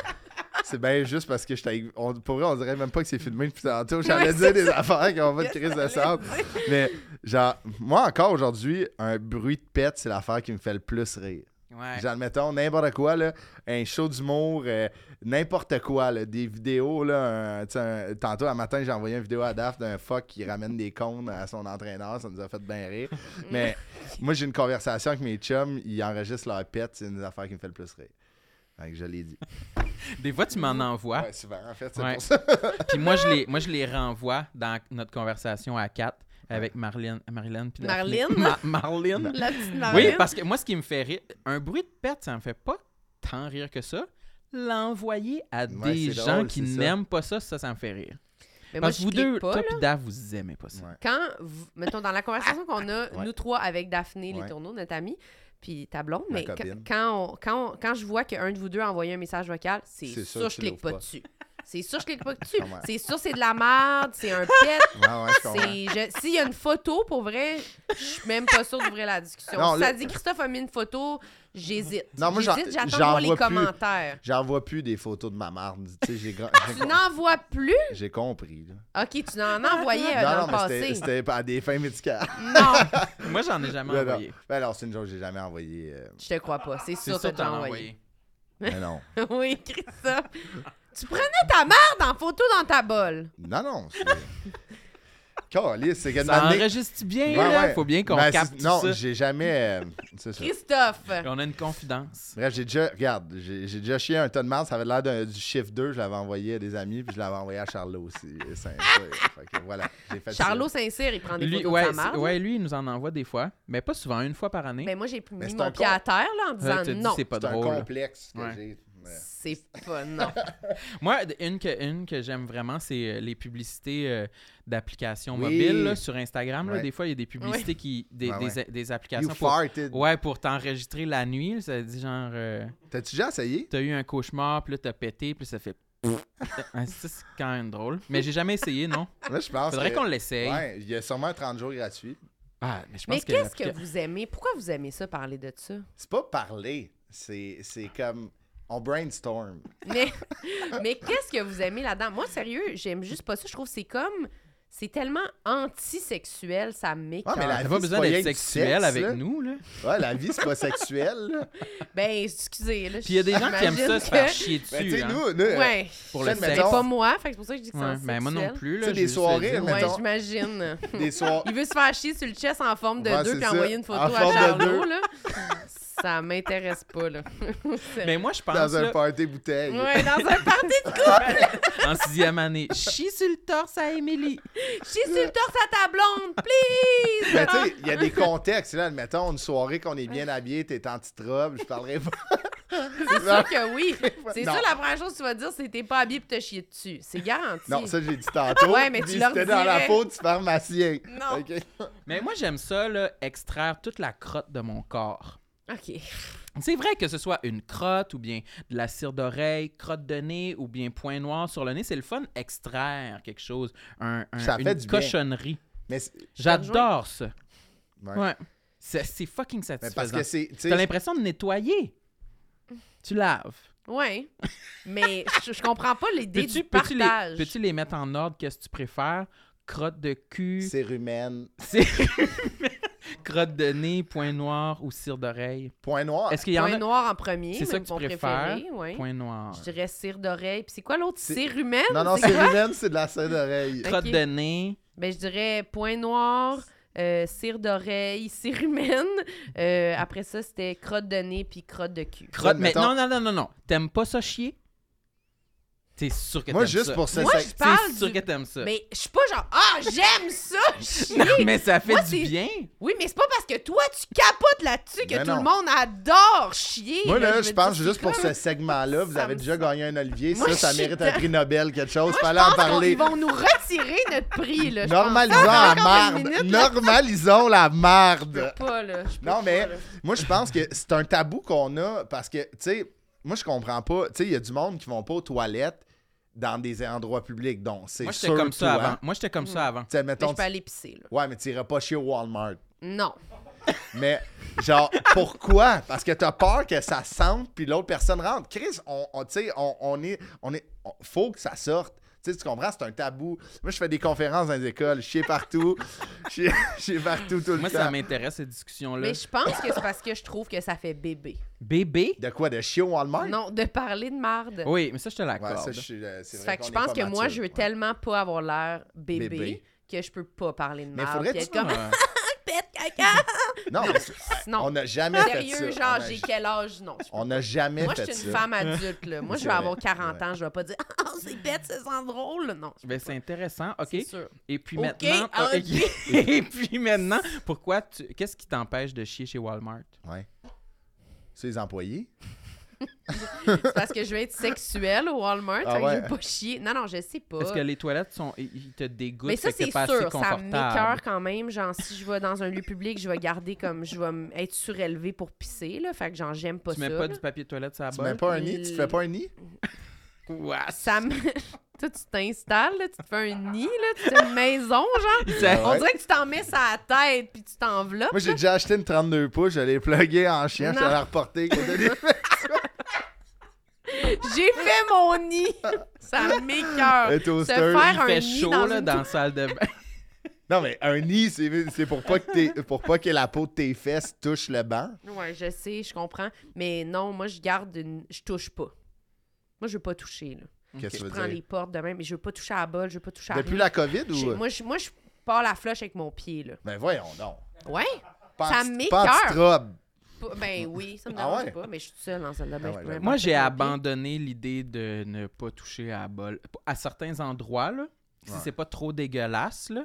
Speaker 3: C'est bien juste parce que j'étais. avec- On, pour vrai, on dirait même pas que c'est filmé depuis tantôt. J'allais
Speaker 4: Ouais,
Speaker 3: dire
Speaker 4: c'est
Speaker 3: des affaires qu'on va de crise
Speaker 4: Qu'est-ce
Speaker 3: de
Speaker 4: que
Speaker 3: sable. Mais, genre, moi encore aujourd'hui, un bruit de pète, c'est l'affaire qui me fait le plus rire.
Speaker 2: Ouais.
Speaker 3: Genre, mettons, n'importe quoi, là, un show d'humour, euh, n'importe quoi, là, des vidéos, là, un- tu sais, un- tantôt, un matin, j'ai envoyé une vidéo à Daft d'un fuck qui ramène des cônes à son entraîneur, ça nous a fait bien rire.
Speaker 4: [LAUGHS]
Speaker 3: Mais moi, j'ai une conversation avec mes chums, ils enregistrent leur pète, c'est une des affaires qui me fait le plus rire. Fait que je l'ai dit.
Speaker 2: Des fois, tu m'en
Speaker 4: Ah.
Speaker 2: envoies.
Speaker 3: Ouais, souvent, en fait, c'est
Speaker 2: Ouais.
Speaker 3: pour
Speaker 4: [LAUGHS]
Speaker 3: ça.
Speaker 2: Puis moi, je les, moi, je les renvoie dans notre conversation à 4 avec Marlène. Marlène. puis Daphné.
Speaker 4: Marlène?
Speaker 2: Ma- Marlène.
Speaker 4: La petite
Speaker 2: Oui,
Speaker 4: Marlène.
Speaker 2: parce que moi, ce qui me fait rire, un bruit de pète, ça me fait pas tant rire que ça. L'envoyer à
Speaker 3: Ouais,
Speaker 2: des
Speaker 3: c'est drôle,
Speaker 2: gens qui
Speaker 3: c'est ça.
Speaker 2: n'aiment pas ça, ça, ça me fait rire.
Speaker 4: Mais moi,
Speaker 2: Parce que
Speaker 4: je
Speaker 2: vous deux,
Speaker 4: clique pas,
Speaker 2: toi
Speaker 4: là.
Speaker 2: pis Dave, vous aimez pas ça.
Speaker 3: Ouais.
Speaker 4: Quand, vous- mettons, dans la conversation qu'on a,
Speaker 3: Ouais.
Speaker 4: nous trois, avec Daphné,
Speaker 3: Ouais.
Speaker 4: les tourneaux, notre amie, puis ta blonde,
Speaker 3: Ma
Speaker 4: mais qu-
Speaker 3: copine.
Speaker 4: quand, on- quand, on- quand je vois qu'un de vous deux a envoyé un message vocal, c'est
Speaker 3: C'est
Speaker 4: sûr,
Speaker 3: sûr que
Speaker 4: je
Speaker 3: tu
Speaker 4: clique
Speaker 3: l'ouvres
Speaker 4: pas
Speaker 3: pas.
Speaker 4: dessus. C'est sûr, je clique pas
Speaker 2: [LAUGHS]
Speaker 4: dessus.
Speaker 3: Ah ouais.
Speaker 4: C'est sûr, c'est de la merde, c'est un pet.
Speaker 3: Ouais, ouais, je comprends.
Speaker 4: c'est- je- S'il y a une photo, pour vrai, je suis même pas sûre d'ouvrir la discussion.
Speaker 3: Non,
Speaker 4: si ça
Speaker 3: là-
Speaker 4: dit Christophe a mis une photo, j'hésite.
Speaker 3: Non, moi, j'en-
Speaker 4: J'hésite, j'attends de
Speaker 3: j'en
Speaker 4: voir les
Speaker 3: vois plus.
Speaker 4: commentaires.
Speaker 3: J'en vois plus des photos de ma marde. Tu sais, j'ai gra- j'ai
Speaker 4: Tu
Speaker 3: com-
Speaker 4: n'en vois plus?
Speaker 3: j'ai compris. là.
Speaker 4: Ok, tu n'en envoyais euh, dans
Speaker 3: non,
Speaker 4: le
Speaker 3: non, mais
Speaker 4: passé.
Speaker 3: c'était- c'était pas à des fins médicales.
Speaker 4: Non,
Speaker 2: Moi, j'en ai jamais
Speaker 3: Non, non.
Speaker 2: envoyé.
Speaker 3: Ben alors, c'est une chose que j'ai jamais envoyée.
Speaker 4: [LAUGHS]
Speaker 3: euh,
Speaker 4: je te crois pas. C'est
Speaker 2: C'est
Speaker 4: sûr que
Speaker 2: ça,
Speaker 4: tu
Speaker 2: t'en as envoyé.
Speaker 4: envoyé.
Speaker 3: mais non.
Speaker 4: [LAUGHS] oui, Christophe. Tu prenais ta merde en photo dans ta bolle.
Speaker 3: Non, non.
Speaker 4: [LAUGHS]
Speaker 3: c'est- Caliste, c'est
Speaker 2: Ça
Speaker 3: que de m'amener-
Speaker 2: enregistre bien,
Speaker 3: Ouais,
Speaker 2: là.
Speaker 3: ouais.
Speaker 2: Faut bien qu'on
Speaker 3: Ben,
Speaker 2: capte
Speaker 3: c'est-
Speaker 2: tout
Speaker 3: Non,
Speaker 2: ça.
Speaker 3: j'ai jamais. euh, c'est ça.
Speaker 4: Christophe.
Speaker 2: On a une confidence.
Speaker 3: Bref, j'ai déjà. Regarde, j'ai j'ai déjà chié un tas de marde. Ça avait l'air d'un- du chiffre 2. Je l'avais envoyé à des amis, puis je l'avais envoyé à Charlot aussi. euh, Saint- Fait que voilà, j'ai fait ça.
Speaker 4: Charlot Saint-Cyr, il prend des
Speaker 2: Lui,
Speaker 4: photos
Speaker 2: ouais,
Speaker 4: de sa
Speaker 2: c'est-
Speaker 4: merde.
Speaker 2: ouais, lui, il nous en envoie des fois, mais pas souvent, une fois par année.
Speaker 4: Ben, moi, j'ai mis
Speaker 3: Mais c'est
Speaker 4: mon
Speaker 3: un
Speaker 4: pied
Speaker 3: con.
Speaker 4: à terre là, en
Speaker 2: Là,
Speaker 4: disant
Speaker 2: t'as dit,
Speaker 4: non.
Speaker 2: c'est pas
Speaker 3: C'est un
Speaker 2: drôle.
Speaker 3: complexe que
Speaker 2: Ouais.
Speaker 3: j'ai. mais-
Speaker 4: C'est
Speaker 2: [LAUGHS]
Speaker 4: pas non.
Speaker 2: Moi, d- une que, une que j'aime vraiment, c'est euh, les publicités euh, d'applications
Speaker 3: Oui.
Speaker 2: mobiles là, sur Instagram. là.
Speaker 3: Ouais.
Speaker 2: des fois, il y a des publicités qui. des,
Speaker 3: Ouais,
Speaker 2: des-
Speaker 3: ouais.
Speaker 2: des
Speaker 3: You
Speaker 2: applications pour. Oh.
Speaker 3: farted.
Speaker 2: Ouais, pour t'enregistrer la nuit, là, ça dit genre, euh,
Speaker 3: T'as-tu déjà essayé?
Speaker 2: t'as eu un cauchemar, puis là, t'as pété, puis ça
Speaker 3: [LAUGHS]
Speaker 2: fait. Ah, ça, c'est quand même drôle. Mais j'ai jamais essayé, non?
Speaker 3: Moi, je pense.
Speaker 2: Faudrait
Speaker 3: que-
Speaker 2: qu'on l'essaye.
Speaker 3: Ouais, il y a sûrement 30 jours gratuits.
Speaker 2: Ah, mais je pense
Speaker 4: Mais qu'est-ce que
Speaker 2: l'applica-
Speaker 4: vous aimez? Pourquoi vous aimez ça, parler de ça?
Speaker 3: C'est pas parler, c'est c'est comme. On brainstorm.
Speaker 4: Mais, [LAUGHS] mais qu'est-ce que vous aimez là-dedans? Moi, sérieux, j'aime juste pas ça. Je trouve que c'est comme. C'est tellement antisexuel, ça m'écoeure.
Speaker 3: Ouais, mais la
Speaker 2: T'as
Speaker 3: vie,
Speaker 2: pas
Speaker 3: c'est
Speaker 2: besoin
Speaker 3: pas
Speaker 2: d'être
Speaker 3: rien que du
Speaker 2: sexuel
Speaker 3: sexe,
Speaker 2: avec
Speaker 3: là.
Speaker 2: nous, là.
Speaker 3: Ouais, la vie, c'est pas sexuel.
Speaker 2: [LAUGHS]
Speaker 3: là.
Speaker 4: Ben, excusez. Là,
Speaker 2: Puis il y a des gens qui aiment ça, se faire chier dessus.
Speaker 3: Mais tu sais,
Speaker 2: hein,
Speaker 3: nous, nous, euh,
Speaker 4: Ouais.
Speaker 2: pour le
Speaker 3: tu sais,
Speaker 2: sexe.
Speaker 4: C'est
Speaker 3: mettons-
Speaker 4: pas moi, fait que c'est pour ça que je dis que c'est
Speaker 2: Ouais, mais moi non
Speaker 4: antisexuel.
Speaker 2: plus.
Speaker 3: Tu
Speaker 2: Là,
Speaker 3: sais,
Speaker 2: je
Speaker 3: des
Speaker 2: veux juste le
Speaker 3: soirées,
Speaker 2: dire.
Speaker 3: mais- mettons-
Speaker 4: Ouais,
Speaker 2: [LAUGHS]
Speaker 4: j'imagine. [LAUGHS]
Speaker 3: des soirs.
Speaker 4: Il veut se faire chier sur le chest en forme de
Speaker 3: Ouais,
Speaker 4: deux
Speaker 3: c'est
Speaker 4: puis
Speaker 3: ça.
Speaker 4: envoyer une photo
Speaker 3: En
Speaker 4: à
Speaker 3: forme de
Speaker 4: Charlot,
Speaker 3: deux.
Speaker 4: là. ça m'intéresse pas, là. [LAUGHS]
Speaker 2: Mais Ben, moi, je pense.
Speaker 3: Dans un
Speaker 2: là,
Speaker 3: party bouteille.
Speaker 4: Ouais, dans un party de [LAUGHS]
Speaker 2: [LAUGHS] en sixième année, chie sur le torse à Émilie.
Speaker 4: Chie sur le torse à ta blonde,
Speaker 2: Ben,
Speaker 4: please!
Speaker 3: Mais tu sais, il y
Speaker 4: [LAUGHS]
Speaker 3: a des contextes. Là, admettons, une soirée qu'on est bien habillé, t'es en petite robe, je
Speaker 4: [LAUGHS]
Speaker 3: parlerai pas.
Speaker 4: C'est sûr que
Speaker 3: [LAUGHS]
Speaker 4: oui. C'est
Speaker 3: Non.
Speaker 4: sûr, la première chose que tu vas dire, c'est t'es pas habillé pour te chier dessus. C'est garanti.
Speaker 3: Non, ça, j'ai dit tantôt.
Speaker 4: Ouais, mais
Speaker 3: Puis
Speaker 4: tu
Speaker 3: si
Speaker 4: leur
Speaker 3: t'es dans la
Speaker 4: dirais.
Speaker 3: peau du pharmacien.
Speaker 4: Non.
Speaker 3: OK.
Speaker 2: Mais moi, j'aime ça, là, extraire toute la crotte de mon corps.
Speaker 4: OK.
Speaker 2: C'est vrai que ce soit une crotte ou bien de la cire d'oreille, crotte de nez ou bien point noir sur le nez, c'est le fun extraire quelque chose, un, un-
Speaker 3: Ça
Speaker 2: une
Speaker 3: fait du bien.
Speaker 2: cochonnerie.
Speaker 3: Mais, c'est-
Speaker 2: J'adore ça.
Speaker 3: ouais.
Speaker 2: Ouais. C'est, c'est fucking
Speaker 3: mais parce
Speaker 2: satisfaisant.
Speaker 3: que c'est. tu sais,
Speaker 2: T'as l'impression de nettoyer. Tu laves.
Speaker 4: Ouais. Mais je, je comprends pas l'idée
Speaker 2: Peux-tu,
Speaker 4: du
Speaker 2: peux-tu les,
Speaker 4: partage.
Speaker 2: peux-tu les mettre en ordre? Qu'est-ce que tu préfères? Crotte de cul,
Speaker 3: C'est rumaine.
Speaker 2: cire- [LAUGHS] crotte de nez, point noir ou cire d'oreille.
Speaker 3: Point noir.
Speaker 2: Est-ce qu'il y en
Speaker 4: Ah, Point
Speaker 2: a?
Speaker 4: noir en premier,
Speaker 2: C'est ça
Speaker 4: même
Speaker 2: que tu
Speaker 4: mon
Speaker 2: préfères?
Speaker 4: préféré, ouais.
Speaker 2: Point noir.
Speaker 4: Je dirais cire d'oreille. Puis c'est quoi l'autre?
Speaker 3: C'est-
Speaker 4: Cire humaine?
Speaker 3: Non, non, c'est rumaine, c'est de
Speaker 4: [LAUGHS]
Speaker 3: la cire d'oreille.
Speaker 2: Crotte
Speaker 4: Ok.
Speaker 2: de nez.
Speaker 4: Ben, je dirais point noir, euh, cire d'oreille, cire humaine. Euh, après ça, c'était crotte de nez puis crotte de cul.
Speaker 2: Crotte, mais
Speaker 3: mettons-
Speaker 2: non, non, non, non, non. T'aimes pas ça chier? T'es sûr que
Speaker 3: Moi,
Speaker 2: t'aimes ça.
Speaker 3: juste pour ça,
Speaker 4: Moi,
Speaker 3: ça-
Speaker 4: je parle
Speaker 2: T'es sûr
Speaker 4: du-
Speaker 2: que t'aimes ça. [LAUGHS]
Speaker 4: Mais je suis pas genre Ah, j'aime ça! chier!
Speaker 2: Non, mais ça fait
Speaker 4: Moi,
Speaker 2: du
Speaker 4: c'est-
Speaker 2: bien.
Speaker 4: Oui, mais c'est pas parce que toi, tu capotes là-dessus que
Speaker 3: Ben
Speaker 4: tout
Speaker 3: non.
Speaker 4: le monde adore chier.
Speaker 3: Moi, là,
Speaker 4: veux
Speaker 3: je
Speaker 4: dire,
Speaker 3: pense
Speaker 4: c'est
Speaker 3: juste pour
Speaker 4: comme-
Speaker 3: [LAUGHS] ce segment-là, vous
Speaker 4: Ça
Speaker 3: avez
Speaker 4: me
Speaker 3: déjà gagné un Olivier.
Speaker 4: Moi,
Speaker 3: Ça, ça
Speaker 4: je suis
Speaker 3: mérite un
Speaker 4: dans-
Speaker 3: prix Nobel, quelque chose. Fallait
Speaker 4: Je
Speaker 3: en
Speaker 4: pense qu'on-
Speaker 3: parler.
Speaker 4: Ils vont nous retirer notre prix, là. je pense.
Speaker 3: Normalisons
Speaker 4: Ça
Speaker 3: la
Speaker 4: fait encore une
Speaker 3: marde.
Speaker 4: minute, là.
Speaker 3: Normalisons la
Speaker 4: [LAUGHS] Je
Speaker 3: marde.
Speaker 4: peux pas, là. je peux
Speaker 3: Non,
Speaker 4: pas,
Speaker 3: mais
Speaker 4: là.
Speaker 3: moi, je pense que c'est un tabou qu'on a parce que, tu sais, moi, je comprends pas. Tu sais, il y a du monde qui vont pas aux toilettes dans des endroits publics. Donc, c'est
Speaker 2: Moi, j'étais
Speaker 3: sûr
Speaker 2: comme ça
Speaker 3: toi.
Speaker 2: avant. Moi, j'étais comme
Speaker 4: Hmm.
Speaker 2: ça avant.
Speaker 3: Tu sais,
Speaker 4: Mais
Speaker 3: mettons.
Speaker 4: je peux aller pisser, là.
Speaker 3: Ouais, mais tu iras pas chez Walmart.
Speaker 4: Non.
Speaker 3: Mais, genre, [LAUGHS] pourquoi? Parce que t'as peur que ça sente puis l'autre personne rentre. Chris, on, on, tu sais, on, on est. On est on- faut que ça sorte. Tu sais, tu comprends, c'est un tabou. Moi, je fais des conférences dans les écoles, chier partout. [LAUGHS] chier, chier partout tout le
Speaker 2: Moi,
Speaker 3: temps.
Speaker 2: ça m'intéresse, cette discussion-là.
Speaker 4: Mais je pense que c'est parce que je trouve que ça fait bébé. [LAUGHS]
Speaker 2: Bébé?
Speaker 3: De quoi? De chier au Walmart?
Speaker 4: Non, de parler de marde.
Speaker 2: Oui, mais ça, je te
Speaker 3: Ouais,
Speaker 2: l'accorde.
Speaker 3: ça, je suis. euh, c'est vrai
Speaker 4: fait que je
Speaker 3: qu'on est
Speaker 4: pense
Speaker 3: pas
Speaker 4: que moi,
Speaker 3: mature.
Speaker 4: je veux
Speaker 3: Ouais.
Speaker 4: tellement pas avoir l'air bébé,
Speaker 3: Bébé.
Speaker 4: que je peux pas parler de
Speaker 3: Mais
Speaker 4: marde.
Speaker 3: faudrait
Speaker 4: puis
Speaker 3: que
Speaker 4: être
Speaker 3: tu-
Speaker 4: comme
Speaker 2: Ah.
Speaker 4: pète, caca.
Speaker 3: Non,
Speaker 4: [LAUGHS]
Speaker 3: mais c'est-
Speaker 4: Non.
Speaker 3: [LAUGHS] on n'a jamais
Speaker 4: Sérieux,
Speaker 3: fait ça.
Speaker 4: genre,
Speaker 3: On a-
Speaker 4: j'ai quel âge? Non. je peux
Speaker 3: On n'a jamais
Speaker 4: Moi, je
Speaker 3: fait
Speaker 4: suis une
Speaker 3: ça.
Speaker 4: femme adulte, là. Moi, je
Speaker 3: C'est
Speaker 4: vais
Speaker 3: vrai.
Speaker 4: avoir 40
Speaker 3: Ouais.
Speaker 4: ans. Je vais pas dire [LAUGHS] « Ah, c'est bête, ça sent drôle! » Non,
Speaker 2: [LAUGHS]
Speaker 4: je
Speaker 2: Ben,
Speaker 4: peux
Speaker 2: c'est intéressant,
Speaker 4: pas.
Speaker 2: ok.
Speaker 4: C'est sûr.
Speaker 2: Et puis
Speaker 4: Ok, ah,
Speaker 2: maintenant, [LAUGHS]
Speaker 4: ok.
Speaker 2: et puis maintenant, pourquoi tu, qu'est-ce qui t'empêche de chier chez Walmart
Speaker 3: Ouais. C'est les employés.
Speaker 4: C'est parce que je vais être sexuelle au Walmart.
Speaker 3: Ah
Speaker 4: fait que
Speaker 3: ouais.
Speaker 4: je vais pas chier. Non, non, je sais pas.
Speaker 2: Parce que les toilettes sont, ils te dégoûtent,
Speaker 4: Mais ça,
Speaker 2: fait que t'es
Speaker 4: c'est
Speaker 2: pas assez
Speaker 4: sûr, ça
Speaker 2: confortable.
Speaker 4: m'écœure quand même. Genre, si je vais dans un lieu public, je vais garder comme... Je vais m- être surélevée pour pisser, là. Fait que, genre, j'aime pas
Speaker 2: tu
Speaker 4: ça.
Speaker 2: mets pas
Speaker 4: là.
Speaker 2: du papier toilette sur la
Speaker 3: Tu mets
Speaker 2: bolle.
Speaker 3: pas un nid? Tu fais pas un nid?
Speaker 2: Ouah,
Speaker 4: Ça me... [LAUGHS] Toi, tu t'installes, là, tu te fais un nid, là, tu te fais une maison, genre.
Speaker 2: [LAUGHS] Ça-
Speaker 4: On
Speaker 3: Ouais.
Speaker 4: dirait que tu t'en mets sa tête, puis tu t'enveloppes.
Speaker 3: Moi, j'ai déjà acheté une 32 pouces, je l'ai pluguée en chien, je
Speaker 4: Non. [LAUGHS]
Speaker 3: l'ai reportée.
Speaker 4: J'ai fait mon
Speaker 2: [LAUGHS]
Speaker 4: nid. Ça m'écœure.
Speaker 3: Le
Speaker 4: Se
Speaker 3: toaster.
Speaker 2: Il
Speaker 4: faire un
Speaker 2: fait
Speaker 4: nid
Speaker 2: chaud
Speaker 4: dans
Speaker 2: là,
Speaker 4: une
Speaker 2: dans la salle de
Speaker 4: [LAUGHS]
Speaker 2: bain.
Speaker 3: Non, mais un nid, c'est c'est pour pas que t'es- pour pas que la peau de tes fesses touche le banc.
Speaker 4: Ouais, je sais, je comprends. Mais non, moi, je garde une. Je touche pas. Moi, je veux pas toucher. Là.
Speaker 3: Qu'est-ce que
Speaker 4: Je
Speaker 3: tu
Speaker 4: prends
Speaker 3: veux
Speaker 4: les
Speaker 3: dire?
Speaker 4: portes de même, mais je veux pas toucher à la balle, je veux pas toucher à
Speaker 3: Depuis
Speaker 4: rien.
Speaker 3: la COVID ou.
Speaker 4: J'ai- Moi, je, moi, je pars la floche avec mon pied, là.
Speaker 3: Ben voyons donc.
Speaker 4: Ouais?
Speaker 3: Pas
Speaker 4: Ça
Speaker 3: en petite-
Speaker 4: m'écoeure.
Speaker 3: Pas en petite robe.
Speaker 4: P- Ben oui, ça me
Speaker 3: Ah
Speaker 4: dérange
Speaker 3: ouais?
Speaker 4: pas, mais je suis toute seule dans la salle de bain.
Speaker 3: Ah
Speaker 4: je
Speaker 3: ouais,
Speaker 4: peux même
Speaker 2: Moi,
Speaker 4: pas
Speaker 2: j'ai
Speaker 4: toucher mon
Speaker 2: abandonné l'idée de ne pas toucher à la bolle. À certains endroits, là, si
Speaker 3: Ouais.
Speaker 2: c'est pas trop dégueulasse, là,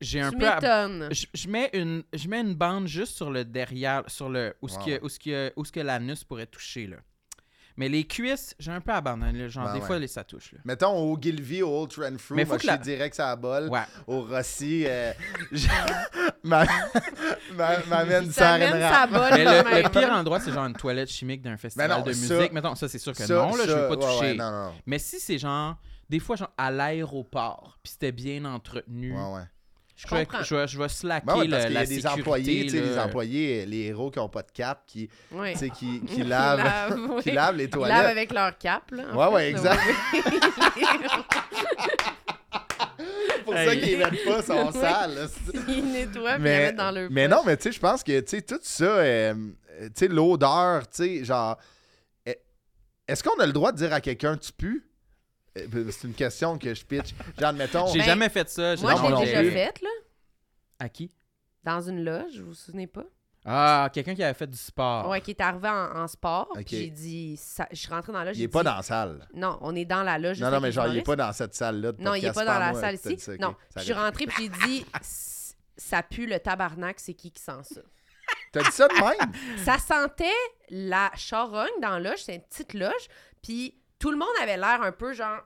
Speaker 2: j'ai
Speaker 4: pied.
Speaker 2: un
Speaker 4: Tu
Speaker 2: peu ab-
Speaker 4: m'étonnes.
Speaker 2: je, je mets une, je mets une bande juste sur le derrière, sur le où ce
Speaker 3: Wow.
Speaker 2: que où ce que où ce que l'anus pourrait toucher là. Mais les cuisses, j'ai un peu abandonné. là, genre
Speaker 3: Ben
Speaker 2: des
Speaker 3: ouais.
Speaker 2: fois, les, ça touche là.
Speaker 3: Mettons au Gilvy, au Old Renfrew,
Speaker 2: Mais
Speaker 3: mais
Speaker 2: faut
Speaker 3: moi,
Speaker 2: que
Speaker 3: je
Speaker 2: la-
Speaker 3: suis direct sur la
Speaker 4: Euh,
Speaker 3: bolle.
Speaker 2: Ouais.
Speaker 3: Au Rossi, euh, [LAUGHS] je- ma... ma... m'amène
Speaker 4: Ça
Speaker 3: ça
Speaker 4: amène sa balle
Speaker 2: Mais
Speaker 4: de
Speaker 2: le,
Speaker 4: même.
Speaker 2: le pire endroit, c'est genre une toilette chimique d'un festival
Speaker 3: Ben non,
Speaker 2: de
Speaker 3: ça-
Speaker 2: musique. Mettons, ça c'est sûr que non là, je veux pas toucher.
Speaker 3: non, non, non.
Speaker 2: Mais si c'est genre des fois genre à l'aéroport, puis c'était bien entretenu.
Speaker 3: Ouais, ouais.
Speaker 4: Je
Speaker 2: Je vais,
Speaker 4: comprends.
Speaker 2: je vais- je vais slacker
Speaker 3: Ben ouais,
Speaker 2: le-
Speaker 3: parce qu'il y
Speaker 2: la
Speaker 3: a des
Speaker 2: sécurité,
Speaker 3: employés, tu sais, les
Speaker 2: là.
Speaker 3: employés, les héros qui ont pas de cap, qui,
Speaker 4: Ouais. [LAUGHS]
Speaker 3: tu sais, qui, qui
Speaker 4: Ils
Speaker 3: lavent,
Speaker 4: lavent, oui.
Speaker 3: [LAUGHS] qui lavent les
Speaker 4: Ils
Speaker 3: toilettes.
Speaker 4: lavent avec leur cape, là. en
Speaker 3: Ouais, ouais,
Speaker 4: fait,
Speaker 3: exact.
Speaker 4: [LAUGHS] là,
Speaker 3: C'est pour
Speaker 2: Hey.
Speaker 3: ça qu'ils mettent
Speaker 4: [LAUGHS]
Speaker 3: pas son sale. là.
Speaker 4: ouais. Ils nettoient, puis ils la
Speaker 3: Mais,
Speaker 4: mettent dans leur
Speaker 3: mais non, mais tu sais, je pense que tu sais, tout ça, euh, euh, tu sais, l'odeur, tu sais, genre. euh, Est-ce qu'on a le droit de dire à quelqu'un tu pues Euh, C'est une question que je pitch. Genre, admettons.
Speaker 2: J'ai
Speaker 4: Ben,
Speaker 2: jamais fait ça. j'ai
Speaker 4: Moi,
Speaker 3: Non,
Speaker 2: jamais
Speaker 3: non
Speaker 4: j'ai
Speaker 2: mangé.
Speaker 4: déjà
Speaker 3: plus.
Speaker 4: fait, là,
Speaker 2: À qui
Speaker 4: dans une loge, vous vous souvenez pas?
Speaker 2: Ah, quelqu'un qui avait fait du sport.
Speaker 4: Ouais, qui est arrivé en, en sport.
Speaker 3: Ah. Ok.
Speaker 4: Puis j'ai dit, ça- je suis rentrée dans la loge.
Speaker 3: Il
Speaker 4: j'ai
Speaker 3: est pas
Speaker 4: dit-
Speaker 3: dans la salle.
Speaker 4: Non, on est dans la loge.
Speaker 3: Non,
Speaker 4: juste
Speaker 3: non,
Speaker 4: avec
Speaker 3: mais
Speaker 4: les
Speaker 3: genre, il est
Speaker 4: humoristes.
Speaker 3: pas dans cette salle-là. de
Speaker 4: Non, il est
Speaker 3: podcast,
Speaker 4: pas dans la
Speaker 3: moi,
Speaker 4: salle
Speaker 3: t'as
Speaker 4: ici.
Speaker 3: dit ça, ok.
Speaker 4: Non,
Speaker 3: Ça
Speaker 4: je suis
Speaker 3: arrive.
Speaker 4: rentrée puis j'ai dit, S- ça pue le tabarnak, c'est qui qui sent ça?
Speaker 3: T'as dit ça
Speaker 4: [LAUGHS]
Speaker 3: de même?
Speaker 4: Ça sentait la charogne dans la loge, c'est une petite loge, puis tout le monde avait l'air un peu genre...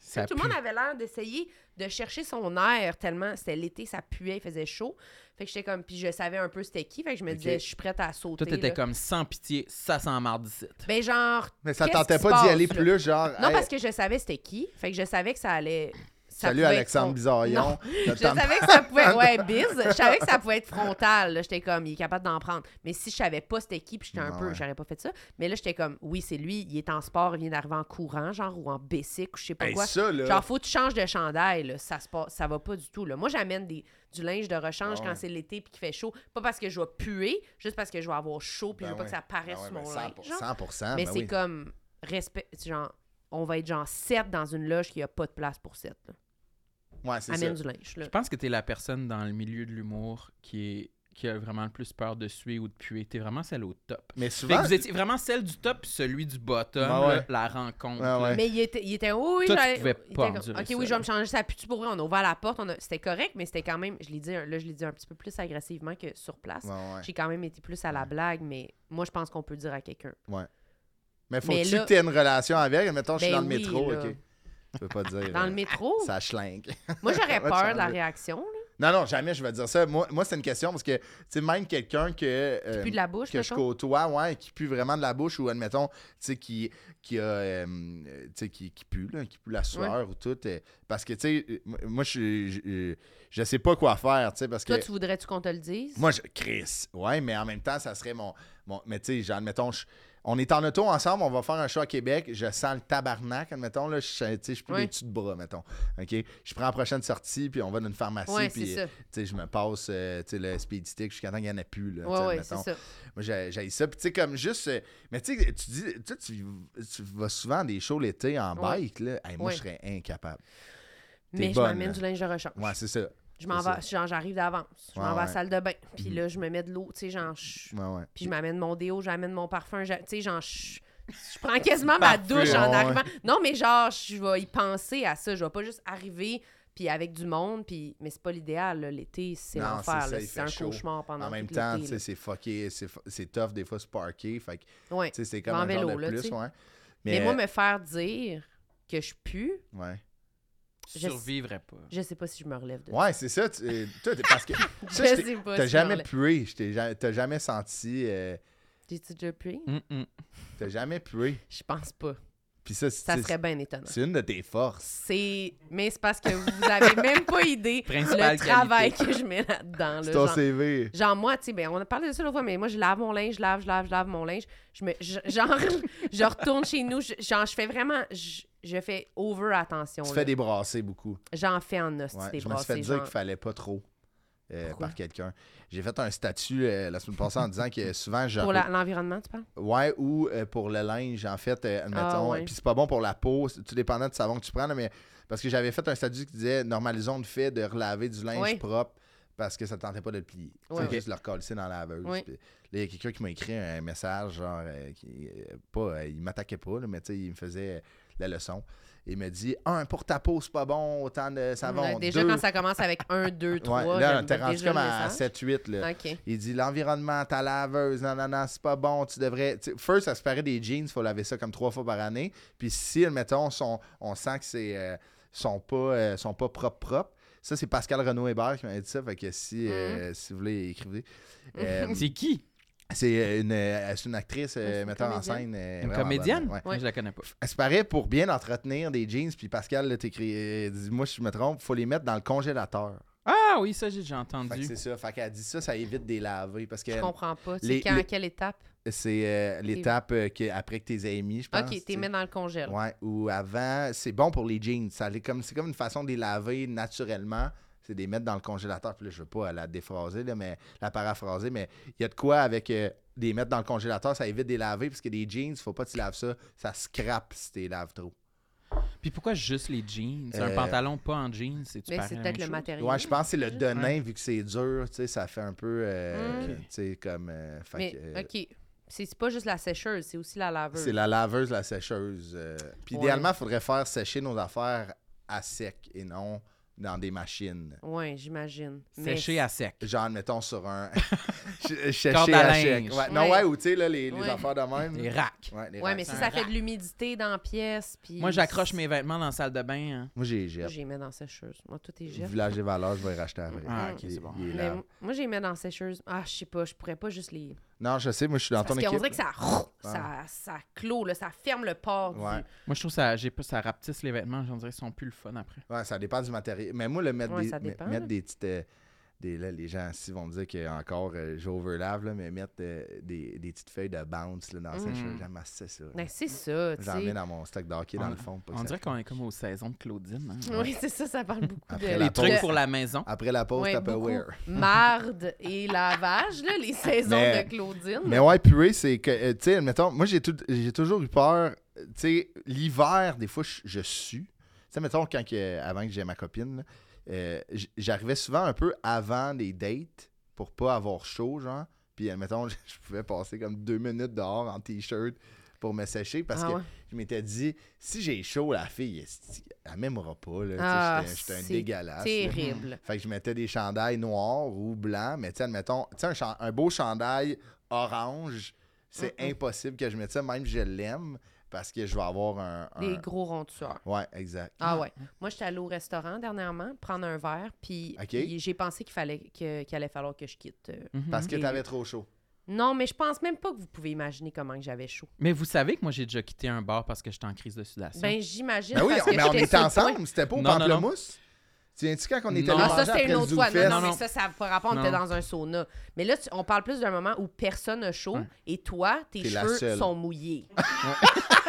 Speaker 2: Ça
Speaker 4: tout le monde
Speaker 2: pue.
Speaker 4: avait l'air d'essayer de chercher son air tellement c'était l'été, ça puait, il faisait chaud. Fait que j'étais comme... Puis je savais un peu c'était qui, fait que je me disais, je suis prête à sauter.
Speaker 2: Toi, t'étais
Speaker 4: là.
Speaker 2: comme sans pitié, ça sent marre d'ici.
Speaker 4: Ben genre...
Speaker 3: Mais ça
Speaker 4: Qu'est-ce
Speaker 3: tentait
Speaker 4: qui
Speaker 3: pas
Speaker 4: se
Speaker 3: d'y
Speaker 4: passe,
Speaker 3: aller
Speaker 4: là?
Speaker 3: plus, genre.
Speaker 4: Non,
Speaker 3: hey,
Speaker 4: parce que je savais c'était qui. Fait que je savais que ça allait. ça
Speaker 3: Salut
Speaker 4: pouvait être
Speaker 3: Alexandre
Speaker 4: fron-
Speaker 3: Bizarillon. [LAUGHS]
Speaker 4: Non, Je savais que ça pouvait. Ouais, biz. Je savais que ça pouvait être frontal. là. J'étais comme, il est capable d'en prendre. Mais si je savais pas c'était qui, puis j'étais un
Speaker 3: Ah
Speaker 4: peu,
Speaker 3: ouais.
Speaker 4: j'aurais pas fait ça. Mais là, j'étais comme, oui, c'est lui. Il est en sport, il vient d'arriver en courant, genre, ou en basic, ou je sais pas
Speaker 3: Hey,
Speaker 4: quoi.
Speaker 3: ça, là.
Speaker 4: Genre, faut que tu changes de chandail, là. Ça, se passe, ça va pas du tout. Là. Moi, j'amène des, du linge de rechange
Speaker 3: Ah ouais.
Speaker 4: quand c'est l'été puis qu'il fait chaud. Pas parce que je vais puer, juste parce que je vais avoir chaud
Speaker 3: Ben
Speaker 4: puis je veux pas que ça
Speaker 3: Ah
Speaker 4: paraisse sur mon linge. genre.
Speaker 3: 100
Speaker 4: Mais
Speaker 3: ben
Speaker 4: c'est
Speaker 3: oui.
Speaker 4: comme respect. Genre, on va être genre 7 dans une loge qui a pas de place pour 7.
Speaker 3: Ouais, c'est ça.
Speaker 4: Amène du linge. Là.
Speaker 2: Je pense que t'es la personne dans le milieu de l'humour qui est qui a vraiment le plus peur de suer ou de puer. T'es vraiment celle au top.
Speaker 3: Mais
Speaker 2: Fait
Speaker 3: souvent.
Speaker 2: que vous étiez vraiment celle du top, puis celui du bottom,
Speaker 3: Ah ouais.
Speaker 2: là, la rencontre.
Speaker 3: Ouais,
Speaker 2: là.
Speaker 3: ouais.
Speaker 4: Mais il était, il était oui, oui,
Speaker 2: Toi, tu
Speaker 4: j'allais-
Speaker 2: pouvais
Speaker 4: il
Speaker 2: pas
Speaker 4: était comme,
Speaker 2: endurer
Speaker 4: Ok,
Speaker 2: ça,
Speaker 4: oui, je vais
Speaker 2: là.
Speaker 4: me changer, ça pue pour vrai. On a ouvert la porte, on a- c'était correct, mais c'était quand même, je l'ai dit, un- là, je l'ai dit un petit peu plus agressivement que sur place.
Speaker 3: Ouais, ouais.
Speaker 4: J'ai quand même été plus à la blague, mais moi, je pense qu'on peut dire à quelqu'un.
Speaker 3: Mais faut
Speaker 4: Mais
Speaker 3: que
Speaker 4: là-
Speaker 3: tu t'aies une relation avec. Mettons, je suis
Speaker 4: Ben
Speaker 3: dans le
Speaker 4: oui,
Speaker 3: métro,
Speaker 4: là.
Speaker 3: ok. Tu peux pas dire.
Speaker 4: Dans
Speaker 3: euh,
Speaker 4: le métro,
Speaker 3: Ça schlingue. [LAUGHS]
Speaker 4: moi, j'aurais
Speaker 3: va te
Speaker 4: peur de la
Speaker 3: changer.
Speaker 4: réaction, là,
Speaker 3: Non, non, jamais je vais dire ça. Moi, moi c'est une question parce que, tu sais, même quelqu'un que. euh,
Speaker 4: plus de la bouche,
Speaker 3: que je
Speaker 4: mettons.
Speaker 3: côtoie, ouais, qui pue vraiment de la bouche ou admettons, tu sais, qui, qui a, euh, tu sais, qui, qui pue, là, qui pue la sueur ou tout. euh, parce que, tu sais, euh, m- moi, je, suis- je, je sais pas quoi faire, tu sais, parce que.
Speaker 4: Toi, tu voudrais-tu qu'on te le dise?
Speaker 3: Moi, je Chris. Ouais, mais en même temps, ça serait mon. mon mais tu sais, genre, admettons, je- on est en auto ensemble, on va faire un show à Québec, je sens le tabarnak, admettons, là, je tu sais, je peux
Speaker 4: Ouais.
Speaker 3: les dessus de bras, mettons. OK? Je prends la prochaine sortie, puis on va dans une pharmacie,
Speaker 4: ouais, c'est
Speaker 3: puis euh,
Speaker 4: ça.
Speaker 3: tu sais, je me passe euh, tu sais, le speed stick jusqu'à temps qu'il n'y en ait plus, là, tu sais,
Speaker 4: Ouais, ouais, c'est
Speaker 3: admettons.
Speaker 4: ça.
Speaker 3: Moi, j'ai j'ai ça. Puis, tu sais, comme juste. euh, Mais, tu sais, tu dis. Tu, sais, tu, tu vas souvent à des shows l'été en
Speaker 4: Ouais.
Speaker 3: bike, là. Hey, moi,
Speaker 4: Ouais.
Speaker 3: je serais incapable. T'es
Speaker 4: Mais je
Speaker 3: bonne,
Speaker 4: m'amène
Speaker 3: là.
Speaker 4: du linge de rechange.
Speaker 3: Ouais, c'est ça.
Speaker 4: Je m'en
Speaker 3: C'est
Speaker 4: vais, genre, j'arrive d'avance. Je
Speaker 3: Ouais,
Speaker 4: m'en vais à la
Speaker 3: ouais.
Speaker 4: salle de bain. Puis
Speaker 3: Mhm.
Speaker 4: là, je me mets de l'eau, tu sais, genre, je-
Speaker 3: Ouais, ouais.
Speaker 4: puis je m'amène mon déo, j'amène mon parfum, j'a- tu sais, genre, je je
Speaker 3: [LAUGHS]
Speaker 4: prends quasiment ma douche en
Speaker 3: ouais,
Speaker 4: arrivant. Non, mais genre, je vais y penser à ça. Je vais pas juste arriver, puis avec du monde, puis... Mais c'est pas l'idéal, là. L'été, c'est
Speaker 3: Non,
Speaker 4: l'enfer,
Speaker 3: c'est ça,
Speaker 4: là.
Speaker 3: il
Speaker 4: C'est
Speaker 3: fait
Speaker 4: un
Speaker 3: chaud.
Speaker 4: cauchemar pendant
Speaker 3: en même
Speaker 4: tout
Speaker 3: temps, tu
Speaker 4: l'été,
Speaker 3: sais, c'est fucké, c'est fu- c'est tough des fois se parker. Fait que, tu
Speaker 4: là. Ouais.
Speaker 3: sais, c'est comme
Speaker 4: Mais en
Speaker 3: un genre
Speaker 4: vélo,
Speaker 3: de
Speaker 4: là,
Speaker 3: plus,
Speaker 4: tu sais.
Speaker 3: ouais.
Speaker 4: Mais, moi, me faire dire que je pue,
Speaker 3: Ouais,
Speaker 2: Tu
Speaker 4: Je-
Speaker 2: survivrais pas.
Speaker 4: je sais pas si je me relève de
Speaker 3: ouais c'est ça. tu- euh, toi, t'es-
Speaker 4: [LAUGHS]
Speaker 3: parce que.
Speaker 4: Je
Speaker 3: ça, je t'ai-
Speaker 4: sais pas
Speaker 3: T'as
Speaker 4: si je me
Speaker 3: jamais
Speaker 4: relève.
Speaker 3: pué. je t'ai ja- T'as jamais senti. euh,
Speaker 4: J'ai-tu déjà pué?
Speaker 2: Mm, mm.
Speaker 3: T'as jamais pué.
Speaker 4: Je pense pas.
Speaker 3: Puis ça,
Speaker 4: Ça
Speaker 3: c'est
Speaker 4: serait bien étonnant.
Speaker 3: c'est une de tes forces.
Speaker 4: C'est. Mais c'est parce que vous avez même
Speaker 2: [LAUGHS]
Speaker 4: pas idée
Speaker 2: Principale
Speaker 4: le travail que je mets là-dedans. là.
Speaker 3: C'est ton
Speaker 4: genre,
Speaker 3: CV.
Speaker 4: genre, moi, tu sais, ben, on a parlé de ça l'autre fois, mais moi, je lave mon linge, je lave, je lave, je lave mon linge. Je me, je- genre, [LAUGHS] je retourne chez nous. je- genre, je fais vraiment. Je, je fais over attention.
Speaker 3: Tu
Speaker 4: là.
Speaker 3: fais des brassées beaucoup.
Speaker 4: J'en fais en hostie
Speaker 3: Ouais,
Speaker 4: des
Speaker 3: je me suis fait
Speaker 4: brassées,
Speaker 3: dire
Speaker 4: genre.
Speaker 3: qu'il fallait pas trop euh,
Speaker 4: Pourquoi?
Speaker 3: par quelqu'un. J'ai fait un statut euh, la semaine passée en
Speaker 4: [LAUGHS]
Speaker 3: disant que souvent, genre,
Speaker 4: Pour la- l'environnement, tu parles?
Speaker 3: ouais, ou euh, pour le linge, en fait, euh, admettons,
Speaker 4: Ah, ouais.
Speaker 3: puis c'est pas bon pour la peau, c'est- tout dépendant du savon que tu prends, là, mais parce que j'avais fait un statut qui disait normalisons le fait de relaver du linge
Speaker 4: Ouais.
Speaker 3: propre parce que ça tentait pas de le plier. Tu sais,
Speaker 4: Ouais,
Speaker 3: juste le recalisser dans la laveuse.
Speaker 4: Ouais.
Speaker 3: Puis là, il y a quelqu'un qui m'a écrit un message, genre, euh, qui, euh, pas, euh, il m'attaquait pas, là, mais tu sais, il me faisait euh, la leçon. Il me dit, un, pour ta peau, c'est pas bon, autant de savon.
Speaker 4: Ouais, déjà,
Speaker 3: Deux,
Speaker 4: quand ça commence avec 1, 2, 3.
Speaker 3: Ouais, là, t'es rendu comme à euh, 7-8. là.
Speaker 4: Ok.
Speaker 3: Il dit l'environnement, ta laveuse, non, non, non, c'est pas bon, tu devrais. tu sais, first, ça se paraît des jeans, faut laver ça comme trois fois par année. Puis si, admettons, sont- on sent que c'est euh, sont pas euh, sont pas propres propres. Ça, c'est Pascal Renaud Hébert qui m'a dit ça. Fait que si,
Speaker 4: Mm.
Speaker 3: euh, si vous
Speaker 4: [LAUGHS]
Speaker 3: voulez, écrivez. Euh,
Speaker 2: C'est qui
Speaker 3: c'est une, euh, c'est une actrice, euh,
Speaker 4: c'est une
Speaker 3: metteur en
Speaker 4: comédienne.
Speaker 3: scène. euh,
Speaker 2: Une
Speaker 3: vraiment
Speaker 2: comédienne
Speaker 3: bonne, ouais.
Speaker 2: Moi, Je la connais pas.
Speaker 3: Ça se paraît pour bien entretenir des jeans, puis Pascal, là, t'écris, euh, dis-moi si je me trompe, faut les mettre dans le congélateur.
Speaker 2: Ah oui, ça, j'ai déjà
Speaker 3: Fait que
Speaker 2: entendu.
Speaker 3: c'est ça. Fait qu'elle dit ça, ça évite des lavés. Parce que
Speaker 4: Je comprends pas.
Speaker 3: Les-
Speaker 4: C'est quand,
Speaker 3: les-
Speaker 4: à quelle étape?
Speaker 3: c'est euh, l'étape euh, que- après que t'es émis, je pense.
Speaker 4: Ok,
Speaker 3: tu
Speaker 4: t'es
Speaker 3: sais.
Speaker 4: mis dans le congèle.
Speaker 3: Ah, Ouais, ou avant. C'est bon pour les jeans. Ça les- comme- C'est comme, une façon de les laver naturellement. C'est de les mettre dans le congélateur. Puis là, je veux pas la déphraser, là, mais la paraphraser, mais il y a de quoi avec euh, de les mettre dans le congélateur, ça évite de les laver, parce que des jeans, faut pas que tu laves ça. Ça scrape si tu les laves trop.
Speaker 2: Puis pourquoi juste les jeans? Un
Speaker 3: Euh,
Speaker 2: pantalon pas en jeans, c'est tu
Speaker 4: Mais c'est peut-être le matériel.
Speaker 3: Ouais, je pense que c'est le denain, vu que c'est dur, tu sais, ça fait un peu, euh,
Speaker 2: Mm.
Speaker 3: tu sais, comme, euh, fait
Speaker 4: Mais,
Speaker 3: que, euh,
Speaker 4: OK. C'est c'est pas juste la sécheuse, c'est aussi la laveuse.
Speaker 3: c'est la laveuse, la sécheuse. euh. Puis
Speaker 4: Ouais.
Speaker 3: idéalement, il faudrait faire sécher nos affaires à sec et non dans des machines.
Speaker 4: Ouais, j'imagine. Mais
Speaker 2: Séché à sec.
Speaker 3: Genre, mettons, sur
Speaker 2: [LAUGHS]
Speaker 3: un... [LAUGHS] Ch- sécher
Speaker 2: Corde à
Speaker 3: à
Speaker 2: linge.
Speaker 3: sec. Ouais, Non,
Speaker 4: Ouais.
Speaker 3: ouais, ou tu sais, là, les, les
Speaker 4: Ouais.
Speaker 3: affaires de même.
Speaker 2: Des racks.
Speaker 3: Ouais, les
Speaker 4: Ouais,
Speaker 3: racks.
Speaker 4: mais si
Speaker 2: un
Speaker 4: ça fait
Speaker 2: rack.
Speaker 4: de l'humidité dans la pièce, puis...
Speaker 2: Moi, j'accroche mes vêtements dans la salle de bain. hein.
Speaker 3: Moi, j'ai j'ai
Speaker 4: Moi, J'y mets dans la sécheuse. Moi, tout est gel.
Speaker 3: Village des valeurs, je vais les racheter après.
Speaker 2: Ah, ok,
Speaker 3: Il-
Speaker 2: c'est bon.
Speaker 3: il est
Speaker 4: Mais
Speaker 3: là.
Speaker 4: m- moi, j'y mets dans la sécheuse. Ah, je sais pas, je pourrais pas juste les...
Speaker 3: Non, je sais, moi, je suis dans ton
Speaker 4: Parce qu'on
Speaker 3: équipe.
Speaker 4: dirait
Speaker 3: Ah.
Speaker 4: que ça, ça, ça clôt, là, ça ferme le port du-
Speaker 3: Ouais.
Speaker 2: Moi, je trouve que ça, j'ai pas- ça rapetisse les vêtements. J'en dirais qu'ils sont plus le fun après.
Speaker 3: Ouais, ça dépend du matériel. Mais moi, le mettre,
Speaker 4: Ouais,
Speaker 3: des,
Speaker 4: ça
Speaker 3: me-
Speaker 4: dépend,
Speaker 3: mettre
Speaker 4: là.
Speaker 3: des petites. euh, des, là, les gens ici vont me dire que encore euh, j'overlave, là, mais mettre euh, des, des petites feuilles de bounce là, dans le
Speaker 4: Mm.
Speaker 3: sécheur, j'aime assez ça.
Speaker 4: Ben, c'est ça, tu
Speaker 3: J'en mets
Speaker 4: sais. [LAUGHS]
Speaker 3: dans mon stock d'hockey dans le fond. pas que
Speaker 2: On
Speaker 3: ça-
Speaker 2: dirait qu'on est comme aux saisons de Claudine. hein.
Speaker 4: Oui, c'est ça, ça parle beaucoup
Speaker 3: Après
Speaker 4: de...
Speaker 3: la
Speaker 2: Les trucs
Speaker 3: pause.
Speaker 2: pour la maison.
Speaker 3: Après la pause,
Speaker 4: Ouais,
Speaker 3: Tupperware.
Speaker 4: beaucoup. Marde et lavage, là,
Speaker 3: [LAUGHS]
Speaker 4: les saisons
Speaker 3: Mais-
Speaker 4: de Claudine.
Speaker 3: Mais ouais, purée, c'est que, euh, tu sais, mettons, moi, j'ai tout- j'ai toujours eu peur, euh, tu sais, l'hiver, des fois, je, je sue. Tu sais, mettons, quand que- avant que j'ai ma copine, là, euh, j- j'arrivais souvent un peu avant des dates pour pas avoir chaud, genre. Puis, admettons, [LAUGHS] je pouvais passer comme deux minutes dehors en T-shirt pour me sécher parce
Speaker 4: Ah
Speaker 3: que
Speaker 4: ouais.
Speaker 3: je m'étais dit, si j'ai chaud, la fille, esti, elle m'aimera pas, là. Tu sais,
Speaker 4: Ah,
Speaker 3: j'étais- j'étais un
Speaker 4: c'est
Speaker 3: dégueulasse. là.
Speaker 4: Terrible.
Speaker 3: Fait que je mettais des chandails noirs ou blancs, mais tu sais, admettons, tu sais, un, chan- un beau chandail orange, c'est impossible que je mette ça, même si je l'aime, parce que je vais avoir un. un-
Speaker 4: Des gros ronds de sueur.
Speaker 3: Ouais, exact.
Speaker 4: Ah ouais. Moi, j'étais allée au restaurant dernièrement prendre un verre, puis
Speaker 3: Ok.
Speaker 4: puis j'ai pensé qu'il fallait que- qu'il allait falloir que je quitte. euh.
Speaker 3: Parce que
Speaker 4: Et-
Speaker 3: t'avais trop chaud.
Speaker 4: Non, mais je pense même pas que vous pouvez imaginer comment que j'avais chaud.
Speaker 2: Mhm. Mais vous savez que moi, j'ai déjà quitté un bar parce que j'étais en crise de sudation.
Speaker 4: Ben j'imagine
Speaker 3: Ben oui,
Speaker 4: parce
Speaker 3: on-
Speaker 4: que
Speaker 3: mais on
Speaker 4: j'étais
Speaker 3: était
Speaker 4: sur le point-
Speaker 3: ensemble, c'était pas au
Speaker 2: Non, non, non.
Speaker 3: pamplemousse. Tu viens-tu quand on était
Speaker 2: Non.
Speaker 3: allé
Speaker 4: Ah,
Speaker 3: manger
Speaker 4: ça, c'était
Speaker 3: après
Speaker 4: une
Speaker 3: le
Speaker 4: autre fois. Non,
Speaker 3: Zoofest?
Speaker 4: non,
Speaker 2: Non,
Speaker 4: mais ça, ça n'a pas rapport. On était
Speaker 2: Non.
Speaker 4: dans un sauna. Mais là, tu- on parle plus d'un moment où personne n'a chaud
Speaker 2: Ouais.
Speaker 4: et toi, tes
Speaker 3: T'es la
Speaker 4: cheveux
Speaker 3: seule.
Speaker 4: sont mouillés. [LAUGHS]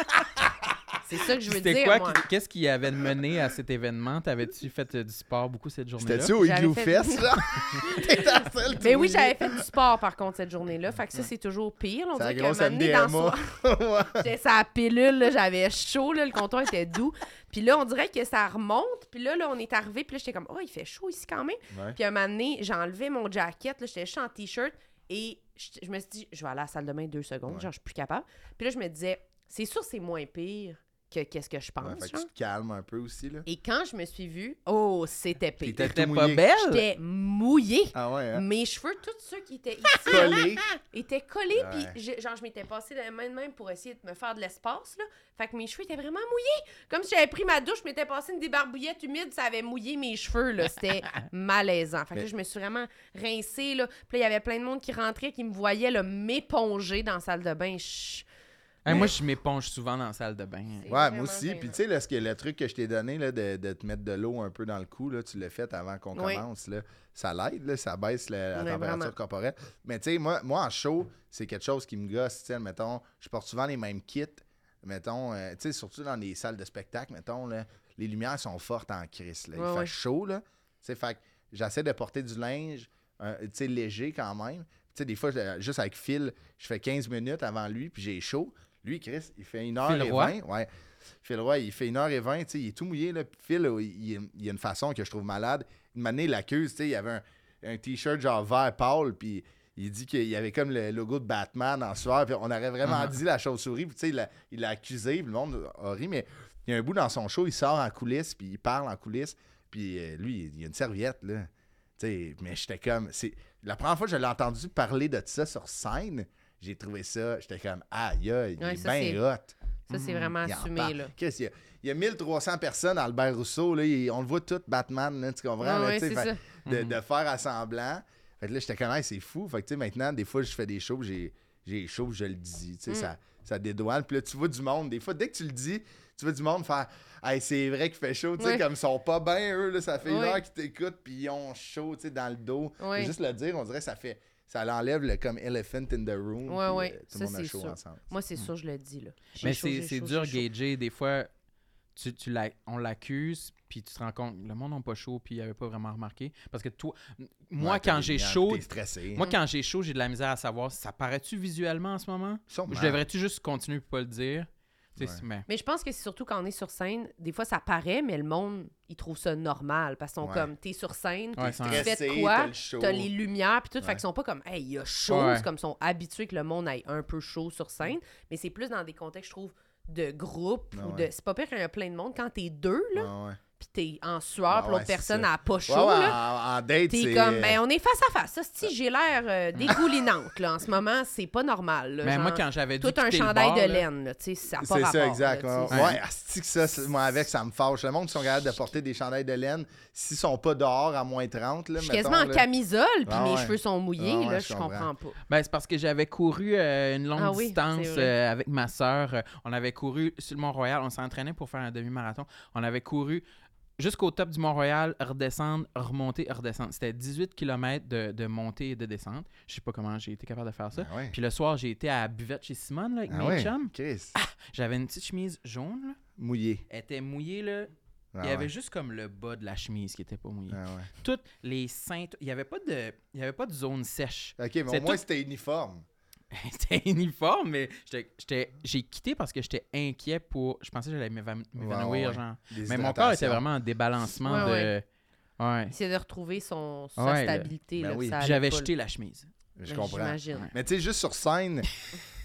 Speaker 4: c'est ça que je veux
Speaker 2: C'était
Speaker 4: dire,
Speaker 2: quoi?
Speaker 4: moi.
Speaker 2: qui- Qu'est-ce qui avait mené à cet événement? T'avais-tu fait euh, du sport beaucoup cette journée-là?
Speaker 3: C'était-tu au
Speaker 4: J'avais
Speaker 3: Igloo
Speaker 4: fait-
Speaker 3: Fest, là? [LAUGHS] T'étais la seule.
Speaker 4: Mais oui, j'avais fait du sport, par contre, cette journée-là. Fait que ça, c'est toujours pire. On
Speaker 3: C'est la
Speaker 4: dirait qu'à un
Speaker 3: grosse
Speaker 4: moment donné, dans
Speaker 3: MDMA.
Speaker 4: so-
Speaker 3: [LAUGHS]
Speaker 4: J'étais sa pilule, là, j'avais chaud, là, le comptoir était doux. Puis là, on dirait que ça remonte. Puis là, là on est arrivé, puis là, j'étais comme, oh, il fait chaud ici quand même.
Speaker 3: Ouais.
Speaker 4: Puis un moment donné, j'ai enlevé mon jacket, là, j'étais juste en t-shirt. Et je, je me suis dit, je vais aller à la salle de bain deux secondes,
Speaker 3: Ouais.
Speaker 4: genre, je suis plus capable. Puis là, je me disais, c'est sûr, c'est moins pire que qu'est-ce que je
Speaker 3: Ouais,
Speaker 4: pense.
Speaker 3: fait que
Speaker 4: genre.
Speaker 3: tu te calmes un peu aussi, là.
Speaker 4: Et quand je me suis vue, oh, c'était pire.
Speaker 3: T'étais
Speaker 2: T'étais
Speaker 3: tout
Speaker 2: pas
Speaker 3: mouillé.
Speaker 2: belle?
Speaker 4: J'étais mouillée.
Speaker 3: Ah ouais, hein?
Speaker 4: Mes cheveux, tous ceux qui
Speaker 3: [LAUGHS]
Speaker 4: étaient ici,
Speaker 3: Collé.
Speaker 4: était collé,
Speaker 3: Ouais.
Speaker 4: puis j'ai- genre, je m'étais passé la main de même pour essayer de me faire de l'espace, là. Fait que mes cheveux étaient vraiment mouillés. Comme si j'avais pris ma douche, je m'étais passé une débarbouillette humide, ça avait mouillé mes cheveux, là.
Speaker 3: [LAUGHS]
Speaker 4: C'était malaisant. Fait que
Speaker 3: Mais-
Speaker 4: là, je me suis vraiment rincée, là. Puis là, il y avait plein de monde qui rentrait, qui me voyait, là, m'éponger dans la salle de bain. Chut.
Speaker 2: Hey, moi, je m'éponge souvent dans la salle de bain.
Speaker 4: C'est
Speaker 3: Ouais,
Speaker 4: vraiment
Speaker 3: moi aussi.
Speaker 4: gênant.
Speaker 3: Puis tu sais, là, ce que- le truc que je t'ai donné, là, de, de te mettre de l'eau un peu dans le cou, là, tu l'as fait avant qu'on
Speaker 4: Oui.
Speaker 3: commence. Là. Ça l'aide, là, ça baisse la, la
Speaker 4: Ouais,
Speaker 3: température
Speaker 4: vraiment.
Speaker 3: corporelle. Mais tu sais, moi, moi, en chaud, c'est quelque chose qui me gosse. Tu sais, mettons, je porte souvent les mêmes kits. Mettons, euh, tu sais, surtout dans les salles de spectacle, mettons, là, les lumières sont fortes en crise. là. Il
Speaker 4: Ouais,
Speaker 3: fait
Speaker 4: ouais.
Speaker 3: chaud, là. Tu sais, fait que j'essaie de porter du linge, euh, tu sais, léger quand même. Tu sais, des fois, je- juste avec Phil, je fais 15 minutes avant lui, puis j'ai chaud. Lui, Chris, il fait une heure
Speaker 2: Phil
Speaker 3: et
Speaker 2: Roy?
Speaker 3: 20. Ouais. Phil Roy, il fait 1h20, tu sais, il est tout mouillé. Là. Puis Phil, il, il- il a une façon que je trouve malade. Une manière, il l'accuse, tu sais, il avait un, un t-shirt genre vert pâle, puis il dit qu'il y avait comme le logo de Batman en sueur, puis on aurait vraiment
Speaker 2: Ah.
Speaker 3: dit la chauve-souris, puis tu sais, il l'a- il l'a accusé, puis le monde a ri, mais il y a un bout dans son show, il sort en coulisses, puis il parle en coulisses, puis euh, lui, il y a une serviette, là. Tu sais, mais j'étais comme... c'est La première fois que je l'ai entendu parler de ça sur scène, j'ai trouvé ça, j'étais comme, aïe, aïe, il
Speaker 4: Ouais,
Speaker 3: est
Speaker 4: ça, c'est-
Speaker 3: bien hot.
Speaker 4: Ça, c'est vraiment
Speaker 3: Hmm, Il en
Speaker 4: assumé,
Speaker 3: parle.
Speaker 4: là.
Speaker 3: Qu'est-ce qu'il y a? Il y a 1300 personnes à Albert Rousseau, là, il- on le voit tout, Batman, là, tu comprends?
Speaker 4: Ah
Speaker 3: là,
Speaker 4: ouais,
Speaker 3: tu sais,
Speaker 4: c'est
Speaker 3: fait-
Speaker 4: ça.
Speaker 3: de, de faire à semblant. Fait que là, j'étais comme, Hey, c'est fou. Fait que, tu sais, maintenant, des fois, je fais des shows, puis j'ai, j'ai chaud, puis je le dis.
Speaker 4: Mm.
Speaker 3: Tu sais, ça, ça dédouane. Puis là, tu vois du monde. Des fois, dès que tu le dis, tu vois du monde faire, hey, c'est vrai qu'il fait chaud. Tu sais,
Speaker 4: Ouais.
Speaker 3: comme ils sont pas bien, eux, là, ça fait une
Speaker 4: Ouais.
Speaker 3: heure qu'ils t'écoutent, puis ils ont chaud, tu sais, dans le dos.
Speaker 4: Ouais.
Speaker 3: Mais Juste le dire, on dirait que ça fait. Ça l'enlève le comme elephant in the room.
Speaker 4: Ouais,
Speaker 3: puis,
Speaker 4: ouais,
Speaker 3: euh, Tout
Speaker 4: ça,
Speaker 3: le monde a
Speaker 4: c'est
Speaker 3: chaud
Speaker 4: sûr.
Speaker 3: ensemble.
Speaker 4: Moi, c'est sûr, je le dis, là. J'ai
Speaker 2: Mais
Speaker 4: chaud,
Speaker 2: c'est
Speaker 4: j'ai
Speaker 2: c'est
Speaker 4: chaud,
Speaker 2: dur
Speaker 4: j'ai chaud.
Speaker 2: gager. Des fois, tu, tu la- on l'accuse, puis tu te rends compte, le monde n'a pas chaud, puis il n'avait pas vraiment remarqué. Parce que toi, m- moi,
Speaker 3: Ouais, t'as
Speaker 2: quand
Speaker 3: des
Speaker 2: j'ai
Speaker 3: liens,
Speaker 2: chaud,
Speaker 3: T'es stressé.
Speaker 2: moi, quand j'ai chaud, j'ai de la misère à savoir, ça paraît-tu visuellement en ce moment?
Speaker 3: Sûrement.
Speaker 2: Je devrais-tu juste continuer pour pas le dire? Tu sais, c'est- mais-
Speaker 4: Mais je pense que c'est surtout quand on est sur scène, des fois ça paraît, mais le monde, il trouve ça normal parce qu'on
Speaker 3: Ouais.
Speaker 4: comme t'es sur scène,
Speaker 2: Ouais,
Speaker 4: tu
Speaker 2: c'est
Speaker 4: fais
Speaker 3: stressé,
Speaker 4: de quoi,
Speaker 3: t'as le show.
Speaker 4: t'as les lumières puis tout, fait
Speaker 3: Ouais.
Speaker 4: qu'ils sont pas comme hey, il y a chaud,
Speaker 2: Ouais.
Speaker 4: c'est comme ils sont habitués que le monde aille un peu chaud sur scène, mais c'est plus dans des contextes, je trouve, de groupe
Speaker 3: Ah
Speaker 4: ou
Speaker 3: ouais.
Speaker 4: de c'est pas pire quand il y a plein de monde quand t'es deux là,
Speaker 3: Ah ouais.
Speaker 4: puis t'es en sueur,
Speaker 3: Ah
Speaker 4: puis l'autre
Speaker 3: ouais, c'est
Speaker 4: personne
Speaker 3: ça.
Speaker 4: a pas chaud
Speaker 3: Ouais, ouais,
Speaker 4: là.
Speaker 3: en, en date,
Speaker 4: T'es
Speaker 3: c'est...
Speaker 4: comme, ben on est face à face. Ça, si j'ai l'air euh,
Speaker 3: [LAUGHS]
Speaker 4: dégoulinante, là, en ce moment, c'est pas normal. là,
Speaker 3: Ben,
Speaker 2: Mais moi,
Speaker 4: genre-
Speaker 2: quand j'avais dû
Speaker 4: tout un
Speaker 2: quitter le
Speaker 4: chandail
Speaker 2: bar,
Speaker 4: de
Speaker 2: là,
Speaker 4: laine, là, tu sais, ça a pas
Speaker 3: C'est
Speaker 4: rapport,
Speaker 3: ça,
Speaker 4: là,
Speaker 3: exact.
Speaker 4: tu
Speaker 3: ouais.
Speaker 4: sais.
Speaker 3: Ouais, asti que ça, c'est- moi, avec, ça me fâche. Le monde, qui sont capables de porter des chandails de laine, s'ils sont pas dehors à moins 30, là,
Speaker 4: Je suis
Speaker 3: mettons,
Speaker 4: quasiment en
Speaker 3: là.
Speaker 4: camisole, puis
Speaker 3: Ah
Speaker 4: mes
Speaker 3: ouais.
Speaker 4: cheveux sont mouillés,
Speaker 3: Ah ouais,
Speaker 4: là,
Speaker 3: je
Speaker 4: je comprends pas.
Speaker 2: Ben, c'est parce que j'avais couru euh, une longue
Speaker 4: Ah oui,
Speaker 2: distance
Speaker 4: c'est vrai.
Speaker 2: euh, avec ma sœur. Euh, On avait couru sur le Mont-Royal. On s'entraînait pour faire un demi-marathon. On avait couru jusqu'au top du Mont-Royal, redescendre, remonter, redescendre. C'était 18 km de, de montée et de descente. Je sais pas comment j'ai été capable de faire ça.
Speaker 3: Ah ouais.
Speaker 2: Puis le soir, j'ai été à la buvette chez Simone, là, avec
Speaker 3: Ah
Speaker 2: mes
Speaker 3: ouais,
Speaker 2: chums.
Speaker 3: Chris,
Speaker 2: J'avais une petite chemise jaune. là.
Speaker 3: mouillé.
Speaker 2: Elle était mouillée, là.
Speaker 3: Ah
Speaker 2: Il y avait
Speaker 3: ouais.
Speaker 2: juste comme le bas de la chemise qui était pas mouillé.
Speaker 3: Ah ouais.
Speaker 2: Toutes les cintes... Il y avait pas de... Il y avait pas de zone sèche.
Speaker 3: Ok, mais
Speaker 2: C'est
Speaker 3: au moins,
Speaker 2: tout-
Speaker 3: c'était uniforme.
Speaker 2: C'était [LAUGHS] uniforme, mais j'étais- j'étais- j'ai quitté parce que j'étais inquiet pour. Je pensais que j'allais m'éva- m'évanouir,
Speaker 3: ouais.
Speaker 2: genre.
Speaker 3: Des
Speaker 2: Mais mon corps était
Speaker 3: hydratations.
Speaker 2: vraiment en débalancement
Speaker 4: Ouais,
Speaker 2: de.
Speaker 4: ouais.
Speaker 2: Ouais.
Speaker 4: Essayer de retrouver son, sa
Speaker 2: Ouais, là.
Speaker 4: stabilité,
Speaker 3: Ben
Speaker 4: là,
Speaker 3: oui.
Speaker 4: ça
Speaker 2: Puis
Speaker 4: allait
Speaker 2: J'avais
Speaker 4: pas,
Speaker 2: jeté la chemise.
Speaker 4: là. Ben,
Speaker 3: Je comprends.
Speaker 4: J'imagine.
Speaker 3: Mais tu sais, juste sur scène, tu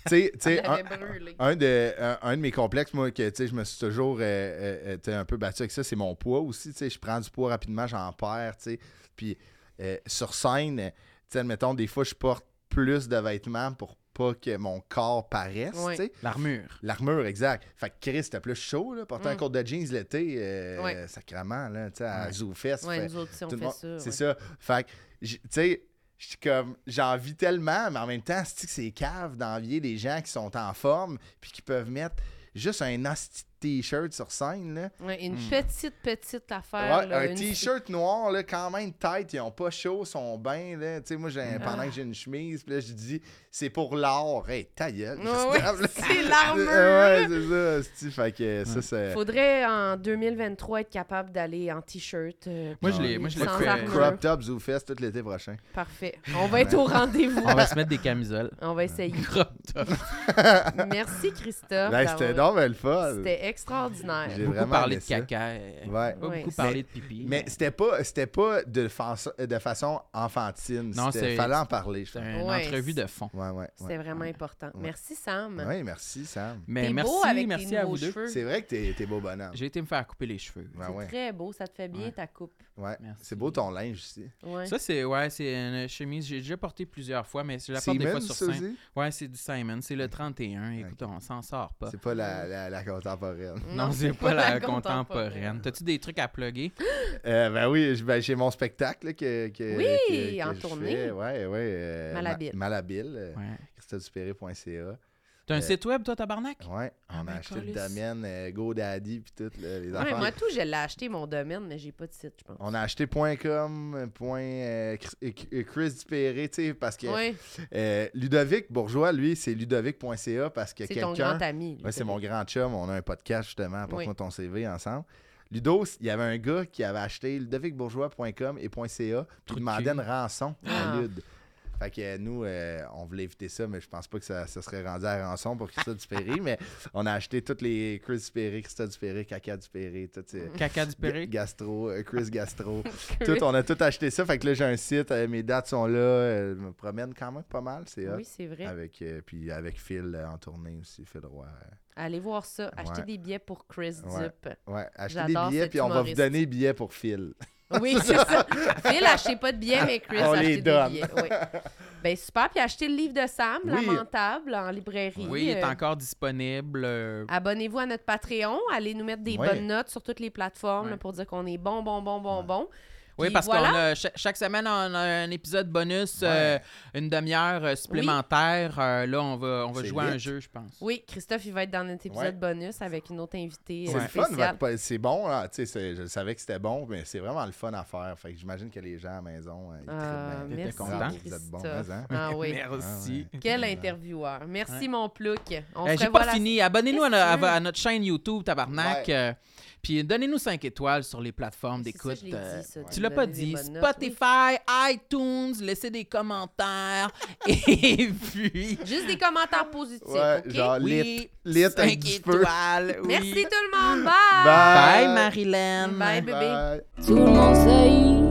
Speaker 3: sais-
Speaker 4: [LAUGHS]
Speaker 3: tu sais,
Speaker 4: Elle
Speaker 3: un,
Speaker 4: avait brûlé.
Speaker 3: un de, un, un de mes complexes, moi, que tu sais, je me suis toujours euh, euh, euh, tu sais, un peu battu avec ça, c'est mon poids aussi. tu sais, Je prends du poids rapidement, j'en perds. tu sais. Puis euh, sur scène, euh, tu sais, admettons, des fois, je porte plus de vêtements pour pas que mon corps paraisse.
Speaker 4: Ouais.
Speaker 3: tu sais.
Speaker 2: L'armure.
Speaker 3: L'armure, exact. Fait que Chris, c'était plus chaud. Là, porter un
Speaker 4: Mm.
Speaker 3: coat de jeans l'été, euh,
Speaker 4: Ouais.
Speaker 3: sacrément, là, tu sais, à
Speaker 2: Ouais.
Speaker 3: Zoufest.
Speaker 4: Ouais,
Speaker 3: fait-
Speaker 4: nous autres, si on
Speaker 3: tout
Speaker 4: fait
Speaker 3: le
Speaker 4: ça.
Speaker 3: monde- C'est
Speaker 4: ouais.
Speaker 3: ça. Fait que, j- tu sais, je suis comme, j'en vis tellement, mais en même temps, c'est-tu que c'est cave d'envier les gens qui sont en forme puis qui peuvent mettre juste un nasty t-shirt sur scène, là.
Speaker 4: Ouais, une petite, petite affaire.
Speaker 3: Hmm. Ouais,
Speaker 4: là,
Speaker 3: un
Speaker 4: une-
Speaker 3: t-shirt noir, là, quand même tight, ils ont pas chaud, ils sont bains, là. Tu sais, moi, j'ai, pendant
Speaker 4: Ah.
Speaker 3: que j'ai une chemise, puis là, je dis, c'est pour l'or. Hey, ta gueule,
Speaker 4: Ouais, ouais,
Speaker 3: Christophe, là. [LAUGHS]
Speaker 4: c'est l'armure,
Speaker 3: Ouais, c'est ça, c'est-tu. Fait que ça, c'est...
Speaker 4: Faudrait en 2023 être capable d'aller en t-shirt. euh,
Speaker 2: Moi,
Speaker 3: Ah
Speaker 2: je l'ai moi, je l'ai
Speaker 4: Sans
Speaker 2: fait.
Speaker 4: armure.
Speaker 3: Crop top, Zoufest, tout l'été prochain.
Speaker 4: Parfait. On va être au rendez-vous.
Speaker 2: On va se mettre des
Speaker 3: [LAUGHS]
Speaker 2: camisoles.
Speaker 4: [LAUGHS] On va essayer.
Speaker 2: Crop top.
Speaker 4: Merci, Christophe.
Speaker 3: Là, c'était
Speaker 4: d'avoir-
Speaker 3: donc ben le fun.
Speaker 4: ah C'était extraordinaire.
Speaker 3: J'ai
Speaker 2: Beaucoup
Speaker 3: vraiment
Speaker 2: parlé de
Speaker 3: aimé ça.
Speaker 2: caca. euh,
Speaker 3: Ouais.
Speaker 2: Pas
Speaker 4: Ouais.
Speaker 2: beaucoup parlé de pipi.
Speaker 3: Mais c'était pas, c'était pas de, fa- de façon enfantine.
Speaker 2: Non,
Speaker 3: C'était-
Speaker 2: c'est-
Speaker 3: fallait en parler. Je
Speaker 2: C'était
Speaker 3: trouve.
Speaker 2: une
Speaker 4: Ouais,
Speaker 2: entrevue
Speaker 4: c'est-
Speaker 2: de fond.
Speaker 3: Ouais, ouais.
Speaker 4: C'était vraiment important. Merci, Sam.
Speaker 3: Oui, merci, Sam.
Speaker 2: Mais
Speaker 4: T'es
Speaker 2: merci,
Speaker 4: beau avec
Speaker 2: merci
Speaker 4: tes
Speaker 2: à
Speaker 4: nouveaux
Speaker 2: vous deux.
Speaker 4: cheveux.
Speaker 3: C'est vrai que t'es, t'es beau bonhomme.
Speaker 2: J'ai été me faire couper les cheveux.
Speaker 3: Ouais, ben ouais.
Speaker 4: Très beau, ça te fait bien ta coupe.
Speaker 3: ouais.
Speaker 2: Merci.
Speaker 3: C'est beau ton linge aussi.
Speaker 4: Ouais.
Speaker 2: Ça, c'est ouais, c'est une chemise. J'ai déjà porté plusieurs fois, mais je la porte des
Speaker 3: Siemens,
Speaker 2: fois sur
Speaker 3: ça
Speaker 2: scène.
Speaker 3: aussi?
Speaker 2: Ouais, c'est du Simon. C'est le 31. Écoute, on s'en sort pas.
Speaker 3: C'est pas la, la,
Speaker 4: [LAUGHS]
Speaker 3: la contemporaine.
Speaker 2: Non, c'est pas, la contemporaine. T'as-tu des trucs à
Speaker 4: [LAUGHS]
Speaker 2: plugger?
Speaker 3: Euh, ben oui, je- ben, j'ai mon spectacle là, que, que.
Speaker 4: Oui,
Speaker 3: que- que
Speaker 4: en
Speaker 3: je
Speaker 4: tournée.
Speaker 3: fais. Ouais, ouais. euh, ma-
Speaker 4: Malhabile.
Speaker 3: malhabile. euh,
Speaker 2: Ouais.
Speaker 3: christophe-dupéré.ca.
Speaker 2: T'as un
Speaker 3: Euh,
Speaker 2: site web, toi, tabarnak?
Speaker 3: Ouais, on a
Speaker 2: ben,
Speaker 3: acheté le
Speaker 2: calisse.
Speaker 3: domaine euh, GoDaddy puis tout, là, les
Speaker 4: Ah, Ouais,
Speaker 3: affaires.
Speaker 4: moi, tout, je l'ai acheté, mon domaine, mais j'ai pas de site, je pense.
Speaker 3: On a acheté point .com, euh, point, euh, Chris- euh, euh, Chris Dupéré, tu sais, parce que
Speaker 4: Ouais,
Speaker 3: Euh, Ludovic Bourgeois, lui, c'est ludovic.ca parce que
Speaker 4: c'est ton
Speaker 3: quelqu'un.
Speaker 4: grand ami.
Speaker 3: Ouais, c'est mon grand chum. On a un podcast justement. Apporte-moi
Speaker 4: Oui.
Speaker 3: ton CV ensemble. Ludo, il y avait un gars qui avait acheté ludovicbourgeois.com et .ca. Puis
Speaker 2: Trou
Speaker 3: il
Speaker 2: de
Speaker 3: demandait
Speaker 2: cul.
Speaker 3: une rançon
Speaker 4: Ah.
Speaker 3: à Lud. Fait que euh, nous, euh, on voulait éviter ça, mais je pense pas que ça, ça serait rendu à rançon pour Christophe Dupéré. [LAUGHS] mais on a acheté toutes les Chris Dupéré, Christophe Dupéré, Caca Dupéré, tout
Speaker 4: Mm.
Speaker 3: ces-
Speaker 2: Caca du
Speaker 3: Ga-
Speaker 2: Péré?
Speaker 3: Gastro,
Speaker 4: [LAUGHS]
Speaker 3: euh, Chris Gastro. tout, on a tout acheté ça. Fait que là, j'ai un site, euh, mes dates sont là. euh, je me promène quand même pas mal, c'est hot.
Speaker 4: Oui, c'est vrai.
Speaker 3: Avec, euh, puis avec Phil euh, en tournée aussi, Phil Roy. euh.
Speaker 4: Allez voir ça. Achetez
Speaker 3: Ouais.
Speaker 4: des billets pour Chris
Speaker 3: Ouais. [LAUGHS]
Speaker 4: Dup.
Speaker 3: Ouais, achetez des
Speaker 4: J'adore
Speaker 3: billets,
Speaker 4: cet
Speaker 3: puis on va vous
Speaker 4: humoriste.
Speaker 3: donner des billets pour Phil.
Speaker 4: Oui, c'est ça. Phil, achetez pas de billets, mais Chris,
Speaker 3: On les
Speaker 4: achetez des
Speaker 3: donne.
Speaker 4: billets. Oui. Ben super. Puis achetez le livre de Sam,
Speaker 3: Oui.
Speaker 4: Lamentable, en librairie.
Speaker 2: Oui, il est
Speaker 4: Euh, Ah,
Speaker 2: encore disponible. euh,
Speaker 4: Abonnez-vous à notre Patreon. Allez nous mettre des
Speaker 3: Ouais.
Speaker 4: bonnes notes sur toutes les plateformes
Speaker 2: Ouais.
Speaker 4: là, pour dire qu'on est bon, bon, bon, bon, bon.
Speaker 2: Oui,
Speaker 4: Puis
Speaker 2: parce
Speaker 4: voilà.
Speaker 2: qu'on a cha- chaque semaine, on a un épisode bonus, euh, une demi-heure euh, supplémentaire. Euh, là, on va, on va
Speaker 3: C'est
Speaker 2: jouer à un
Speaker 3: vite.
Speaker 2: jeu, je pense.
Speaker 4: Oui, Christophe, il va être dans notre épisode
Speaker 3: Ouais.
Speaker 4: bonus avec une autre invitée
Speaker 3: C'est
Speaker 4: euh,
Speaker 3: le fun,
Speaker 4: spéciale.
Speaker 3: votre po- c'est bon. là, tu sais, c'est- je savais que c'était bon, mais c'est vraiment le fun à faire. Fait que j'imagine que les gens à la maison, euh, ils
Speaker 4: Ah,
Speaker 3: trippent bien.
Speaker 2: T'étais
Speaker 4: merci,
Speaker 2: content?
Speaker 3: Vous êtes bons,
Speaker 4: Christophe.
Speaker 3: hein?
Speaker 2: [LAUGHS]
Speaker 4: Ah
Speaker 3: [LAUGHS]
Speaker 4: oui.
Speaker 2: Merci.
Speaker 4: Quel intervieweur. Merci, mon plouc. On
Speaker 2: Euh,
Speaker 4: se
Speaker 2: J'ai
Speaker 4: revoit
Speaker 2: pas
Speaker 4: la-
Speaker 2: fini. Abonnez-nous à,
Speaker 4: Qu'est-ce que
Speaker 2: no-
Speaker 4: tu veux?
Speaker 2: à- à notre chaîne YouTube, Tabarnak.
Speaker 3: Ouais.
Speaker 2: Euh, Puis donnez-nous 5 étoiles sur les plateformes
Speaker 4: C'est ça,
Speaker 2: d'écoute.
Speaker 4: je l'ai dit,
Speaker 2: euh,
Speaker 4: ça,
Speaker 2: tu
Speaker 4: de
Speaker 2: l'as pas
Speaker 4: donner des
Speaker 2: dit.
Speaker 4: bonnes notes, oui.
Speaker 2: Spotify, iTunes, laissez des commentaires. et puis.
Speaker 4: Juste des
Speaker 2: [LAUGHS]
Speaker 4: commentaires positifs,
Speaker 3: Ouais,
Speaker 4: OK?
Speaker 3: genre,
Speaker 2: Oui,
Speaker 3: lit un
Speaker 2: 5
Speaker 3: petit peu.
Speaker 2: étoiles. oui.
Speaker 4: Merci tout le monde.
Speaker 3: Bye.
Speaker 2: Bye, Marilyn.
Speaker 4: Bye, bébé.
Speaker 3: Bye.
Speaker 1: Tout le monde sait